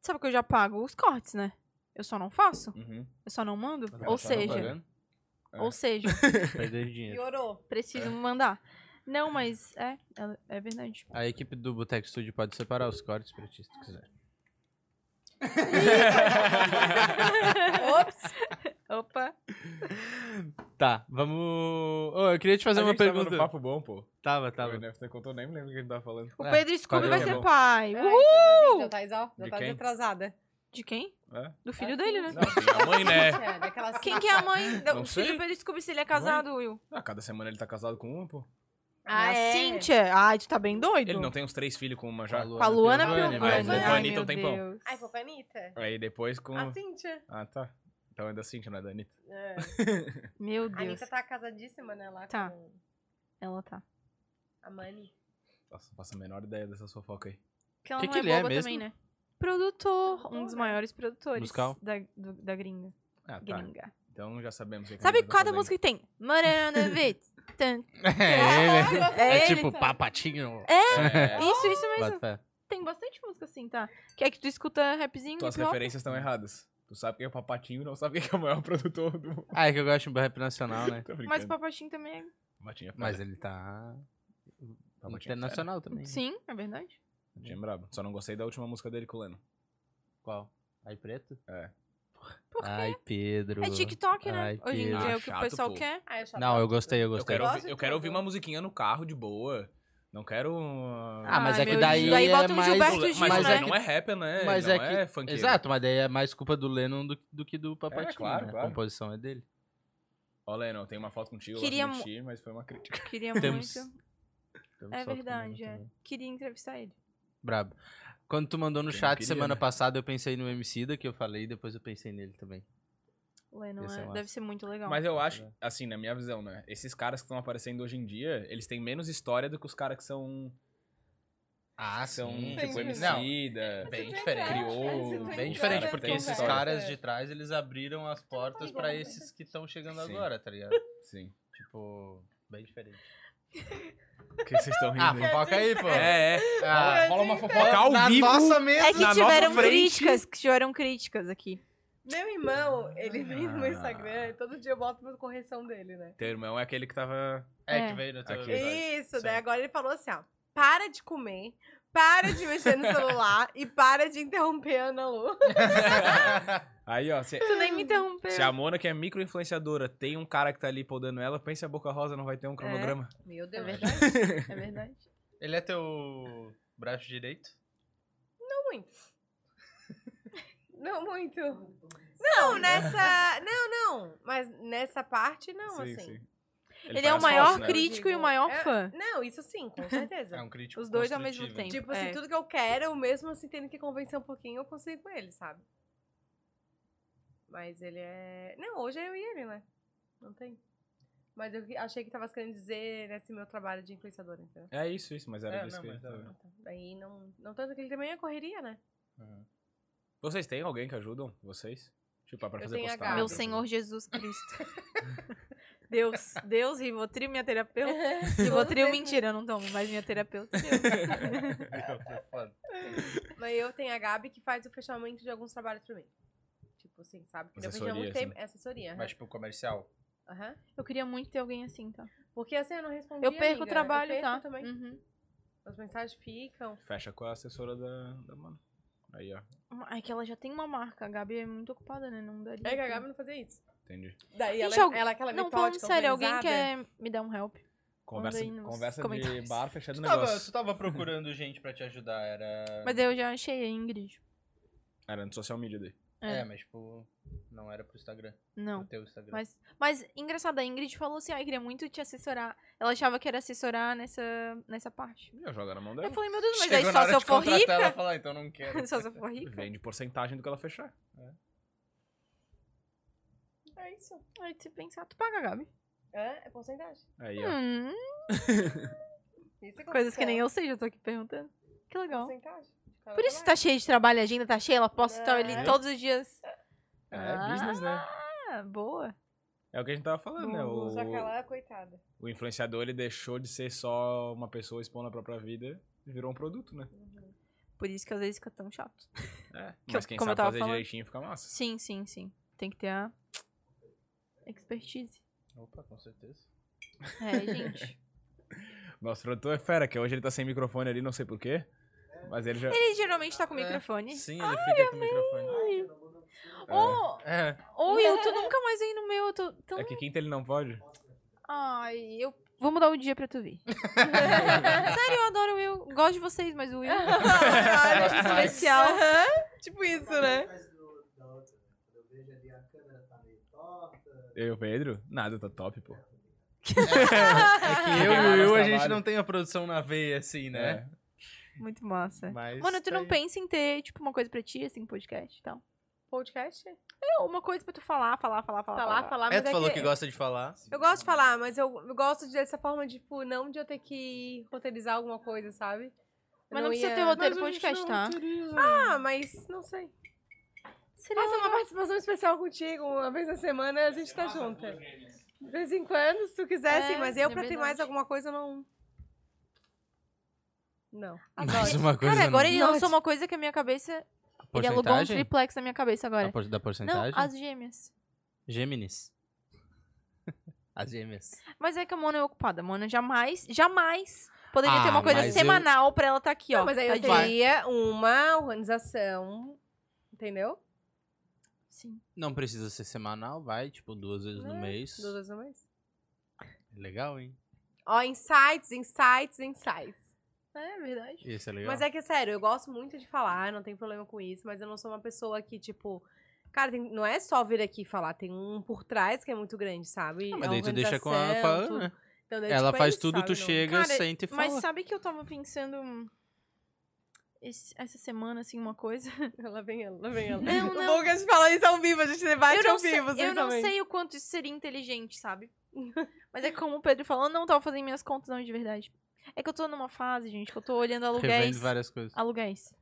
Sabe que eu já pago os cortes, né? Eu só não faço.
Uhum.
Eu só não mando.
Cara,
ou
só não
seja,
pagando. é.
ou seja,
Perder dinheiro.
Piorou.
preciso mandar. Não, mas é, é- é verdade.
A equipe do Boteco Studio pode separar os cortes pra ti, se tu quiser.
Ops.
Opa!
Tá, vamos. Ô, eu queria te fazer
A
uma
gente tava
pergunta. Tá
num papo bom, pô.
Tava,
Tava.
tava.
Você contou, nem me lembro o que a gente tava falando.
O
É,
Pedro Scooby
valeu,
vai ser
irmão.
pai.
Ai,
Uhul!
você Já tá, já
De
tá
quem?
atrasada.
De quem?
É?
Do filho
assim,
dele, né?
Não, assim, a mãe, né?
É, daquelas
Quem que é a mãe? do-
Não
O filho
sei.
do Pedro Scooby, se ele é casado, Will.
Ah, cada semana ele tá casado com uma, pô.
Ah,
a
é?
Cíntia. Ai, tu tá bem doido?
Ele não tem uns três filhos com uma já.
Com a Luana
Piovani,
Piovani.
vai,
Ai,
vai, Anitta
meu
um tempão.
Deus.
Ai, fofa Anitta.
Aí depois com.
A Cíntia.
Ah, tá. Então é da Cintia, não é da Anitta.
É.
Meu
A
Deus.
Anitta tá casadíssima, né? Lá
Tá.
com
Ela tá.
a Mani.
Nossa, não faço a menor ideia dessa fofoca aí.
Porque ela
Que
não
que
é
ele é
boba
mesmo?
também, né? Produtor, um
Produtor,
dos
né?
maiores produtores
Musical?
da, do- da gringa.
Ah, tá.
gringa.
Então já sabemos. o que que a
Sabe
Anitta tá
cada
fazendo.
música que tem? Moranovic. tan-
É, ele.
É
É,
ele,
tipo
sabe?
papatinho.
É,
Isso, isso mesmo.
Bota fé.
Tem bastante música assim, tá? Que é que tu escuta rapzinho
tuas
hip hop.
referências estão erradas. Tu sabe quem é o Papatinho e não sabe quem é o maior produtor do mundo.
Ah, é que eu gosto de rap nacional, né?
Tô
Mas
brincando.
o Papatinho também é.
Papatinho é foda.
Mas ele tá.
Papatinho é fera.
Internacional também. né?
Sim, é verdade.
Papatinho é brabo. Só não gostei da última música dele com o Leno.
Qual? Ai Preto?
É.
Por quê?
Ai, Pedro.
É TikTok, né?
Ai,
Hoje em
Pedro.
dia é
Ah,
o que o
chato,
pessoal
pô.
quer.
Ai, eu só
Não,
tava-
eu gostei, é eu
Eu
gostei.
quero,
Ah,
Gosto
ouvir,
de
eu quero ouvir
tudo.
uma musiquinha no carro, de boa. Não quero... uh,
Ah, mas
Ai,
é que
meu
daí.
Deus. Daí
é
bota um
mais...
do
Gilberto
Le-
Gil,
mas
né?
não é rapper, né?
Mas
não
é que-
funkeiro.
Exato, mas daí é mais culpa do Lennon do, do que do Papatinho.
É, claro,
né?
claro.
A composição é dele.
Ó, Leno, eu tenho uma foto contigo,
Queria
eu gosto
mu-
muito de ti, mas foi uma crítica.
Queria
Temos-
um
muito.
Então,
É
solta o
verdade,
Lennon
é.
também.
Queria entrevistar ele.
Brabo. Quando tu mandou no
Quem não
chat
queria,
semana
né?
passada, eu pensei no MC da que eu falei e depois eu pensei nele também.
Lennon
Esse é
é-
massa.
deve ser muito legal.
um Mas eu
Não,
acho,
cara.
assim, na minha visão, né? Esses caras que estão aparecendo hoje em dia, eles têm menos história do que os caras que são...
Ah,
que são, tipo,
Sim.
Emicida...
bem
diferente.
Criou,
Tipo,
Esse tem
Bem
cara
diferente,
de
porque
tem
esses
história.
É.
caras de trás, eles abriram as portas pra
ligado,
esses que estão chegando
Sim.
agora, tá ligado?
Sim.
Tipo, bem diferente.
O que vocês estão rindo?
Ah,
aí?
fofoca aí, pô.
É, é.
Ah,
rola uma fofoca Tá ao
na
vivo.
nossa mesa.
É que
na nossa
tiveram
frente-
críticas, que tiveram críticas aqui.
Meu irmão, ele vem no meu
Ah.
Instagram e todo dia eu boto uma correção dele, né?
Teu irmão é aquele que tava.
É
É.
que veio no teu
Aqui.
episódio.
Isso,
Sim.
daí agora ele falou assim, ó. Para de comer, para de mexer no celular e para de interromper a Ana Lu.
Aí, ó, se,
Tu nem me interrompeu.
se a Mona, que é micro-influenciadora, tem um cara que tá ali podando ela, pense a Boca Rosa não vai ter um cronograma.
Meu
É
Deus.
verdade. É verdade.
Ele é teu braço direito?
Não muito. Não, nessa... Não, não. Mas nessa parte, não,
Sim,
assim.
sim.
Ele, é
faz
o maior
fotos, né?
crítico e o
Digo,
maior
é-
fã.
Não, isso sim, com certeza.
É um crítico
Os dois ao mesmo
construtivo.
tempo.
Tipo assim,
É.
tudo que eu quero, mesmo assim tendo que convencer um pouquinho, eu consigo com ele, sabe? Mas ele é. Não, hoje é eu e ele, né? Não tem. Mas eu que- achei que tava querendo dizer nesse meu trabalho de influenciadora, entendeu?
É isso, isso, mas era
É,
isso
não,
que
mas
eu-
era.
Ah, tá. Daí não. Não tanto que ele também é correria, né?
Vocês têm alguém que ajudam? Vocês? Tipo, pra
Eu
fazer assim?
tenho a
postagem?
Gabi.
pra
Meu
fazer-
Senhor Jesus Cristo. Deus, Deus, Rivotril, minha terapeuta. Rivotril, mentira, eu não tomo, mas minha terapeuta.
tipo,
Mas eu tenho a Gabi que faz o fechamento de alguns trabalhos pra mim. Tipo assim, sabe? Porque eu vejo há muito
Assessoria,
tempo. É assessoria, aham.
Mas tipo, comercial.
Aham.
Eu queria muito ter alguém assim, tá?
Porque assim eu não respondi.
Eu perco
amiga.
o trabalho,
eu perco
tá?
Também.
Uhum.
As mensagens ficam.
Fecha com a assessora da, da Mona. Aí, ó.
É que ela já tem uma marca, a Gabi é muito ocupada, né? Não daria.
É que a
pra-
Gabi não fazia isso.
Entendi.
Daí
Gente,
ela,
algu-
ela é aquela
Não, falando
metódica,
sério, alguém
organizada.
quer me dar um help?
Conversa,
aí nos
conversa de
comentários.
bar fechando
Tu
o
tá,
tava,
É negócio.
tu tava procurando gente pra te ajudar, era...
Mas eu já achei a Ingrid.
tá-
Era no social media daí.
É, mas tipo, não era pro Instagram. Pro
Não.
teu Instagram.
Mas, mas engraçado, a Ingrid falou assim: ah, eu queria muito te assessorar. Ela achava que era assessorar nessa, nessa parte.
Já joga na mão dela.
Eu falei, meu Deus, mas
Chegou
aí
na
só
hora
se eu
de
for
contratar, Ela
rica.
falar, então não quero.
Só se eu for rica.
Vende porcentagem do que ela fechar.
É isso.
Aí se pensar, tu paga, Gabi.
É, é porcentagem.
Aí, ó.
Hum,
Isso é
coisas que
condição.
nem eu sei, já tô aqui perguntando. Que legal.
Porcentagem.
Por isso tá cheio de trabalho, a agenda tá cheia, ela posta story ali
É.
todos os dias.
É business, né?
Ah, boa.
É o que a gente tava falando, né? O,
Só que ela, é coitada.
o influenciador, ele deixou de ser só uma pessoa expondo a própria vida e virou um produto, né?
Por isso que às vezes fica tão chato.
É.
Que
Mas
eu-
quem
como eu
sabe
tava
fazer
falando.
direitinho fica massa.
Sim, sim, sim. Tem que ter a expertise.
Opa, com certeza.
É, gente.
Nosso produtor é fera, que hoje ele tá sem microfone ali, não sei porquê. Mas ele já.
Ele geralmente tá com
É.
microfone.
Sim, ele fica com o microfone.
Ai, eu não vou não.
É.
Ô,
É,
ô, Will, tu nunca mais vem no meu. Eu tô tão...
É que quinta ele não pode.
Ai, eu vou mudar o dia pra tu vir. Sério, eu adoro o Will. Gosto de vocês, mas o Will
Gosto
é
mais.
especial.
Tipo isso,
Mas
né?
atrás do- da outra, né? Quando eu vejo ali a câmera tá meio torta.
Eu e o Pedro? Nada, tá top, pô.
é que eu e o Will, a gente não tem a produção na veia, assim, né?
É.
Muito massa.
Mas
Mano,
tá
tu não
aí.
pensa em ter, tipo, uma coisa pra ti, assim, podcast e tal?
Podcast?
É, uma coisa pra tu falar, falar, falar, falar.
Falar, falar, mas
É, tu falou
é
que gosta de falar.
Eu gosto de falar, mas eu, eu gosto dessa forma, tipo, não de eu ter que roteirizar alguma coisa, sabe?
Mas não precisa ter roteiro
Mas a gente
podcast,
não
tá?
roteiriza.
Ah, mas não sei.
Seria
Faça uma participação especial contigo, uma vez na semana a gente tá junta. De vez em quando, se tu quiser,
É,
sim, mas eu
é
pra ter
verdade.
mais alguma coisa, não. Não.
Mais uma coisa.
Cara, agora ele
Nossa.
lançou uma coisa que a minha cabeça.
não.
Ele alugou um
Porcentagem?
triplex na minha cabeça
A
agora.
por- Da
Não,
porcentagem?
as gêmeas.
Gêmeos. As gêmeas.
Mas é que a Mona é ocupada. A Mona jamais, jamais poderia ter
Ah,
uma coisa
mas eu-
semanal pra ela estar aqui, ó.
Não, mas aí eu
Tadinha.
teria uma organização, entendeu?
Sim.
Não precisa ser semanal, vai, tipo, duas vezes no
É,
mês.
Duas vezes no mês.
Legal, hein?
Ó, insights, insights, insights.
É verdade.
Isso é legal.
Mas é que, sério, eu gosto muito de falar, não tem problema com isso, mas eu não sou uma pessoa que, tipo. Cara, tem- não é só vir aqui falar, tem um por trás que é muito grande, sabe?
Ah, mas
A
daí tu deixa com a,
organização,
com a
tudo.
Ana.
É um Então, daí,
Ela
tipo, é
faz
isso,
tudo,
sabe?
tu
Não-
chega,
Cara,
senta e
Mas
fala.
sabe que eu tava pensando hum, esse- essa semana, assim, uma coisa?
Lá vem ela, lá vem ela.
Não, não.
O bom é que a gente fala isso ao vivo, a gente debate
eu não,
ao
sei,
vivo, vocês
eu não
sabem.
sei o quanto isso seria inteligente, sabe? Mas é como o Pedro falou, eu não tava fazendo minhas contas, não, de verdade. É que eu tô numa fase, gente, que é eu tô olhando aluguéis.
Revendo várias coisas.
Aluguéis.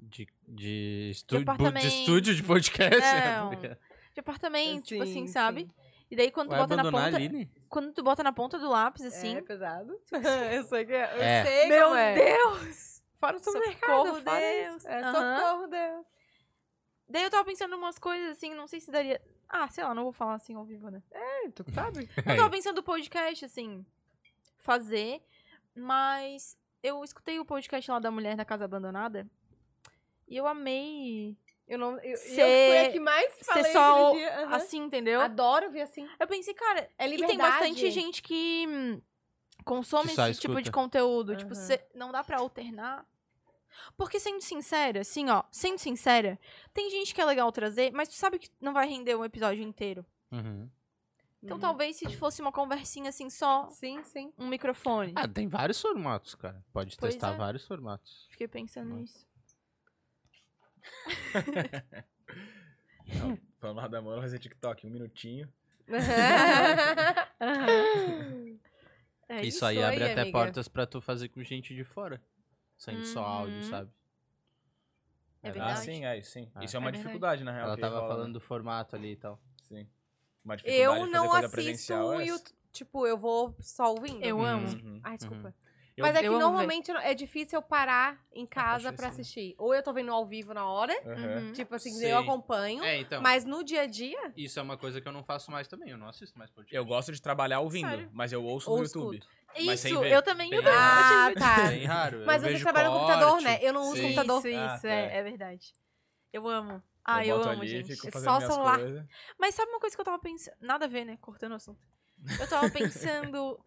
De, de, estúdio, de
apartamento.
estúdio de podcast.
Não.
né?
De apartamento, tipo
Sim, sim.
assim,
É
sabe? E daí quando
Vai
tu bota na
abandonar né? a
ponta.
Aline?
Quando tu bota na ponta do lápis, assim.
É pesado. eu sei que é. Eu
É.
sei
Meu
como é.
Deus!
Fora o
Socorro,
supermercado, fora
Deus.
isso. É,
Aham.
socorro, Deus.
Daí eu tava pensando em umas coisas assim, não sei se daria. Ah, sei lá, não vou falar assim ao vivo, né?
É, tu sabe?
Eu tava pensando no podcast, assim, fazer, mas eu escutei o podcast lá da Mulher da Casa Abandonada e eu amei,
Eu não. Eu,
Ser-
eu fui a que mais falei
ser só
aquele
o-
dia. aham.
assim, entendeu?
Adoro ouvir assim.
Eu pensei, cara,
É
e tem bastante gente que hum, consome
Que
esse
só
tipo de
escuta.
conteúdo, tipo,
Aham.
cê- não dá pra alternar. Porque sendo sincera, assim, ó, sendo sincera, tem gente que é legal trazer, mas tu sabe que não vai render um episódio inteiro.
Uhum.
Então talvez se fosse uma conversinha assim só,
tá Sim, sim.
um microfone.
Ah, tem vários formatos, cara. Pode
Pois
testar
é.
vários formatos.
Fiquei pensando
Nossa.
nisso.
Falando lá da Mona, vai fazer TikTok, um minutinho.
É
isso aí
isso
abre
aí,
até
amiga.
portas pra tu fazer com gente de fora. Saindo só áudio,
Uhum.
sabe?
É
Era
Ah,
verdade.
sim, é, sim.
Ah.
Isso é uma
É verdade.
dificuldade, na real.
Ela
que rola,
tava
né?
falando do formato ali e tal.
Sim. Uma dificuldade de
eu
fazer
não
coisa
assisto
presencial
o
é essa.
YouTube. Tipo, eu vou só ouvindo.
Eu
Uhum.
amo.
Uhum.
Ai, desculpa.
Eu-
Mas é que
eu amo ver. Ah,
normalmente eu não- é difícil eu parar em casa
acho
pra
assim.
assistir. Ou eu tô vendo ao vivo na hora,
Aham.
Uhum.
tipo assim,
Sei.
eu acompanho.
É, então.
Mas no dia a dia,
Isso é uma coisa que eu não faço mais também. Eu não assisto mais podcast.
Eu gosto de trabalhar ouvindo,
Sério?
mas eu ouço
ou
no YouTube.
escuto.
Mas sem
Isso,
ver.
eu também. Eu
Bem
também.
raro.
Ah, tá.
É Bem raro.
Mas
eu
você
vejo
trabalha no computador,
corte.
né? Eu não uso
Sim.
computador.
Isso,
Ah,
isso, é,
tá.
é verdade. Eu amo. Ah, eu,
eu boto
amo,
ali,
gente.
fico
É
fazendo
só o
minhas
celular.
coisas.
Mas sabe uma coisa que eu tava pensando? Nada a ver, né? Cortando o assunto. Eu tava pensando.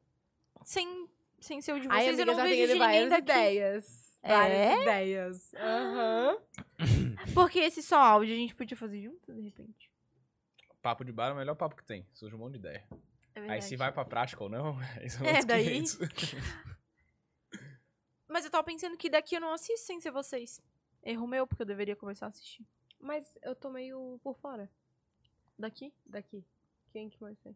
sem, sem ser o de vocês,
Aí
eu não
já
vejo
tem
de
ele várias
ninguém daqui.
ideias.
É? Ah.
Várias ideias. Aham.
Porque esse só áudio a gente podia fazer junto, de repente.
Papo de bar é o melhor papo que tem. Surge um monte de ideia.
É
Aí
verdade.
se vai pra prática ou não, isso
É,
outros
daí-
500.
Mas eu tava pensando que daqui eu não assisto sem ser vocês. Erro meu, porque eu deveria começar a assistir.
Mas eu tô meio por fora
Daqui?
daqui. Quem que mais tem?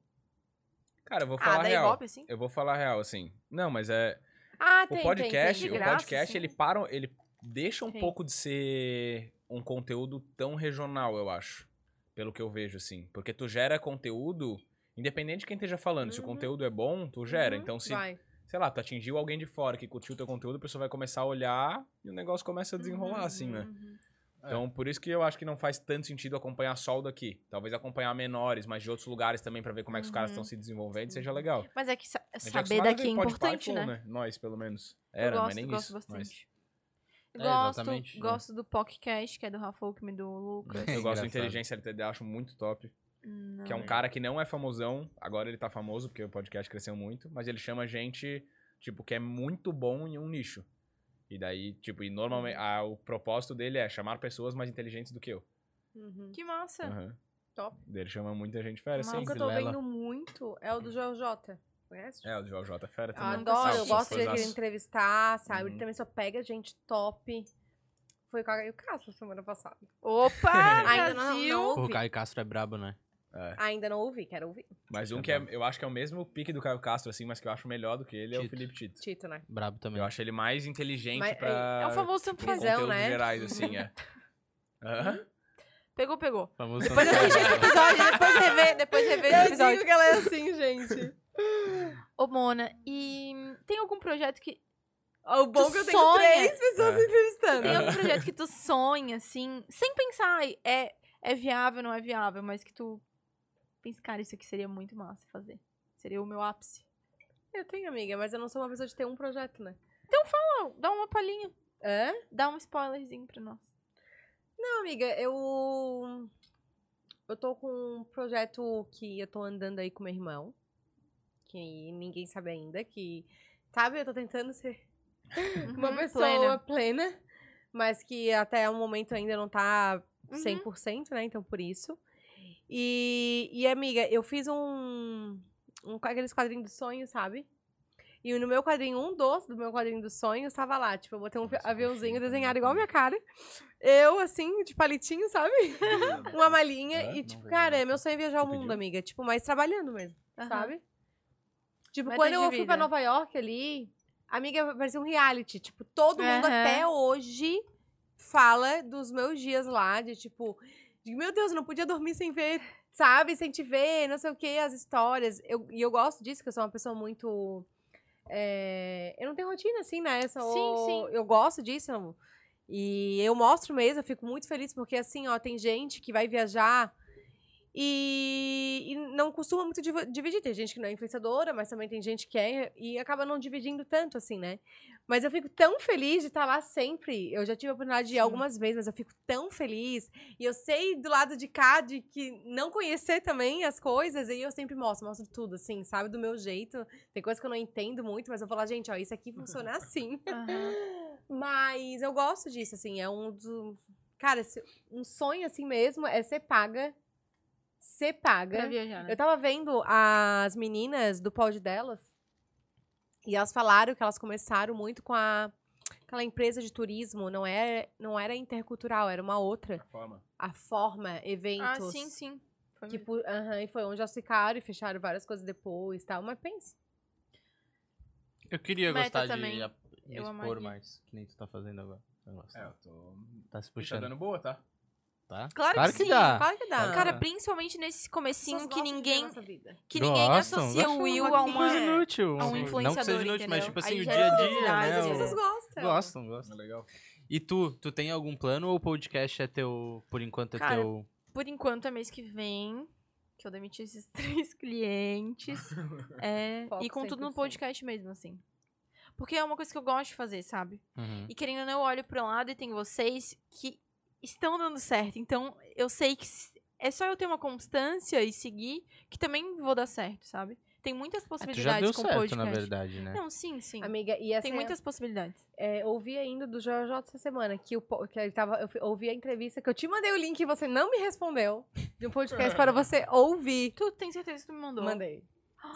Cara, eu vou
Ah,
falar
da
real.
Ibope, assim?
Eu vou falar real, assim. Não, mas é.
Ah,
o podcast,
tem. De
o
graça,
podcast,
sim.
ele para, ele deixa um
Sim.
pouco de ser um conteúdo tão regional, eu acho. Pelo que eu vejo, assim. Porque tu gera conteúdo, independente de quem esteja falando. Se o
Uhum.
conteúdo é bom, tu gera.
Uhum,
Então, se,
Vai.
sei lá, tu atingiu alguém de fora que curtiu teu conteúdo, a pessoa vai começar a olhar e o negócio começa a desenrolar, assim, né?
Uhum.
É.
Então, por isso que eu acho que não faz tanto sentido acompanhar só o daqui. Talvez acompanhar menores, mas de outros lugares também, pra ver como é que os caras
Uhum.
estão se desenvolvendo, seja legal.
Mas é que sa-
A gente
saber
acostumado a
daqui é
ver Podpah e
importante,
Flow,
né?
Nós, pelo menos.
Eu
Era,
gosto,
mas nem
gosto
isso. mas
bastante.
É,
gosto,
exatamente, né?
gosto do podcast, que é do Rafa Alckmin e do Lucas.
eu gosto
É Engraçado.
do Inteligência LTD, acho muito top.
Não.
Que
Hum.
é um cara que não é famosão, agora ele tá famoso porque o podcast cresceu muito, mas ele chama gente, tipo, que é muito bom em um nicho. E daí, tipo, e normalmente ah, o propósito dele é chamar pessoas mais inteligentes do que eu.
Uhum.
Que massa.
Aham.
Top.
Daí Ele chama muita gente fera,
Mas
assim.
Um que eu tô
Vilela.
vendo muito é o
Hum.
do Joel Jota. Conhece?
É, o Joel J. é fera
Eu
também.
adoro,
Salve,
Ah, eu
sou
gosto de ver ele
fãzaço.
entrevistar, sabe?
Uhum.
Ele também só pega gente top. Foi com a Caio Castro semana passada.
Opa,
Ainda não-
Brasil!
não-
Pô, o Caio Castro é brabo, né?
É.
Ainda não ouvi, quero ouvir.
Mas um
Tá
que é-
bom.
eu acho que é o mesmo pique do Caio Castro, assim, mas que eu acho melhor do que ele é o
Tito.
Felipe Tito.
Tito, né?
Brabo também.
Eu acho ele mais inteligente
Mas,
pra.
É o famoso
Pois
sampuizão.
é.
conteúdos
né?
gerais, assim, é. Aham.
Pegou, pegou.
Famoso
Depois assiste esse episódio, depois rever, depois rever esse episódio.
que ela é assim, gente.
Ô, Mona, e tem algum projeto que.
O bom
Tu
que eu tenho
sonha.
três pessoas
É.
entrevistando.
Tem algum projeto que tu sonha, assim, sem pensar, ai, é, é viável, não é viável, mas que tu pensa, cara, isso aqui seria muito massa fazer. Seria o meu ápice.
Eu tenho, amiga, mas eu não sou uma pessoa de ter um projeto, né?
Não, dá uma palhinha,
Hã?
dá um spoilerzinho pra nós.
Não, amiga, eu. Eu tô com um projeto que eu tô andando aí com meu irmão. Que ninguém sabe ainda. Que. Sabe, eu tô tentando ser uma
Uhum,
pessoa plena.
plena.
mas que até o momento ainda não tá
Uhum.
100%, né? Então, por isso. E, e, amiga, eu fiz um, um. com Aqueles quadrinhos do sonho, sabe? E no meu quadrinho, um dos do meu quadrinho do sonho estava lá. Tipo, eu botei um
Nossa,
aviãozinho
fofinho, tá
desenhado
bem
igual a minha cara. Eu, assim, de palitinho, sabe? Uma malinha.
É?
E,
Não
tipo,
vejo
cara,
nada.
meu sonho é viajar o
Tu
mundo,
pediu?
amiga. Tipo, mas trabalhando mesmo
Aham.
sabe? Tipo,
Meta
quando
de
eu fui pra
vida.
Nova York ali, amiga, parecia um reality. Tipo, todo mundo
Aham.
até hoje fala dos meus dias lá, de tipo, de, meu Deus, eu não podia dormir sem ver, sabe? Sem te ver, não sei o que, as histórias. Eu, e eu gosto disso, que eu sou uma pessoa muito. é, eu não tenho rotina assim, né? Eu sou-
Sim, sim.
Eu gosto disso. eu- e eu mostro mesmo, eu fico muito feliz, porque assim, ó, tem gente que vai viajar e, e não costuma muito div- dividir. Tem gente que não é influenciadora, mas também tem gente que é e acaba não dividindo tanto, assim, né? Mas eu fico tão feliz de estar lá sempre. Eu já tive a oportunidade de ir
Sim.
algumas vezes, mas eu fico tão feliz. E eu sei do lado de cá de que não conhecer também as coisas, e eu sempre mostro, mostro tudo, assim, sabe? Do meu jeito. Tem coisa que eu não entendo muito, mas eu falo, "Ah, gente, ó, isso aqui funciona assim.
Aham.
Mas eu gosto disso, assim, é um dos. Cara, esse- um sonho assim mesmo é ser paga. Ser
Pra
paga.
viajar, né?
Eu tava vendo as meninas do pod delas. E elas falaram que elas começaram muito com a aquela empresa de turismo, não era, não era intercultural, era uma outra.
Forma.
A forma, eventos.
Ah, sim, sim. Foi
Que,
mesmo.
pu- aham, e foi onde elas ficaram e fecharam várias coisas depois e tal. Mas pense.
Eu queria
Meta
gostar
também.
de a- me
Eu
expor
amaria.
mais, que nem tu tá fazendo agora. Eu gosto.
É, eu tô.
Tá se
Puxa, tá
puxando,
dando boa, tá?
tá?
Claro que sim,
dá.
Claro que dá.
Ah.
Cara, principalmente nesse comecinho
Pessoas
que
gostam de ver
ninguém,
nossa vida.
que ninguém
Gostam,
associa
gostam.
o Will a uma...
Coisa inútil.
a um
Não que seja
influenciador,
inútil, mas
entendeu?
tipo assim,
Aí
o
gera
dia a dia,
curiosidade,
né?
às
Ah, As
o-
pessoas gostam.
Gostam,
É
gostam.
legal.
E tu, tu tem algum plano ou o podcast é teu, por enquanto é
Cara,
teu...
Por enquanto é mês que vem, que eu demiti esses três clientes. é,
Foco
e com tudo no
100%.
podcast mesmo, assim. Porque é uma coisa que eu gosto de fazer, sabe?
Uhum.
E querendo ou não, eu olho pro lado e tem vocês que estão dando certo. Então, eu sei que s- é só eu ter uma constância e seguir que também vou dar certo, sabe? Tem muitas
É, tu já
possibilidades
deu
com o
certo,
podcast.
na verdade, né?
Não, sim, sim.
Amiga, e essa
Tem
é-
muitas possibilidades.
é, eu ouvi ainda do Jorge essa semana, que, o, po- que ele tava, eu fi- ouvi a entrevista, que eu te mandei o link e você não me respondeu, de um podcast para você ouvir.
Tu tem certeza que tu me mandou?
Mandei.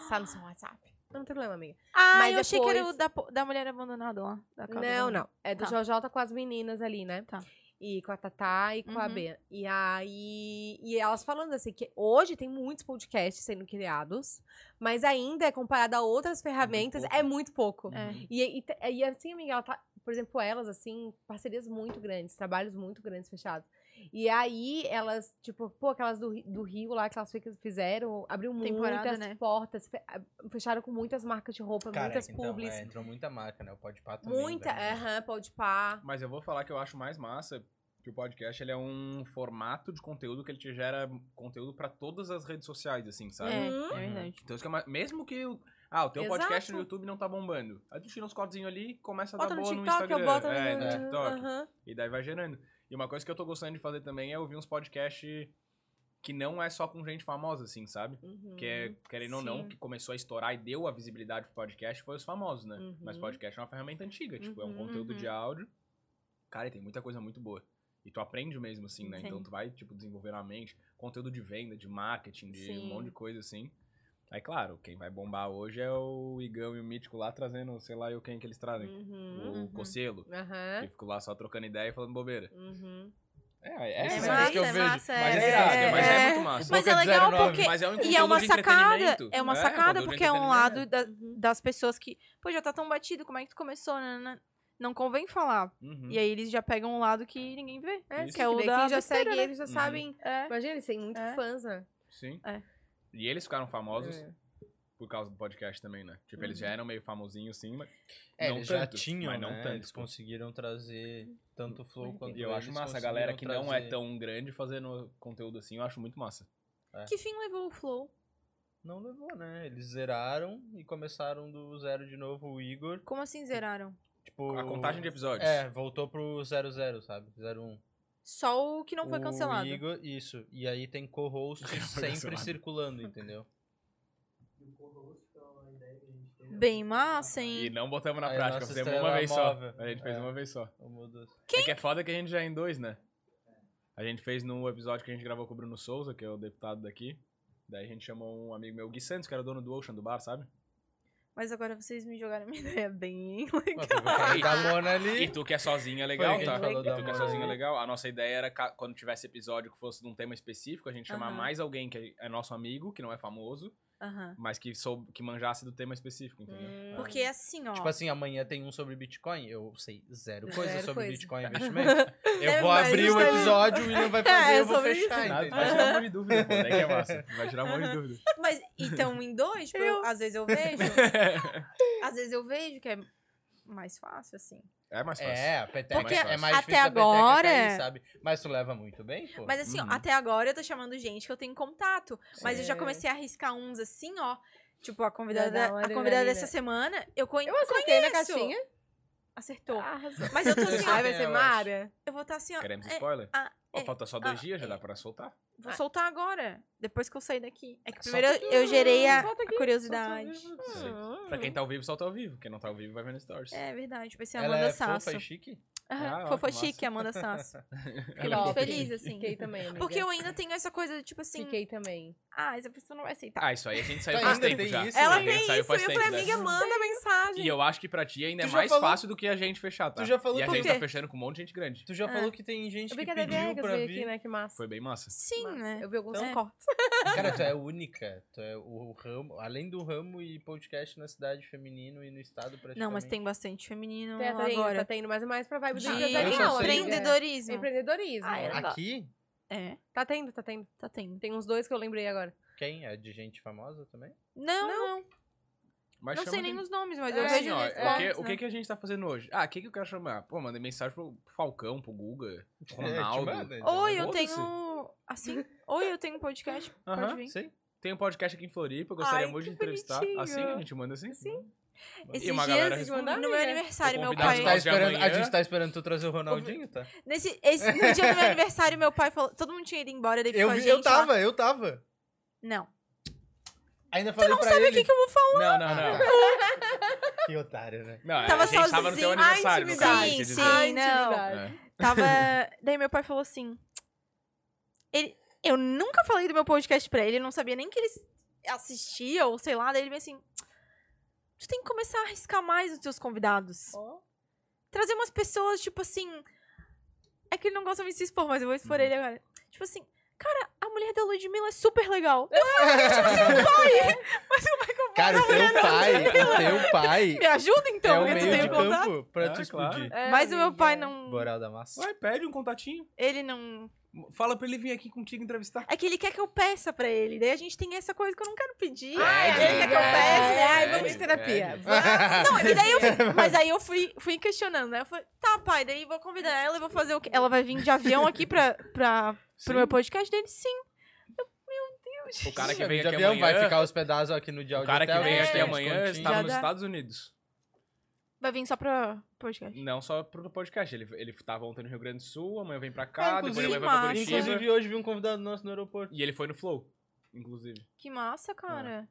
Está no seu WhatsApp. Não tem problema, amiga.
Ah,
Mas
eu achei que era o
depois-
da, po- da mulher abandonada lá. da casa
Não,
abandonada.
não. É do
Tá.
Jojota com as meninas ali, né?
Tá.
E com a Tatá e com a
Uhum.
Bea. E aí. E elas falando assim que hoje tem muitos podcasts sendo criados, mas ainda, comparado a outras ferramentas,
pouco.
é muito pouco.
Uhum.
É.
E, e, te- e assim, amiga, ela tá por exemplo, elas, assim, parcerias muito grandes, trabalhos muito grandes fechados. E aí, elas, tipo, pô, aquelas do, Ri- do Rio lá, que elas fi- fizeram, abriu
Temporada,
muitas
né?
portas, fe- fecharam com muitas marcas de roupa, muitas
então, é,
publis.
entrou muita marca, né? O pode também.
muita,
velho.
aham, pode pá.
Mas eu vou falar que eu acho mais massa que o podcast ele é um formato de conteúdo que ele te gera conteúdo pra todas as redes sociais, assim, sabe?
É,
Uhum.
é verdade.
Então isso que é mais- mesmo que o- ah, o teu podcast no
Exato.
YouTube não tá bombando. Aí tu tira uns cortezinhos ali e começa a
Bota
dar
no
boa
TikTok, eu
Instagram.
boto
é,
no
no TikTok.
Uhum.
Aham.
E daí vai gerando. E uma coisa que eu tô gostando de fazer também é ouvir uns podcasts que não é só com gente famosa, assim, sabe?
Uhum.
Que é, querendo ou não,
Sim.
que começou a estourar e deu a visibilidade pro podcast foi os famosos, né?
Uhum.
Mas podcast é uma ferramenta antiga, tipo, é um
Uhum,
conteúdo
uhum.
de áudio. Cara, e tem muita coisa muito boa. E tu aprende mesmo, assim, né?
Sim.
Então tu vai, tipo, desenvolvendo a mente. Conteúdo de venda, de marketing, de um
Sim.
monte de coisa, assim. Aí, claro, quem vai bombar hoje é o Igão e o Mítico lá trazendo, sei lá, eu quem que eles trazem.
Uhum.
O Cocelo.
Aham.
Que ficou lá só trocando ideia e falando bobeira.
Uhum.
É,
É
é, essas
massa,
coisas que eu
é
vejo.
massa,
mas,
é,
é,
é,
mas
é.
é muito massa.
Mas é legal porque.
Mas é um
E é
conteúdo
uma
de
sacada,
entretenimento.
é uma
É,
sacada,
conteúdo de
porque é um lado
entretenimento.
da- das pessoas que, pô, já tá tão batido, como é que tu começou, né? Não convém falar.
Uhum.
E aí eles já pegam um lado que ninguém vê.
É,
Isso.
que é o
da
Quem já
besteira,
segue,
né?
eles já
Uhum.
sabem.
É.
Imagina, eles têm muito
É.
fãs, né?
Sim.
É.
E eles ficaram famosos
É.
por causa do podcast também, né? Tipo, eles
Uhum.
já eram meio famosinhos, sim, mas
É,
não
eles
tanto.
já tinham,
mas não
né?
tanto.
Eles
pô.
conseguiram trazer tanto flow quanto
E eu acho
eles
massa a galera que
conseguiram
não é
trazer-
tão grande fazendo conteúdo assim, eu acho muito massa.
Que fim levou o Flow?
Não levou, né? Eles zeraram e começaram do zero de novo o Igor.
Como assim zeraram?
Tipo...
A contagem de episódios.
É, voltou pro 00, sabe? 01.
Só o que não foi
O
cancelado.
Igor, isso. E aí tem co-host
Não foi
sempre
cancelado.
circulando, entendeu?
E o co-host foi uma ideia que a gente teve.
Bem massa,
E
hein?
não botamos na
Aí a
prática,
nossa
fizemos
estrela
uma vez só.
móvel.
A gente fez
É.
uma vez só.
Uma, duas.
É que é foda que a gente já é em dois, né? A gente fez no episódio que a gente gravou com o Bruno Souza, que é o deputado daqui. Daí a gente chamou um amigo meu, Gui Santos, que era o dono do Ocean, do bar, sabe?
Mas agora vocês me jogaram uma ideia bem
Mas foi o que eu falei da Mona
E
ali.
tu que é sozinho é legal,
Foi, a
tá?
gente falou
E
da
tu que é
mãe.
sozinho é legal. A nossa ideia era, ca- quando tivesse episódio que fosse de um tema específico, a gente chamar
Aham.
mais alguém que é nosso amigo, que não é famoso,
Aham.
mas que, sou, que manjasse do tema específico, entendeu?
Hum.
Porque assim, ó.
Tipo assim, amanhã tem um sobre Bitcoin. Eu sei zero coisa
Zero
sobre
coisa.
Bitcoin e investimento. Eu
É,
vou
mas
abrir
isso
o
aí- É,
episódio, o William vai fazer e eu vou
sobre isso.
fechar,
Nada,
entendeu?
vai tirar um monte de dúvida, pô. Daí que é massa. Vai tirar um monte de dúvida.
Mas então em dois, tipo, eu- às vezes eu vejo. às vezes eu vejo que é mais fácil, assim.
É mais fácil.
É, a peteca
Porque
é mais
até
difícil da peteca
agora- é-
cair, sabe? Mas tu leva muito bem, pô.
Mas assim,
Uhum.
ó, até agora eu tô chamando gente que eu tenho contato. Mas eu já
É.
comecei a arriscar uns assim, ó. Tipo, a convidada,
Vai dar uma
a convidada
adrenalina.
dessa semana, eu, conhe...
Eu acertei na
conheço.
caixinha.
Acertou.
Arrasou.
Mas eu tô assim,
Ai,
ó.
vai
É,
ser
eu
Mara?
Eu vou estar assim, ó.
Queremos
é,
spoiler?
ah,
Pô,
é,
falta só dois
ah,
dias, já
é.
dá pra soltar.
Vou
Ah.
soltar agora, depois que eu sair daqui. É que
Ah,
primeiro
solta
eu eu gerei a,
solta
a
aqui,
curiosidade.
Pra
Hum.
quem tá ao vivo, solta ao vivo. Quem não tá ao vivo, vai ver no Stories.
É verdade, vai ser a
Ela
Amanda
é
Sasso.
fofa e chique?
Aham,
Ah, ó,
fofa
que massa.
chique, Amanda Sasso. Fiquei
Ela é
muito
fofa e
feliz, assim.
Fiquei também, amiga.
Porque eu ainda tenho essa coisa, de, tipo assim,
Fiquei também.
ah, essa pessoa não vai aceitar.
Ah, isso aí a gente saiu
Tá,
faz
ainda
tempo
tem
já.
isso?
Ela
A gente
tem isso,
saiu
eu
faz
falei,
tempo né?
amiga,
dessa.
manda mensagem.
E eu acho que pra ti ainda é
Tu já
mais
falou-
fácil do que a gente fechar, tá?
Tu já falou
e a
com
gente
quê?
tá fechando com um monte de gente grande.
Tu já
É.
falou que tem gente que
Obrigada,
pediu
Vegas,
pra
veio
vir.
aqui, né? Que massa.
Foi bem massa.
Sim,
Massa.
né?
Eu um vi alguns
Então-
cortes.
Cara, tu é única. Tu é o ramo, além do ramo e podcast na cidade feminino e no estado praticamente.
Não, mas tem bastante feminino
Tá tá indo,
agora.
tá indo mais e mais pra vibe do
De
Eu só
empresarial.
sei-
amiga.
empreendedorismo.
Empreendedorismo.
Ah, era da-
Aqui?
É,
Tá tendo, tá tendo.
tá tendo.
Tem uns dois que eu lembrei agora.
Quem? É de gente famosa também?
Não, não,
Mas
não
chama
sei
quem-
nem os nomes, mas
É,
eu
assim,
vejo
ó,
eles
o, que,
cortes,
o
né?
que, que a gente tá fazendo hoje? Ah, quem que eu quero chamar? Pô, mandei mensagem pro Falcão, pro Guga, pro Ronaldo.
É, te manda, então.
Oi, eu
Foda-se.
tenho. Assim? Oi, eu tenho um podcast.
Aham.
Pode vir.
Sim.
Tem um podcast aqui em Floripa, eu gostaria
Ai,
muito
que
de entrevistar.
bonitinho.
Assim, a gente manda assim?
Sim.
E
Esses
uma galera
dias,
responde,
no meu
amiga.
aniversário,
O
meu
A
convidado
gente, tá
pai.
de
esperando, a
amanhã.
gente tá esperando tu trazer o Ronaldinho, tá?
Nesse, esse, no dia do meu aniversário, meu pai falou. Todo mundo tinha ido embora, daí ficou
Eu,
a
vi-
gente.
eu
lá.
tava, eu tava.
Não.
Ainda falei pra
Sabe o
ele.
que, que eu vou
Não,
falar?
não,
Ah,
não.
tá. que otário, né?
Não, é,
Tava
a gente tava no
sozinho.
teu aniversário,
Ai,
no caso,
sim,
quer dizer.
sim.
Ai,
não.
intimidade.
É.
Tava. daí meu pai falou assim. Ele, eu nunca falei do meu podcast pra ele, eu não sabia nem que ele assistia, ou sei lá. Daí ele veio assim. Tu tem que começar a arriscar mais os teus convidados.
Ó.
trazer umas pessoas, tipo assim. É que ele não gosta muito de se expor, mas eu vou expor
Uhum.
ele agora. Tipo assim, cara, a mulher da Ludmilla é super legal. Eu falei, tipo assim, um pai, mas como é que eu vou
Cara, o teu pai, o teu pai
Me ajuda
é
então,
o
porque tu
meio
tem
de
o contato.
campo pra te
Ah, claro.
explodir.
É,
Mas o meu
amiga.
pai não.
Boral da massa.
Vai, pede um contatinho.
Ele não.
Fala pra ele vir aqui contigo entrevistar.
É que ele quer que eu peça pra ele. Daí a gente tem essa coisa que eu não quero pedir.
Ai,
ele quer que eu
amiga.
peça. né?
Ai,
Ai,
vamos em terapia.
pede.
Não, e daí eu fui, mas aí eu fui, fui questionando, né? Eu falei, tá, pai, daí vou convidar ela e vou fazer o quê? Ela vai vir de avião aqui pra, pra, pro meu podcast dele? Sim.
O cara que
Sim,
vem
de
aqui
avião
amanhã.
vai ficar hospedado aqui no Dial
O cara
de
que
Hotel,
vem
a gente
aqui
tem uns
amanhã
continhos.
está
Já
nos
dá.
Estados Unidos.
Vai vir só pra podcast.
Não só pro podcast. Ele, ele tava ontem no Rio Grande do Sul, amanhã vem pra
Ah,
cá, depois
inclusive,
amanhã vai pra
É, massa.
Curitiba.
Inclusive, hoje vi um convidado nosso no aeroporto.
E ele foi no Flow, inclusive.
Que massa, cara.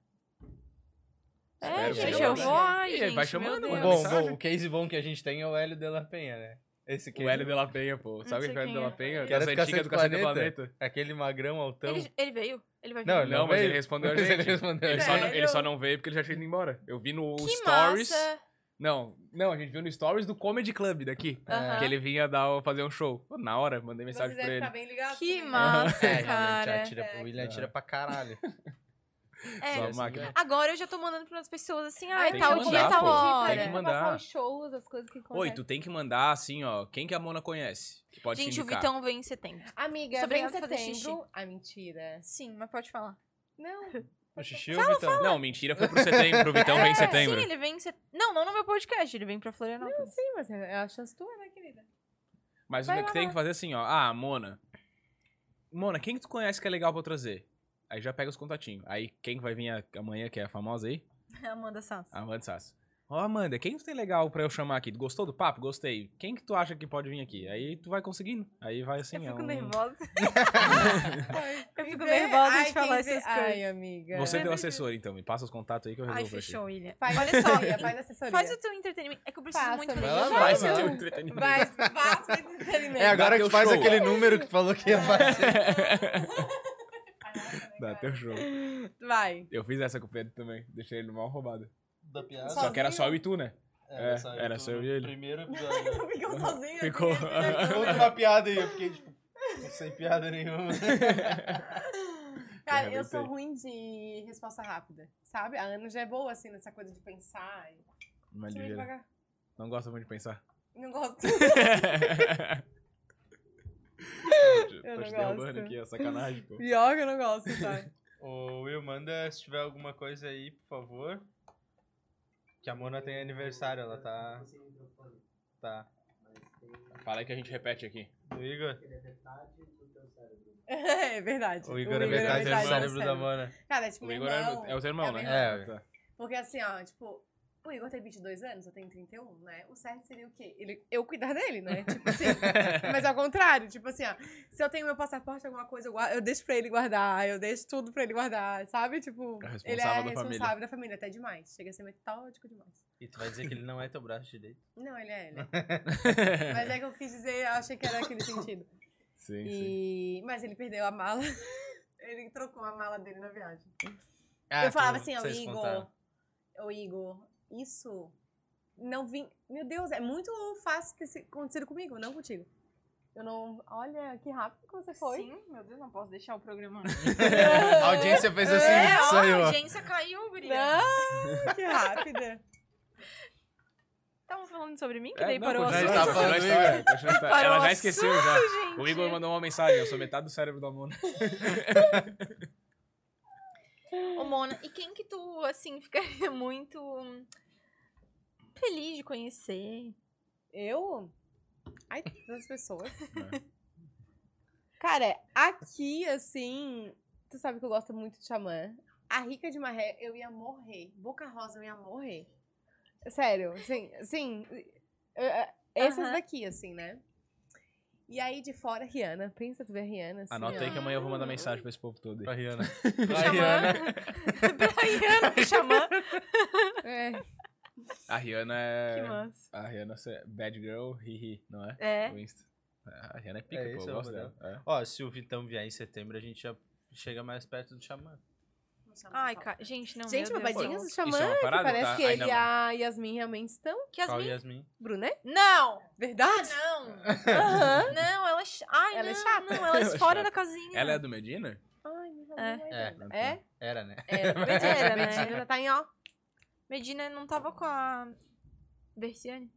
É,
Espero que
gente,
seja
eu
bom,
vou.
né?
Ai,
E aí,
gente,
vai chamando,
meu
manda
Deus.
Bom,
mensagem.
bom, o case bom que a gente tem é o Hélio de La Penha, né? Esse case.
O Hélio de La Penha, pô. Sabe
sei
o que é o Hélio
quem
de La
é.
Penha?
Que era
Das
do Cacete
antigas do Cacete do
Planeta.
Planeta.
Aquele magrão altão.
Ele, ele veio? Ele vai vir?
Não, ele
então. Não, mas
veio.
ele respondeu a
Mas ele
gente.
respondeu a
Ele só, não,
Sério?
ele só não veio porque ele já tinha ido embora. Eu vi no
que
Stories.
massa.
Não, não, a gente viu no Stories do Comedy Club daqui.
Aham.
Que ele vinha dar, fazer um show. Pô, Na hora, mandei
Vocês
mensagem pra
devem
ele.
ficar bem ligados.
Que
também.
massa,
É,
cara.
realmente, atira, o William atira pra caralho.
É.
Só
Essa
máquina.
ideia.
Agora eu já tô mandando pras pessoas assim, ah,
Ai,
Tem que
tal
mandar,
dia, tal
pô.
hora.
Tem que
Eu
mandar.
vou passar os shows, as coisas que
é?
Oi,
acontecem.
tu tem que mandar assim, ó. Quem que a Mona conhece? Que pode te
Gente, o
indicar.
Vitão vem em setembro.
Amiga,
Sobre
vem em
ela fazer
setembro. Ah, mentira.
Sim, mas pode falar.
Não.
O xixi ou o Vitão?
Não, mentira, foi pro setembro. Pro Vitão vem em setembro.
É, Sim, ele vem em setembro. Não, não no meu podcast, ele vem pra Florianópolis.
Sim, mas é a chance tua, né, querida?
Mas o
Vai
que
lá,
tem
vai
que fazer assim, ó. Ah, Mona. Mona, quem que tu conhece que é legal pra eu trazer? Aí já pega os contatinhos. Aí quem que vai vir a- amanhã, que é a famosa aí?
Amanda Sass.
Amanda Sass. Ó, Amanda, quem que tem legal pra eu chamar aqui? Gostou do papo? Gostei. Quem que tu acha que pode vir aqui? Aí tu vai conseguindo. Aí vai assim,
eu
ó.
fico
um-
nervosa. eu
Quem
fico
vê-
nervosa
Ai,
de falar
quem vê-
essas coisas.
Ai, amiga.
Você é teu assessor, então. Me passa os contatos aí que eu
Ai,
resolvo pra ti.
fechou, William.
Faz
Olha só,
assessoria, faz assessoria.
Faz o teu entretenimento. É que eu preciso
Passa,
muito
amiga.
Vai lá,
ler.
vai.
Vai ser
mano.
teu entretenimento.
Vai, faz o entretenimento.
É, agora
Dá
que
teu
faz
show.
aquele número que tu falou que ia fazer.
Dá teu show.
Vai.
Eu fiz essa com o Pedro também. Deixei ele mal roubado.
Da piada.
Só que era só eu e tu, né?
Era
É,
só
era
tu
só eu
no
e ele.
Primeiro episódio.
Ficou sozinho.
Ficou.
Conta uma piada aí, eu fiquei tipo, sem piada nenhuma.
Cara,
Eu
eu sou
arrebentei.
ruim de resposta rápida, sabe? A Ana já é boa, assim, nessa coisa de pensar. E...
Uma
Deixa eu ir
ligeira.
devagar.
Não gosto muito de pensar.
Não gosto.
Tô
não
te derrubando
gosto.
aqui, é sacanagem, pô.
Pior que eu não gosto, sabe?
Ô Will, manda se tiver alguma coisa aí, por favor. Que a Mona tem aniversário, ela tá.
Não sei o microfone,
Tá.
mas tem
Fala aí que a gente repete aqui.
O Igor?
ele é metade do teu cérebro.
É verdade.
O Igor é metade do
metade
cérebro da
cérebro.
Mona.
Cara, é tipo,
O
meu
Igor
irmão.
é, é o teu irmão,
É o
né?
meu
irmão. É.
Tá.
Porque assim, ó, tipo, o Igor tem 22 anos, eu tenho 31, né? O certo seria o quê? Ele, eu cuidar dele, né? Tipo assim. mas ao contrário, tipo assim, ó. Se eu tenho meu passaporte, alguma coisa, eu, guardo, eu deixo pra ele guardar, eu deixo tudo pra ele guardar, sabe? Tipo,
É o
ele é
responsável da
responsável
família.
da família, até demais. Chega a ser metódico demais.
E tu vai dizer que ele não é teu braço direito?
Não, ele é ele. mas é que eu quis dizer, eu achei que era aquele sentido.
Sim, sim.
E... Mas ele perdeu a mala. ele trocou a mala dele na viagem.
Ah,
eu
tá
falava assim, ó, Igor, ô Igor, isso não vim. Meu Deus, é muito fácil ter se- acontecido comigo, não contigo. Eu não. Olha, que rápido que você foi.
Sim, meu Deus, não posso deixar o programa.
A audiência fez assim,
É, ó,
saiu.
a
ó.
audiência caiu, Guria.
Não, que rápida.
Estavam falando sobre mim, que
É,
daí
não,
parou o
continua
assunto.
a história,
Tá falando,
continua a história,
Igor.
continua a história.
Parou
tá- Ela
o
já esqueceu já.
assunto, gente.
O Igor mandou uma mensagem, eu sou metade do cérebro da Mona.
Ô, Mona, e quem que tu, assim, ficaria muito hum, feliz de conhecer?
Eu? Ai, tantas pessoas.
É.
Cara, aqui, assim, tu sabe que eu gosto muito de xamã. A Rica de Marré, eu ia morrer. Boca Rosa, eu ia morrer. Sério, sim, sim. Eu- eu- Essas
Aham.
daqui, assim, né? E aí, de fora, Rihanna. Pensa tu ver a Rihanna, assim.
Anota
ó.
aí que amanhã eu vou mandar mensagem pra esse povo todo
Pra
aí.
Rihanna.
Pra
né?
Rihanna. pra Rihanna, pro Xamã.
É.
A Rihanna
Que
é...
massa.
A Rihanna é Bad Girl, hihi, não é?
É.
O Insta. A Rihanna é pica,
É,
pô,
esse
eu
é o
gosto
modelo.
dela. É.
Ó, se o Vitão vier em setembro, a gente já chega mais perto do Xamã.
Ai, cara, gente, não,
Gente,
meu Deus.
babadinhos do
Isso é
xamã,
uma parada,
que parece
tá?
que
Ai,
ele e
é
não.
a Yasmin realmente estão.
Que as
Qual
min-
Yasmin?
Brunet?
Não! Ah,
Verdade?
não!
Aham.
Não, ela é... ch- Ai,
Ela é
não,
chata.
Não, ela é
Ela é
fora
chata.
da casinha.
Ela é do Medina?
Ai, me roubou a
É.
É.
ideia. É?
Era, né?
É, Medina,
né?
Medina tá em ó.
Medina não tava com a Berciane?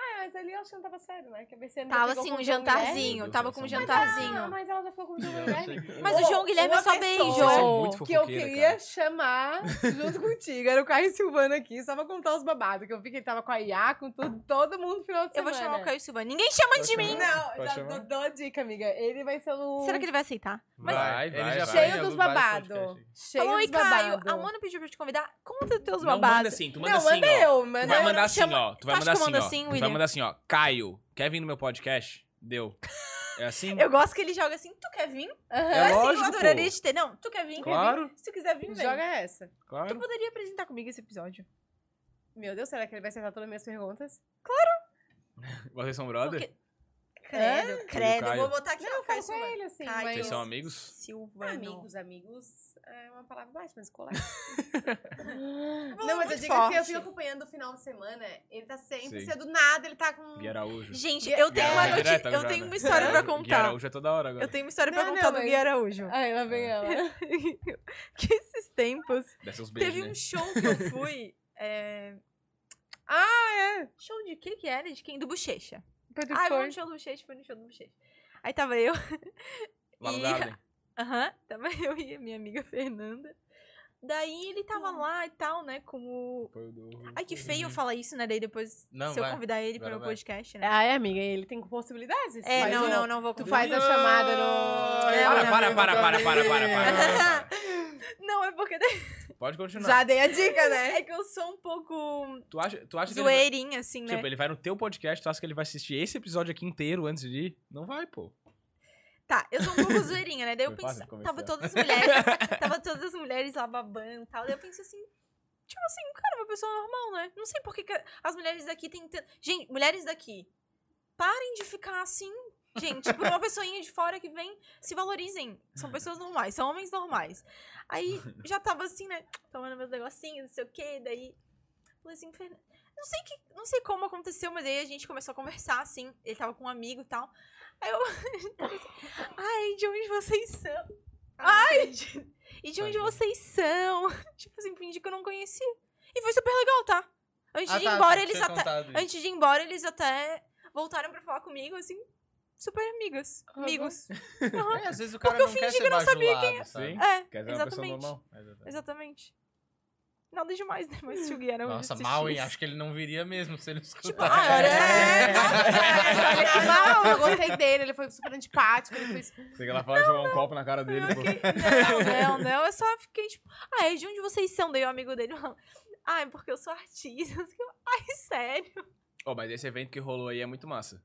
Ah, mas ali eu acho que não tava sério, né? Que a Berciane já
Tava
ficou
assim,
com o
um
João Guilherme.
jantarzinho. Tava com um
Ah,
jantarzinho.
mas ela já ficou com o João
Eu
Guilherme.
sei que-
Mas o João Guilherme
uma
é só
pessoa-
beijo.
Vocês são muito
que eu
fofoqueira,
queria
cara.
chamar junto contigo. Era o Caio Silvano aqui, só pra contar os babados. Que eu vi que ele tava com a Iá, com tudo, todo mundo no final de
Eu
semana.
vou chamar o Caio Silva. Ninguém chama de mim!
Não,
Pode
já
chamar?
dou, dou a dica, amiga. Ele vai ser o...
Será que ele vai aceitar?
Mas- Vai,
Ele
vai,
já
vai.
foi em
Cheio dos
alguns vários podcasts
babados.
aí.
Cheio
Falou, oi,
dos babados.
Caio. A Mona pediu pra eu te convidar. Conta dos teus
Não manda
babados.
assim, tu manda
Não,
assim,
manda
ó.
eu.
Tu
Manda
vai
eu.
mandar
me
assim,
chama-
ó. Tu vai
acha
mandar
que eu
assim,
mando
ó.
assim,
Tu vai
William?
mandar assim, ó. Caio, quer vir no meu podcast? Deu. É assim?
Eu gosto que ele joga assim, tu quer vir?
É
assim,
lógico,
eu adoraria
pô.
te ter. Não, tu quer vir?
Claro.
Se tu quiser vir, vem.
Joga essa.
Tu
Claro.
poderia apresentar comigo esse episódio?
Meu Deus, será que ele vai acertar todas as minhas perguntas?
Vocês são brother?
Porque... Credo, credo.
Caio?
Vou botar aqui,
Não, eu
ó, É, Caio
falo com
Silva.
ele, assim.
Caio.
mas-
Vocês são amigos?
Silva,
Amigos, amigos é uma palavra baixa, mas colar.
Não,
Não, mas
muito
eu digo que eu
forte.
fico acompanhando o final de semana. Ele tá sempre,
Sim.
se é do nada, ele tá com.
Gui Araújo.
Hum. Gente,
Gui-
eu tenho
Gui
uma
Araújo
noti-
direto
eu
agora,
tenho
né?
uma história pra
Gui
contar.
Araújo é toda hora agora.
Eu tenho uma história pra
Não,
contar
não,
do
mas-
Gui Araújo.
Ai, lá
É.
vem ela.
que esses tempos
Desce uns
Teve
beijos,
um
né?
show que eu fui. é, Ah, é! Show de que que era? De quem? Do Bochecha. Ah, eu fui no show do Bochecha, foi no show do Bochecha. Aí tava eu,
Lá no
Ih,
Garden.
aham, tava eu e a minha amiga Fernanda. Daí ele tava
Hum.
lá e tal, né, como...
Foi o do-
Ai, que feio eu falar isso, né, daí depois,
Não,
se eu
vai.
convidar ele
Agora
pro meu
vai.
podcast, né.
Ai, amiga, ele tem possibilidades.
É,
Mas
não,
o-
não, não vou
Tu
convidar.
faz a chamada no.
É,
Para,
não,
para,
não,
para, para, para, para, para, para.
Não, é porque
Pode continuar.
Já dei a dica, né?
é que eu sou um pouco
Tu acha, tu acha que ele vai,
zoeirinha, assim, né.
tipo, ele vai no teu podcast, tu acha que ele vai assistir esse episódio aqui inteiro antes de ir? Não vai, pô.
Tá, eu sou um pouco zoeirinha, né? Daí eu
Foi fácil
pensei,
de
tava
convencer.
todas as mulheres, tava todas as mulheres lá babando e tal. Daí eu pensei assim, tipo assim, cara, uma pessoa normal, né? Não sei por que que as mulheres daqui têm tanto. Gente, mulheres daqui, parem de ficar assim. Gente, por uma pessoinha de fora que vem, se valorizem. São pessoas normais, são homens normais. Aí já tava assim, né? Tomando meus negocinhos, não sei o quê, daí. Falei assim, Fernanda. Não sei, que, não sei como aconteceu, mas aí a gente começou a conversar, assim. Ele tava com um amigo e tal. Aí eu. Ai, de onde vocês são?
Ah,
Ai! de- E de onde
Tadinho.
vocês são? Tipo assim, fingi que eu não conhecia. E foi super legal, tá? Antes
Ah,
de ir
tá,
embora,
tinha
eles até.
contado isso.
Antes de ir embora, eles até voltaram pra falar comigo, assim, super amigas.
Ah,
Aham.
Amigos.
É, às vezes o cara não quer
fingi
ser
que não sabia
bajulado,
é.
sabe?
Sim.
É,
Quer dizer, é uma pessoa
exatamente.
normal.
Exatamente. Nada demais, né? Mas se o Gui era um
Nossa,
desses
mal, hein?
X.
Acho que ele não viria mesmo se ele escutasse.
Tipo, ah, olha essa
É. Ele é mal, eu gostei dele, ele foi super antipático, ele foi super.
Sei que ela fala jogar um copo na cara dele, pô.
Não, não, não. Eu só fiquei tipo, ah, é de onde vocês são? Daí o amigo dele falou, ah, é porque eu sou artista. Eu fiquei, Ai, sério.
Ó, mas esse evento que rolou aí é muito massa.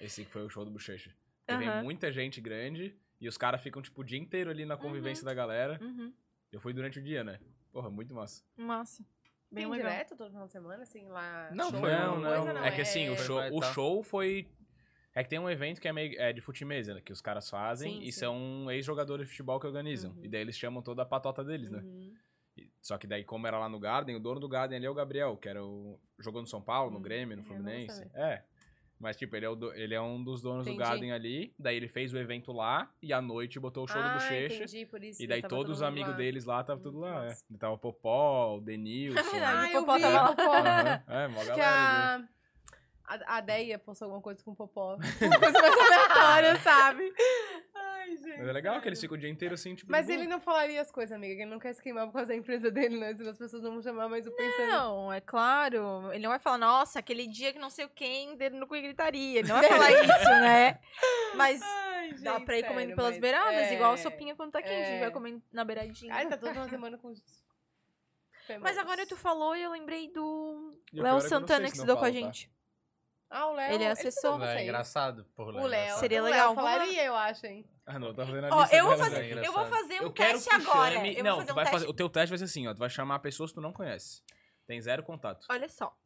Esse que foi o show do Bochecha. Teve
Aham.
muita gente grande e os caras ficam, tipo, o dia inteiro ali na convivência da galera.
Uhum.
Eu fui durante o dia, né? Porra, muito massa.
Massa. Bem
Bem
legal.
direto todo final de semana, assim, lá.
Não,
show,
foi
não,
um-
alguma
não.
coisa,
é que assim, o
Foi
show,
vai,
o
tá.
show foi. É que tem um evento que é meio é de futimesa, né, que os caras fazem
Sim,
e
sim.
são ex-jogadores de futebol que organizam.
Uhum.
E daí eles chamam toda a patota deles, né?
Uhum.
E- Só que daí, como era lá no Garden, o dono do Garden ali é o Gabriel, que era o. jogou no São Paulo, no
Hum,
Grêmio, no
eu não vou
Fluminense.
saber.
É. Mas, tipo, ele é, o do- ele é um dos donos
Entendi.
do Garden ali. Daí ele fez o evento lá e à noite botou o show do
Ah,
Bochecha.
entendi, por isso
E daí
tava
todos
todo
os
mundo
amigos
lá. Hum,
deles lá tava tudo
Muito
lá. É.
massa.
Tava o Popó, o Denilson.
É verdade.
Aham,
Ah, eu
Popó
vi,
tava lá.
Popó.
É, mó
que
galera. viu?
a,
né?
a, a Deia postou alguma coisa com o Popó. Uma coisa mais aleatória, sabe? Ai, gente.
Mas é legal que eles
sério.
ficam o dia inteiro assim, tipo. de
Mas
boa.
ele não falaria as coisas, amiga, que ele não quer se queimar por causa da empresa dele, né? Senão as pessoas não vão chamar mais o pensando.
Não, é claro. Ele não vai falar, nossa, aquele dia que não sei o quem, dedo no cu e gritaria. Ele não vai falar isso, né? Mas
Ai, gente,
dá pra ir comendo
sério,
pelas
mas-
beiradas,
é.
igual a sopinha quando tá quente.
é.
Vai comendo na beiradinha.
Ai, tá toda uma semana com... os-
Mas agora tu falou e eu lembrei do
E o pior é que eu
Léo
não sei
Santana que
se não
estudou com a
falo, tá?
gente.
Ah, o Léo...
Ele é
estudou
assessor. né?
com
Léo é
vocês.
engraçado, pô,
O Léo...
Seria
o
legal,
Léo
vamos lá.
falaria, eu acho, hein?
Ah, não, tá fazendo a
Ó,
é
lista
eu vou
dela,
fazer,
né?
Léo.
eu vou fazer um
Eu quero
teste
que tu
agora.
chame-
Eu
não,
vou fazer
tu
um
vai
teste.
fazer. O teu teste vai ser assim, ó. Tu vai chamar pessoas que tu não conhece. Tem zero contato.
Olha só.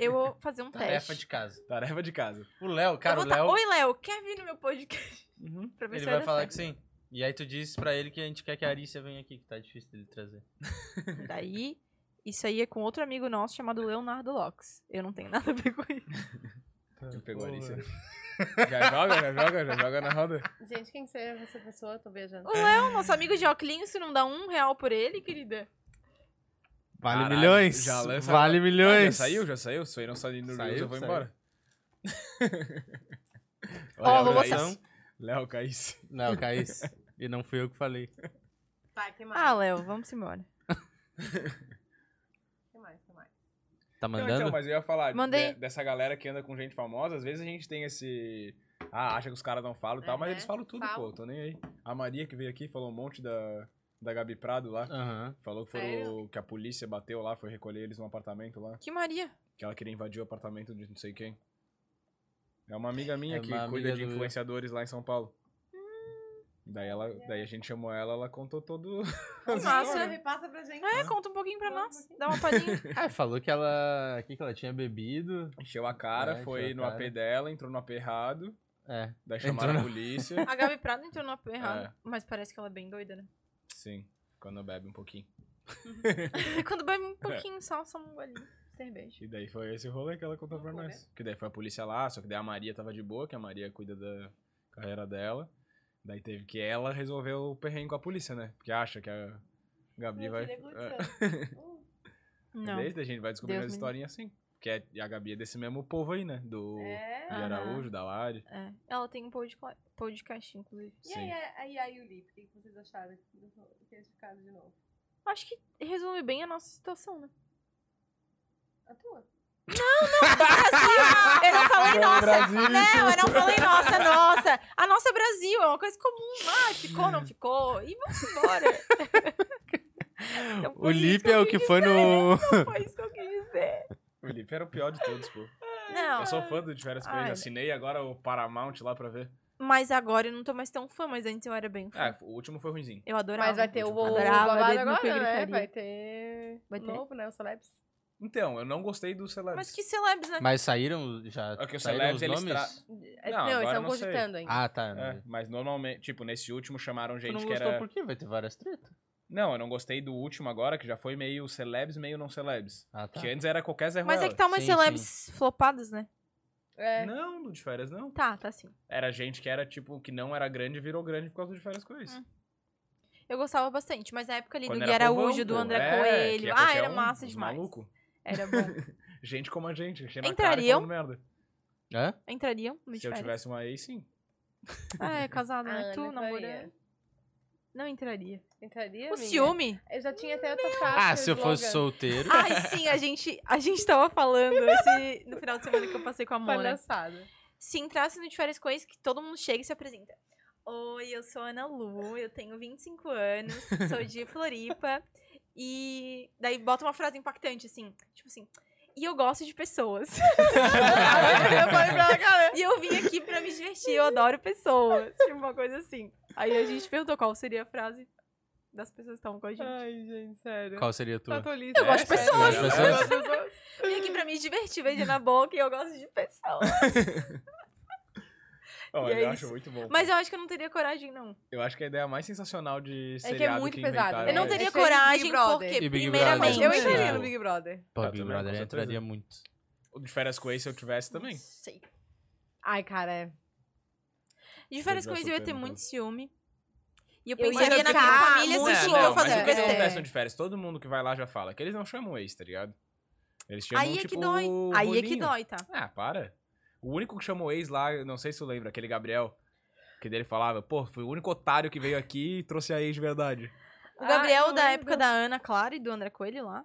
Eu vou fazer um
Tarefa
teste.
de casa.
Tarefa de casa.
O Léo,
Eu
cara,
vou
o
botar,
Léo,
Oi, Léo, quer vir no meu podcast?
Uhum.
pra ver
ele
se
vai
dar
falar
certo.
que sim. E aí tu diz pra ele que a gente quer que a Arícia venha aqui, que tá difícil dele trazer.
Daí, isso aí é com outro amigo nosso chamado Leonardo Locks. Eu não tenho nada a ver com isso.
Tu pegou ali, Cira. Já joga, já joga, já joga na roda.
Gente, quem seria essa pessoa? Tô viajando.
O Léo, nosso amigo de óculos, se não dá um real por ele, querida.
Vale
Caralho,
milhões.
já lança-
vale
Ah,
milhões.
já saiu, já saiu. Se não saiu no Reels,
Saiu,
eu vou
saiu.
embora.
Ó,
Léo
vou um.
Caís.
botar.
Léo Caís.
Não, Caís. E não fui eu que falei.
Vai, que mais?
Ah, Léo, vamos embora.
Que mais, que mais?
Tá
Não,
mandando?
então, mas eu ia falar de-
Mandei.
dessa galera que anda com gente famosa. Às vezes a gente tem esse. Ah, acha que os caras não falam e tal, mas
Aham,
eles falam tudo,
falam.
pô. Tô nem aí. A Maria que veio aqui falou um monte da, da Gabi Prado lá.
Aham.
Falou que, foram, que a polícia bateu lá, foi recolher eles num apartamento lá.
Que Maria.
Que ela queria invadir o apartamento de não sei quem. É uma amiga minha
É
que
uma
cuida
amiga
de
do-
influenciadores lá em São Paulo.
Hum.
Daí, ela, daí a gente chamou ela, ela contou todo.
Que massa.
Repassa pra gente.
É, conta um pouquinho pra nós. Dá uma palhinha.
Ah, falou que ela. O que, que ela tinha bebido?
Encheu a cara,
É,
foi
encheu a
no
cara.
AP dela, entrou no AP errado.
É.
Daí chamaram a
Entrou
polícia.
A Gabi Prado entrou no apoio errado,
É.
mas parece que ela é bem doida, né?
Sim, quando bebe um pouquinho.
Quando bebe
É.
um pouquinho só, só um golinho de cerveja.
E daí foi esse rolê que ela contou pra
Loucura.
nós. Que daí foi a polícia lá, só que daí a Maria tava de boa, que a Maria cuida da carreira dela. Daí teve que ela resolver o perrengue com a polícia, né? Porque acha que a Gabi vai. É.
Não.
Desde a gente vai descobrindo as
Deus me
historinhas assim. Que é, e a Gabi é desse mesmo povo aí, né? Do
É.
de Araújo, da Lari.
É. Ela tem um podca- podcast, inclusive.
E aí, a- e aí, o Lip, o que vocês acharam do que eles ficaram de novo?
Acho que resume bem a nossa situação, né?
A tua?
Brasil! Eu não falei nossa!
é Brasil!
Não, eu não falei nossa, nossa! A nossa é Brasil, é uma coisa comum. Ah, ficou, não ficou? E vamos embora. Então,
O
foi isso
Lipe é o
eu
que
quis
foi no.
dizer, Foi isso que eu quis dizer.
O Felipe era o pior de todos, pô.
Não,
Eu sou fã do De Férias com ele.
Ai.
Assinei agora o Paramount lá pra ver.
mas agora eu não tô mais tão fã, mas antes eu era bem fã.
Ah.
É, o último foi ruimzinho.
Eu adorava.
Mas vai ter o
Adorava,
babado
dedo no cu e
agora, né?
gritaria.
Vai ter...
Vai ter.
Novo, né? O Celebs.
Então, eu não gostei do Celebs.
Mas que celebs, né?
Mas saíram já.
É que o
saíram
Celebs,
os
eles
nomes?
tra...
É,
Não,
Não, eles
agora
estão
não sei.
cogitando ainda.
Ah, tá.
É, mas normalmente, tipo, nesse último chamaram
Tu
gente
não
que
gostou
era.
por quê? Vai ter várias tretas.
Não, eu não gostei do último agora, que já foi meio celebs, meio não celebs.
Ah, tá.
Que antes era qualquer Zé
Mas é
Ruela.
que tá umas
Sim,
celebs flopadas, né?
É.
Não, do de férias não.
Tá, tá sim.
Era gente que era, tipo, que não era grande e virou grande por causa de férias com isso.
Hum. Eu gostava bastante, mas na época ali
Quando
do
era
Gui
povão,
Araújo, do
pô.
André
É, que é
Coelho. Ah,
qualquer
era
um,
massa
os
demais.
Maluco.
Era bom.
Gente como a gente, enchendo
Entrariam?
a cara e falando merda.
Hã?
Entrariam no
Se eu tivesse uma ex, sim.
Ah, é casado,
Ah,
né? Tu,
Ana Maria.
namorando. Não entraria.
Entraria,
O
amiga?
ciúme?
Eu já tinha até tocado.
Ah,
o
se eu fosse
slogan.
solteiro.
Ai, sim, a gente, a gente tava falando esse, no final de semana que eu passei com a Mona.
Palhaçada.
Se entrasse no De Férias com Ex, que todo mundo chega e se apresenta. Oi, eu sou a Ana Lu, eu tenho 25 anos, sou de Floripa. E daí bota uma frase impactante, assim, tipo assim, e eu gosto de pessoas.
eu falei pra ela, cara.
E eu vim aqui pra me divertir, eu adoro pessoas. Tipo, uma coisa assim. Aí a gente perguntou qual seria a frase das pessoas que estavam com a gente.
Ai, gente, sério.
Qual seria a
Tá
tua?
tolice.
Eu gosto de
É,
pessoas.
sério?
Eu gosto de pessoas. Vim aqui pra me divertir, beijo na boca e eu gosto de pessoas.
Ó,
E
eu
é
acho
isso.
muito bom.
Mas eu acho que eu não teria coragem, não.
Eu acho que a ideia mais sensacional de
É
seriado
que é muito pesado.
inventaram
Eu não
é
Mas-
teria
É cheio de Big
coragem
Brother.
porque,
E Big
primeiramente...
Mas
Brother.
eu
Sim.
entraria
é
Sim.
no Big Brother.
Pô,
Eu
Big
Ah, também,
Brother
com
entraria
certeza.
muito.
O de férias com ex, se eu tivesse também.
Sei.
Ai, cara, é.
De férias
Eu já
coisas eu ia
superei,
ter
no
muito
caso.
ciúme. E eu
Eu ia
pensaria na
ficar
minha família
muito
assistindo
louca.
assim, eu "É, fazendo
é, mas o que
questão.
acontece no de férias? Todo mundo que vai lá já fala que eles não chamam ex, tá ligado? Eles chamam,
Aí é que
tipo,
dói.
o
Aí é que
rolinho.
dói, tá?
Ah, para. O único que chamou ex lá, eu não sei se tu lembra, aquele Gabriel, que dele falava, pô, foi o único otário que veio aqui e trouxe a ex de verdade.
O
Ai,
Gabriel
Ah, eu
da
lembro.
época da Ana Clara e do André Coelho lá.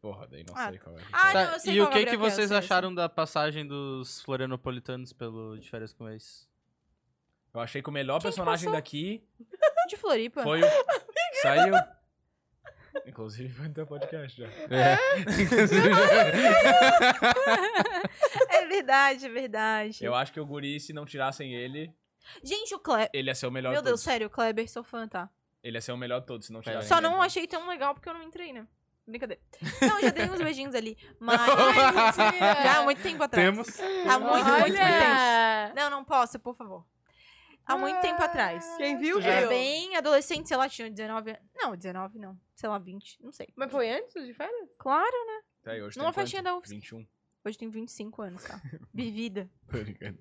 Porra, daí não
Ah,
sei qual é.
Ah,
Tá,
não, eu sei
e
qual
o que,
Gabriel
que
que é, eu
vocês
sei, eu sei.
acharam da passagem dos florianopolitanos pelo De Férias com Ex?
Eu achei que o melhor
Quem que
personagem
passou?
daqui
De Floripa.
foi o... Saiu. Inclusive, vai ter podcast já.
É.
É verdade, é verdade.
Eu acho que o guri, se não tirassem ele,
Gente, o Kleber.
ele ia ser o melhor
Meu
de
Deus,
todos.
sério, o Kleber, sou fã, tá?
Ele ia ser o melhor de todos, se não
Pera
tirassem
Só
ele.
não achei tão legal porque eu não entrei, né? Brincadeira. Não, eu já dei uns beijinhos ali. Mas. já há muito tempo atrás.
Temos.
Há muito, muito tempo.
Olha!
Não, não posso, por favor. Há muito tempo
Ah,
atrás.
Quem viu,
Eu era
viu.
bem adolescente, sei lá, tinha 19 anos. Não, 19 não. Sei lá, 20, não sei.
Mas foi antes de férias?
Claro,
Tá aí, hoje
numa
tem
festinha
quanto?
da UFSC.
21.
hoje tem 25 anos, tá? Vivida.
Tô brincando.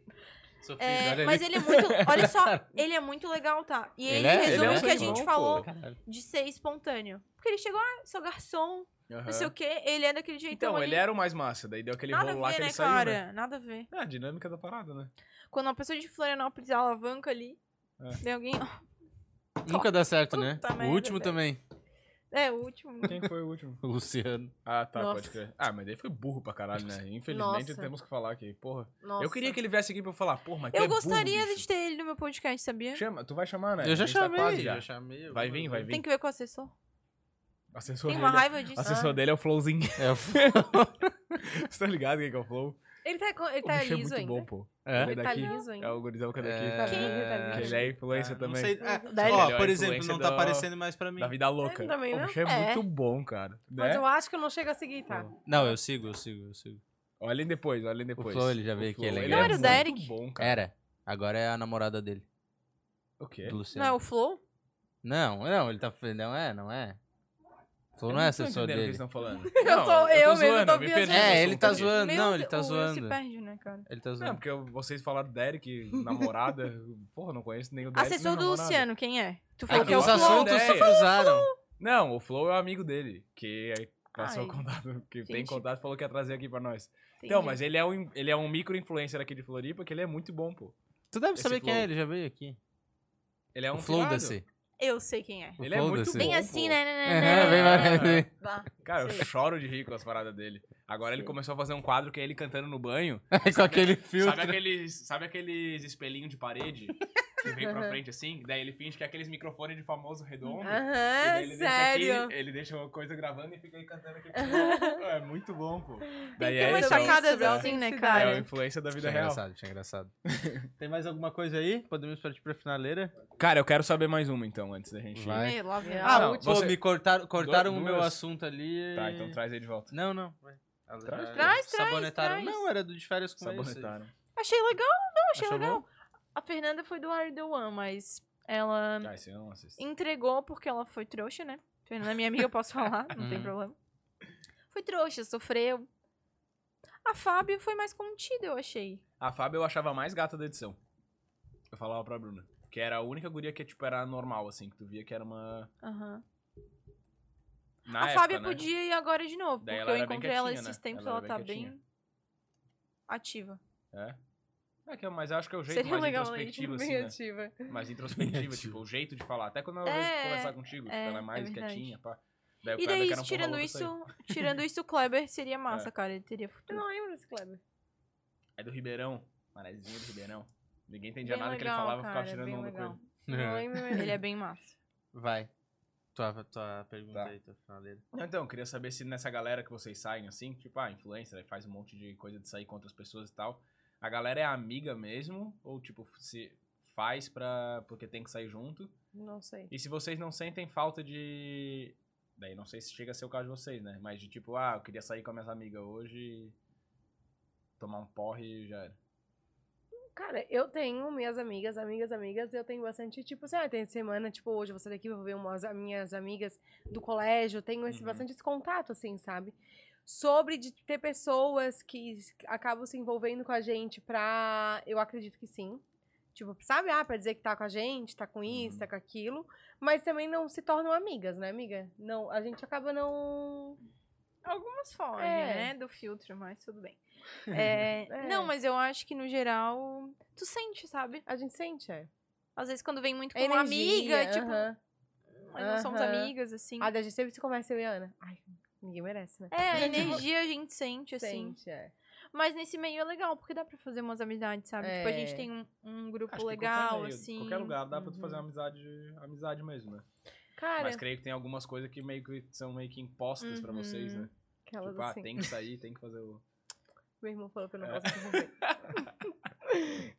É, mas ele é muito. Olha só, ele é muito legal, tá? E ele,
Ele é? Ele
resume
é
o que a
muito
gente
bom,
falou
um pô.
Caralho.
de ser espontâneo. Porque ele chegou, ah, sou garçom,
Aham.
não sei o quê, ele é daquele jeitão
Então,
ali.
ele era o mais massa, daí deu aquele
Nada a
rolo lá
ver,
que ele
né,
saiu,
cara?
né?
Nada a ver.
É, a dinâmica da parada, né?
Quando uma pessoa de Florianópolis alavanca ali,
É.
tem alguém...
Nunca dá certo, né?
Puta
o
merda,
último
velho.
também,
É, o último.
Quem foi o último?
o Luciano.
Ah, tá,
Nossa.
pode crer. Ah, mas daí foi burro pra caralho, né? Infelizmente
Nossa.
temos que falar aqui, porra.
Nossa.
Eu queria que ele viesse aqui pra eu falar, porra, mas tu
Eu
é burro,
gostaria
bicho.
de ter ele no meu podcast, sabia?
Chama, tu vai chamar, né?
eu já
A gente tá
chamei,
quase
já.
já.
chamei.
Vai vir, vai vir.
Tem que ver com o assessor.
O assessor
Tem uma
dele,
raiva ah. disso.
o assessor dele é o Flowzinho.
É, eu fui-
Você tá ligado quem que é o Flow?
Ele tá, co- ele
O
tá
bicho é
liso
muito
ainda.
bom, pô.
É?
Ele é
Ele tá
daqui.
liso ainda.
É o gurizão que é daqui.
É,
Tá vindo, tá vindo.
Que ele é influencer
Ah,
também.
Não sei. ah,
Daí ele-
ó,
Ele é
por
o
exemplo, não
influencer
tá
do-
aparecendo mais pra mim.
Da vida louca.
Ele também,
o
né?
bicho é,
É.
muito bom, cara.
Mas
Né?
eu acho que eu não chego a seguir, tá?
Não, eu sigo, eu sigo, eu sigo.
Olhem depois, olhem depois.
Flow, ele já veio aqui,
Flow,
ele é
Não, era o
muito
Derek?
bom, cara.
Era. Agora é a namorada dele,
O quê?
do
Não é
Luciano.
o Flow?
Não, não, ele tá. Não é, não é. Flow
Eu
não é
tô entendendo
assessor
o que
dele.
eles estão falando.
Eu
Não,
tô- eu mesmo
zoando,
tô
me
viajando.
perdi no
É, ele
assunto
tá
aqui.
zoando.
Meu
Não, ele
Deus,
tá
o Will
zoando.
se perde, né, cara?
Ele tá
Não,
zoando.
porque eu- vocês falaram Derek, namorada. Porra, eu não conheço nem o Derek.
Assessor
nem
do
namorada.
Luciano, quem é? Tu
É
falou
Ah,
que
que
é o
os
nossa
Flow?
assuntos se
ideia.
cruzaram.
Não, o Flow é o amigo dele, que aí passou
Ai.
o contato, que tem
Gente.
contato, falou que ia trazer aqui pra nós. Então, mas ele é um, ele é um micro-influencer aqui de Floripa, que ele é muito bom, pô.
Tu deve
Esse
saber quem
Flow.
é, ele já veio aqui.
Ele é um
o Flow
pirado.
desse.
Eu sei quem é.
Ele é muito
Foda-se.
bom,
Bem assim,
pô.
né? né, né,
É,
né,
bem mais-
Bah.
Cara, eu
Sei.
choro de rir com as paradas dele. Agora ele começou a fazer um quadro que é ele cantando no banho.
é, com aquele filtro.
Sabe aqueles, sabe aqueles espelhinhos de parede que vem pra frente assim? Daí ele finge que é aqueles microfones de famoso redondo. E
Ah,
Aham,
daí ele Deixa
sério.
aqui, ele deixa uma coisa gravando e fica aí cantando aqui. é muito bom, pô. Daí
ter
é,
umas
isso, é,
sacadas assim, né, cara?
é a influência da vida
Tinha
real.
engraçado, tinha engraçado.
Tem mais alguma coisa aí? Podemos partir pra finaleira?
Cara, eu quero saber mais uma então, antes da gente.
Vai.
Ei, lá vem.
Ah,
Ah,
não,
pô,
você-
me cortaram, cortaram
Du-
o meu
duas.
assunto ali.
Tá, então traz aí de volta.
Não, não.
Traz,
traz,
Sabonetaram.
traz.
Não, era do de férias com eles.
Sabonetaram.
Achei legal, não, achei
Achou
legal. A Fernanda foi do Are The One, mas ela
Ah, esse eu não assisti.
entregou porque ela foi trouxa, né? Fernanda é minha amiga, eu posso falar, não tem
Uhum.
problema. Foi trouxa, sofreu. A Fábio foi mais contida, eu achei.
A Fábio eu achava a mais gata da edição. Eu falava pra Bruna. Que era a única guria que, tipo, era normal, assim. Que tu via que era uma...
Aham.
Na
a
época,
Fábia
né?
podia ir agora de novo,
Daí
porque
ela
eu
era bem
encontrei ela
quietinha,
esses
né?
tempos,
Ela
ela,
era
tá
bem quietinha.
bem ativa.
É. É que, mas acho que é o jeito
Seria
mais
legal ela ir
introspectivo, assim,
Bem
né?
ativa.
Mais introspectivo,
Bem
tipo, o jeito de falar. Até quando ela veio
É,
conversar contigo, tipo,
é,
ela é mais
é verdade.
quietinha, pá. Daí o
E
Kleber,
daí,
que era um porra
tirando
louca, saiu.
isso, tirando isso, o Kleber seria massa,
É.
cara. Ele teria
Eu
futuro.
não lembro desse Kleber.
É do Ribeirão. Manezinho do Ribeirão. Ninguém entendia
Bem
nada que ele
legal,
falava, ficava
cara,
tirando
bem
onda com
legal.
ele.
Não lembro mesmo.
Ele é bem massa.
Vai. Tua, tua pergunta
Tá.
aí, tua finaleira.
Não, Então, eu queria saber se nessa galera que vocês saem, assim, tipo, ah, influencer, aí faz um monte de coisa de sair contra as pessoas e tal. A galera é amiga mesmo? Ou, tipo, se faz pra. porque tem que sair junto?
Não sei.
E se vocês não sentem falta de. Daí não sei se chega a ser o caso de vocês, né? Mas de tipo, ah, eu queria sair com as minhas amigas hoje. Tomar um porre e já era.
Cara, eu tenho minhas amigas, amigas, amigas, eu tenho bastante, tipo, assim, ah, tem semana, tipo, hoje eu vou sair daqui, vou ver umas minhas amigas do colégio, eu tenho esse,
Uhum.
bastante esse contato, assim, sabe? Sobre de ter pessoas que s- acabam se envolvendo com a gente pra, eu acredito que sim. Tipo, sabe, ah, pra dizer que tá com a gente, tá com isso,
Uhum.
tá com aquilo, mas também não se tornam amigas, né, amiga? Não, a gente acaba não...
Algumas fogem,
É.
né? Do filtro, mas tudo bem. É,
É.
Não, mas eu acho que no geral. Tu sente, sabe?
A gente sente, é.
Às vezes quando vem muito com
É
uma amiga, tipo,
aham.
mas não somos
aham.
amigas, assim.
Ah, da gente sempre se conversa, eu e a Ana. Ai, ninguém merece, né?
É, a energia a gente sente, assim.
Sente, é.
Mas nesse meio é legal, porque dá pra fazer umas amizades, sabe? Tipo, a gente
É.
tem um, um grupo
Acho que
legal,
qualquer meio,
assim.
Qualquer lugar dá pra tu
Uhum.
fazer uma amizade, amizade mesmo, né?
Cara,
Mas creio que tem algumas coisas que meio que são meio que impostas pra vocês, né?
aquelas
tipo,
assim.
ah, tem que sair, tem que fazer o.
Meu irmão falou que eu não
É.
posso interromper.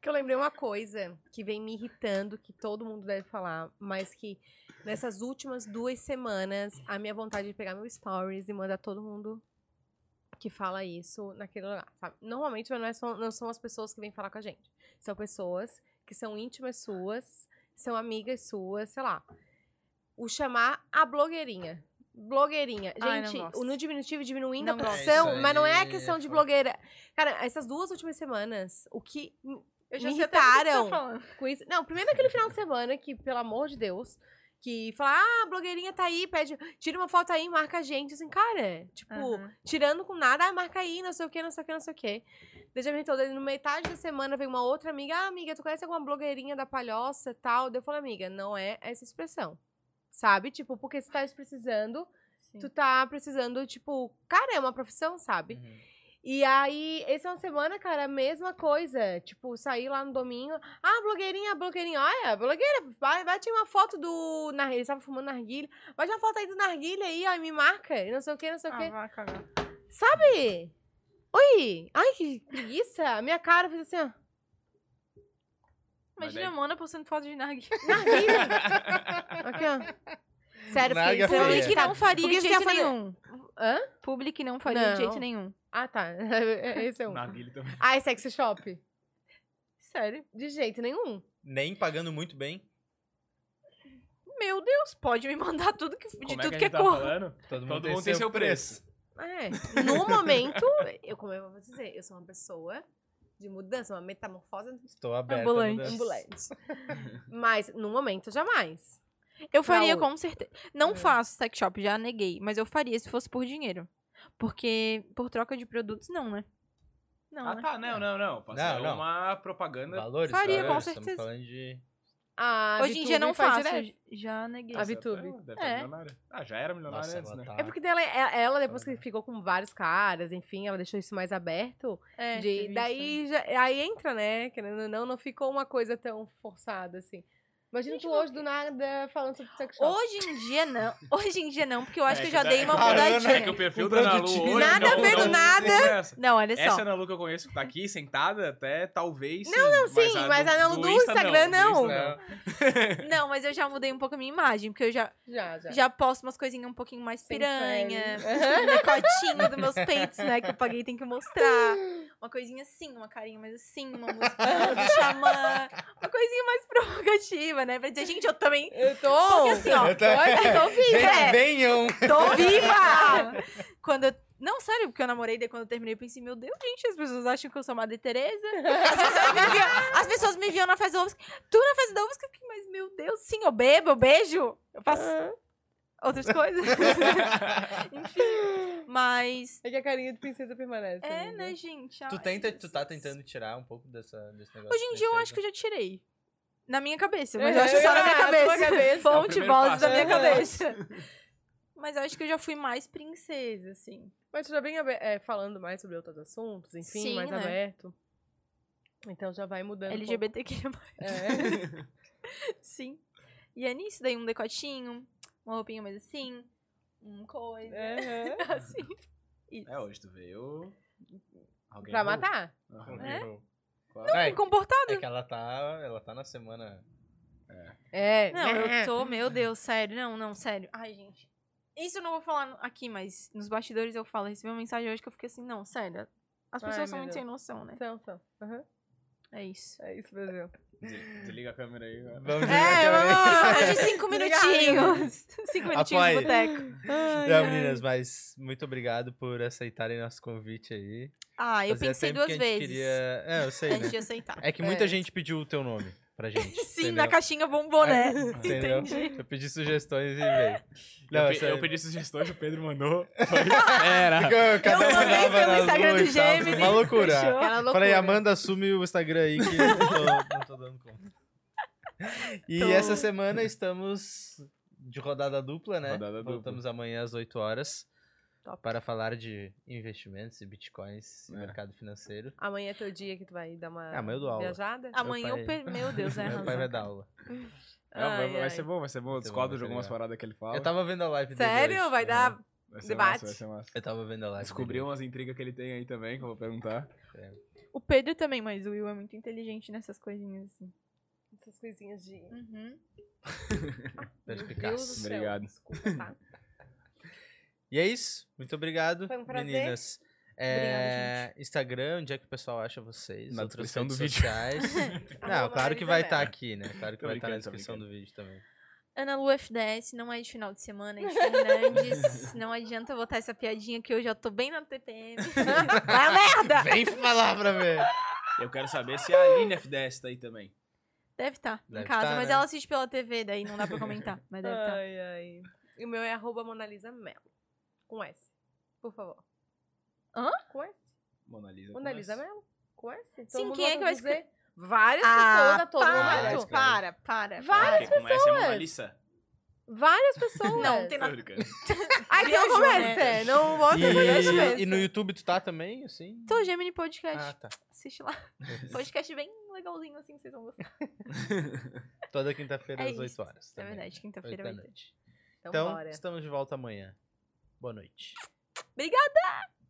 que eu lembrei uma coisa que vem me irritando, que todo mundo deve falar, mas que nessas últimas duas semanas, a minha vontade de pegar meu stories e mandar todo mundo que fala isso naquele lugar, sabe? Normalmente não, é só- não são as pessoas que vêm falar com a gente. São pessoas que são íntimas suas, são amigas suas, sei lá. O chamar a blogueirinha. Blogueirinha.
Ai, não
Gente,
gosto.
o no diminutivo diminuindo a
Não gosto.
profissão,
Isso
mas não é a
aí
questão
é
de
foda.
blogueira. Cara, essas duas últimas semanas, o que
Eu
Me
até do que tu tá
irritaram.
falando.
com isso. Não, primeiro aquele final de semana que, pelo amor de Deus, que fala, ah, a blogueirinha tá aí, pede, tira uma foto aí, marca a gente. Assim, cara, tipo, tirando com nada, ah, marca aí, não sei o que, não sei o que, não sei o que. Desde me toda, no metade da semana veio uma outra amiga, ah, amiga, tu conhece alguma blogueirinha da palhoça e tal? Daí eu falo, amiga, não é essa expressão. Sabe? Tipo, porque se tá precisando,
Sim.
tu tá precisando, tipo, cara, é uma profissão, sabe?
Uhum.
E aí, essa é uma semana, cara, a mesma coisa. Tipo, sair lá no domingo. Ah, blogueirinha, blogueirinha, olha, blogueira, vai, vai tirar uma foto do. Narguilha, eles estavam fumando narguilha. Vai tirar uma foto aí do narguilha aí, ó, e me marca. E não sei o que, não sei tá o
Ah,
que.
vai cagar. Ah.
Sabe? Oi! Ai, que preguiça! A minha cara fez assim, ó.
Mas
Imagina a
daí-
Mona postando foto de Narg.
Narguilha! Aqui, ó. Sério,
Narga
fiquei
feia.
Public
que
não faria
Porque
de
você
jeito
ia fazer-
nenhum.
Hã?
Public não faria de jeito
Não.
nenhum.
Ah, tá. Esse é um.
Narguilha também.
Ah,
Ai, sex shop.
Sério.
De jeito nenhum.
Nem pagando muito bem.
Meu Deus, pode me mandar tudo que, de
Como é
tudo
que a
que é
gente tá
cor.
falando? Todo
Todo
mundo tem seu preço.
Ah,
É. No momento, eu, como eu vou dizer, eu sou uma pessoa de mudança, uma metamorfose
Estou aberto.
Ambulante.
ambulante. Mas, no momento, jamais.
Eu faria
Pra
com certeza. Não
É.
faço sex shop, já neguei. Mas eu faria se fosse por dinheiro. Porque por troca de produtos, não, né? Não,
Ah,
né?
tá, não, não, não. Fazer
Não, não.
uma propaganda.
Valores,
Faria,
valores.
com
Estamos
certeza.
falando de...
A
Hoje em dia
VTube
não
faz
faço.
direto.
Já neguei.
A
Nossa,
VTube.
tá- deve
É.
tá milionária. Ah, já era milionária
Nossa,
antes,
ela
né?
tá...
É porque dela, ela, ela, depois que ficou com vários caras, enfim, ela deixou isso mais aberto.
É,
de-
teve isso também.
daí já, aí entra, né? Querendo ou não, não ficou uma coisa tão forçada assim. Imagina tu hoje do nada falando sobre sex shop.
Hoje em dia não. Hoje em dia não, porque eu acho
É,
que eu já
dá-
dei uma
cara,
mudadinha.
É que o perfil
Um
da Ana Lu
produtinho.
hoje
Nada
não-
a ver do
não-
nada.
não é essa.
Não, olha
Essa
só.
Ana Lu que eu conheço que tá aqui sentada, até talvez. Não, não,
sim, mas a Ana Lu do Instagram, não.
Não, mas eu já mudei um pouco a minha imagem, porque eu já,
Já, já.
já posto umas coisinhas um pouquinho mais
Tá. Sem
piranha.
sangue.
Um decotinho dos meus peitos, né? Que eu paguei tem que mostrar. Uma coisinha assim, uma carinha mais assim, uma música do xamã. Uma coisinha mais provocativa, né? Pra dizer, gente, eu também.
Eu tô.
Porque assim, ó,
Eu
tô,
tô-
tô viva!
Gente,
é.
venham!
Tô viva! quando eu... Não, sério, porque eu namorei, daí quando eu terminei, eu pensei, meu Deus, gente, as pessoas acham que eu sou Madre Teresa. As pessoas me viam, as pessoas me viam na festa da UFSC. Tu na festa da UFSC, eu fiquei, mas meu Deus, sim, eu bebo, eu beijo. Eu faço
Ah.
outras coisas. Enfim, mas...
É que a carinha de princesa permanece.
É,
amiga.
né, gente?
Tu,
Ai,
tenta, tu tá
Jesus.
tentando tirar um pouco dessa, desse negócio.
é
né?
Hoje em dia eu acho que eu já tirei. Na minha cabeça, mas eu
É,
acho só na minha
na tua
cabeça.
cabeça.
É o
Fonte
primeiro
voz
passo.
da minha
É.
cabeça. Mas eu acho que eu já fui mais princesa, assim.
Mas já bem abe- é, falando mais sobre outros assuntos, enfim,
Sim,
mais
né?
aberto. Então já vai mudando. um
LGBTQ.
pouco. É.
Sim. E é nisso, daí um decotinho, uma roupinha mais assim, um coisa,
É, Aham.
assim. Isso.
É, hoje tu veio. Alguém
Pra
roubou.
matar?
Aham.
É?
Qual-
é,
Bem comportado.
é que ela tá, ela tá na semana...
É.
Não, eu tô, meu Deus, sério. Não, não, sério. Ai, gente. Isso eu não vou falar no- aqui, mas nos bastidores eu falo. Recebi uma mensagem hoje que eu fiquei assim, não, sério. As
Ai,
pessoas são
meu Deus.
muito sem noção, né?
São, são. Aham.
É isso.
É isso, Brasil.
Des- Desliga a câmera aí. agora.
Vamos
É,
vamos...
vamos de cinco
Obrigada.
minutinhos. cinco minutinhos
Apoie.
no boteco.
Ai,
Não,
ai.
meninas, mas muito obrigado por aceitarem nosso convite aí.
Ah, eu
Fazia
pensei
tempo que
duas
a gente
vezes
Queria... É, eu sei, né?
antes de aceitar.
É que muita
É.
gente pediu o teu nome pra gente.
Sim,
entendeu?
na caixinha bombou, né?
Entendeu?
Entendi.
Eu pedi sugestões e veio.
eu,
Não,
pe-
sério.
eu pedi sugestões, o Pedro mandou. Foi- Era.
Eu, cada um
mandei
dava
pelo
na
Instagram
lua
do
e tal, foi
Gemini.
Uma loucura.
Fechou.
Aquela loucura.
Falei, Amanda, assume o Instagram aí que eu não tô, não tô dando conta. E
Tô.
essa semana estamos de rodada dupla, né?
Rodada dupla.
Voltamos amanhã às 8 horas
Top.
para falar de investimentos e bitcoins e
É.
mercado financeiro.
Amanhã é teu dia que tu vai dar uma
Ah, Amanhã eu dou aula.
viajada?
Amanhã eu
pai-
per... Meu Deus, é
Meu
razão.
pai vai dar aula.
Não, vai,
Ai,
vai
ai.
ser bom, vai ser bom. Eu
Vai ser bom,
discordo
vai
de
ser
algumas
legal.
paradas que ele fala.
Eu tava vendo a live dele
Sério?
hoje. É.
Vai dar.
Vai ser
debate.
massa, vai ser massa.
Eu tava vendo a live
Descobri
dele.
umas intrigas que ele tem aí também, que eu vou perguntar.
O Pedro também, mas o Will é muito inteligente nessas coisinhas assim.
Essas coisinhas de.
Uhum.
Deus do
Perspicaz.
céu.
Obrigado.
Desculpa, tá?
um
E é isso. Muito obrigado,
Foi um prazer.
meninas. É,
Obrigada,
Instagram, onde é que o pessoal acha vocês?
Na
Outras
descrição do
redes
vídeo.
Sociais. Não,
Arroba
claro que vai
Maria
estar
Isabel.
aqui, né? Claro que
Tô
vai estar na
brincando, tô
descrição do vídeo também.
Ana Lu FDS não é de final de semana, é de Fernandes. não adianta botar essa piadinha que eu já tô bem na TPM. vai a merda!
Vem falar pra mim!
Eu quero saber se a Aline FDS tá aí também.
Deve estar em
Deve
casa,
tá,
mas
né?
ela assiste pela TV, daí não dá pra comentar, mas deve tá. estar.
Ai, ai. E o meu é arroba Monalisa Melo. Com S. Por favor.
Hã?
Com S.
Monalisa.
Monalisa Melo. Com S.
Sim,
mundo
quem é que
gosta
vai
de dizer? Ah, tá. Várias pessoas a todo
Ah, para,
momento.
para, para,
Vai,
para.
Porque com essa é
pessoas.
Monalisa.
Várias pessoas.
Não, tem
Tô
nada-
brincando.
Ai, então
Viajou,
começa.
né?
Não bota essa
E,
cabeça.
e no YouTube tu tá também, assim?
Então, Gemini Podcast.
Ah, tá.
Assiste lá. Podcast bem legalzinho, assim, vocês vão gostar.
Toda quinta-feira
É
às 8
isso,
horas.
É
também. né?
verdade,
Oito
quinta-feira
da
vai ter.
noite.
Então,
Então,
bora.
estamos de volta amanhã. Boa noite.
Obrigada!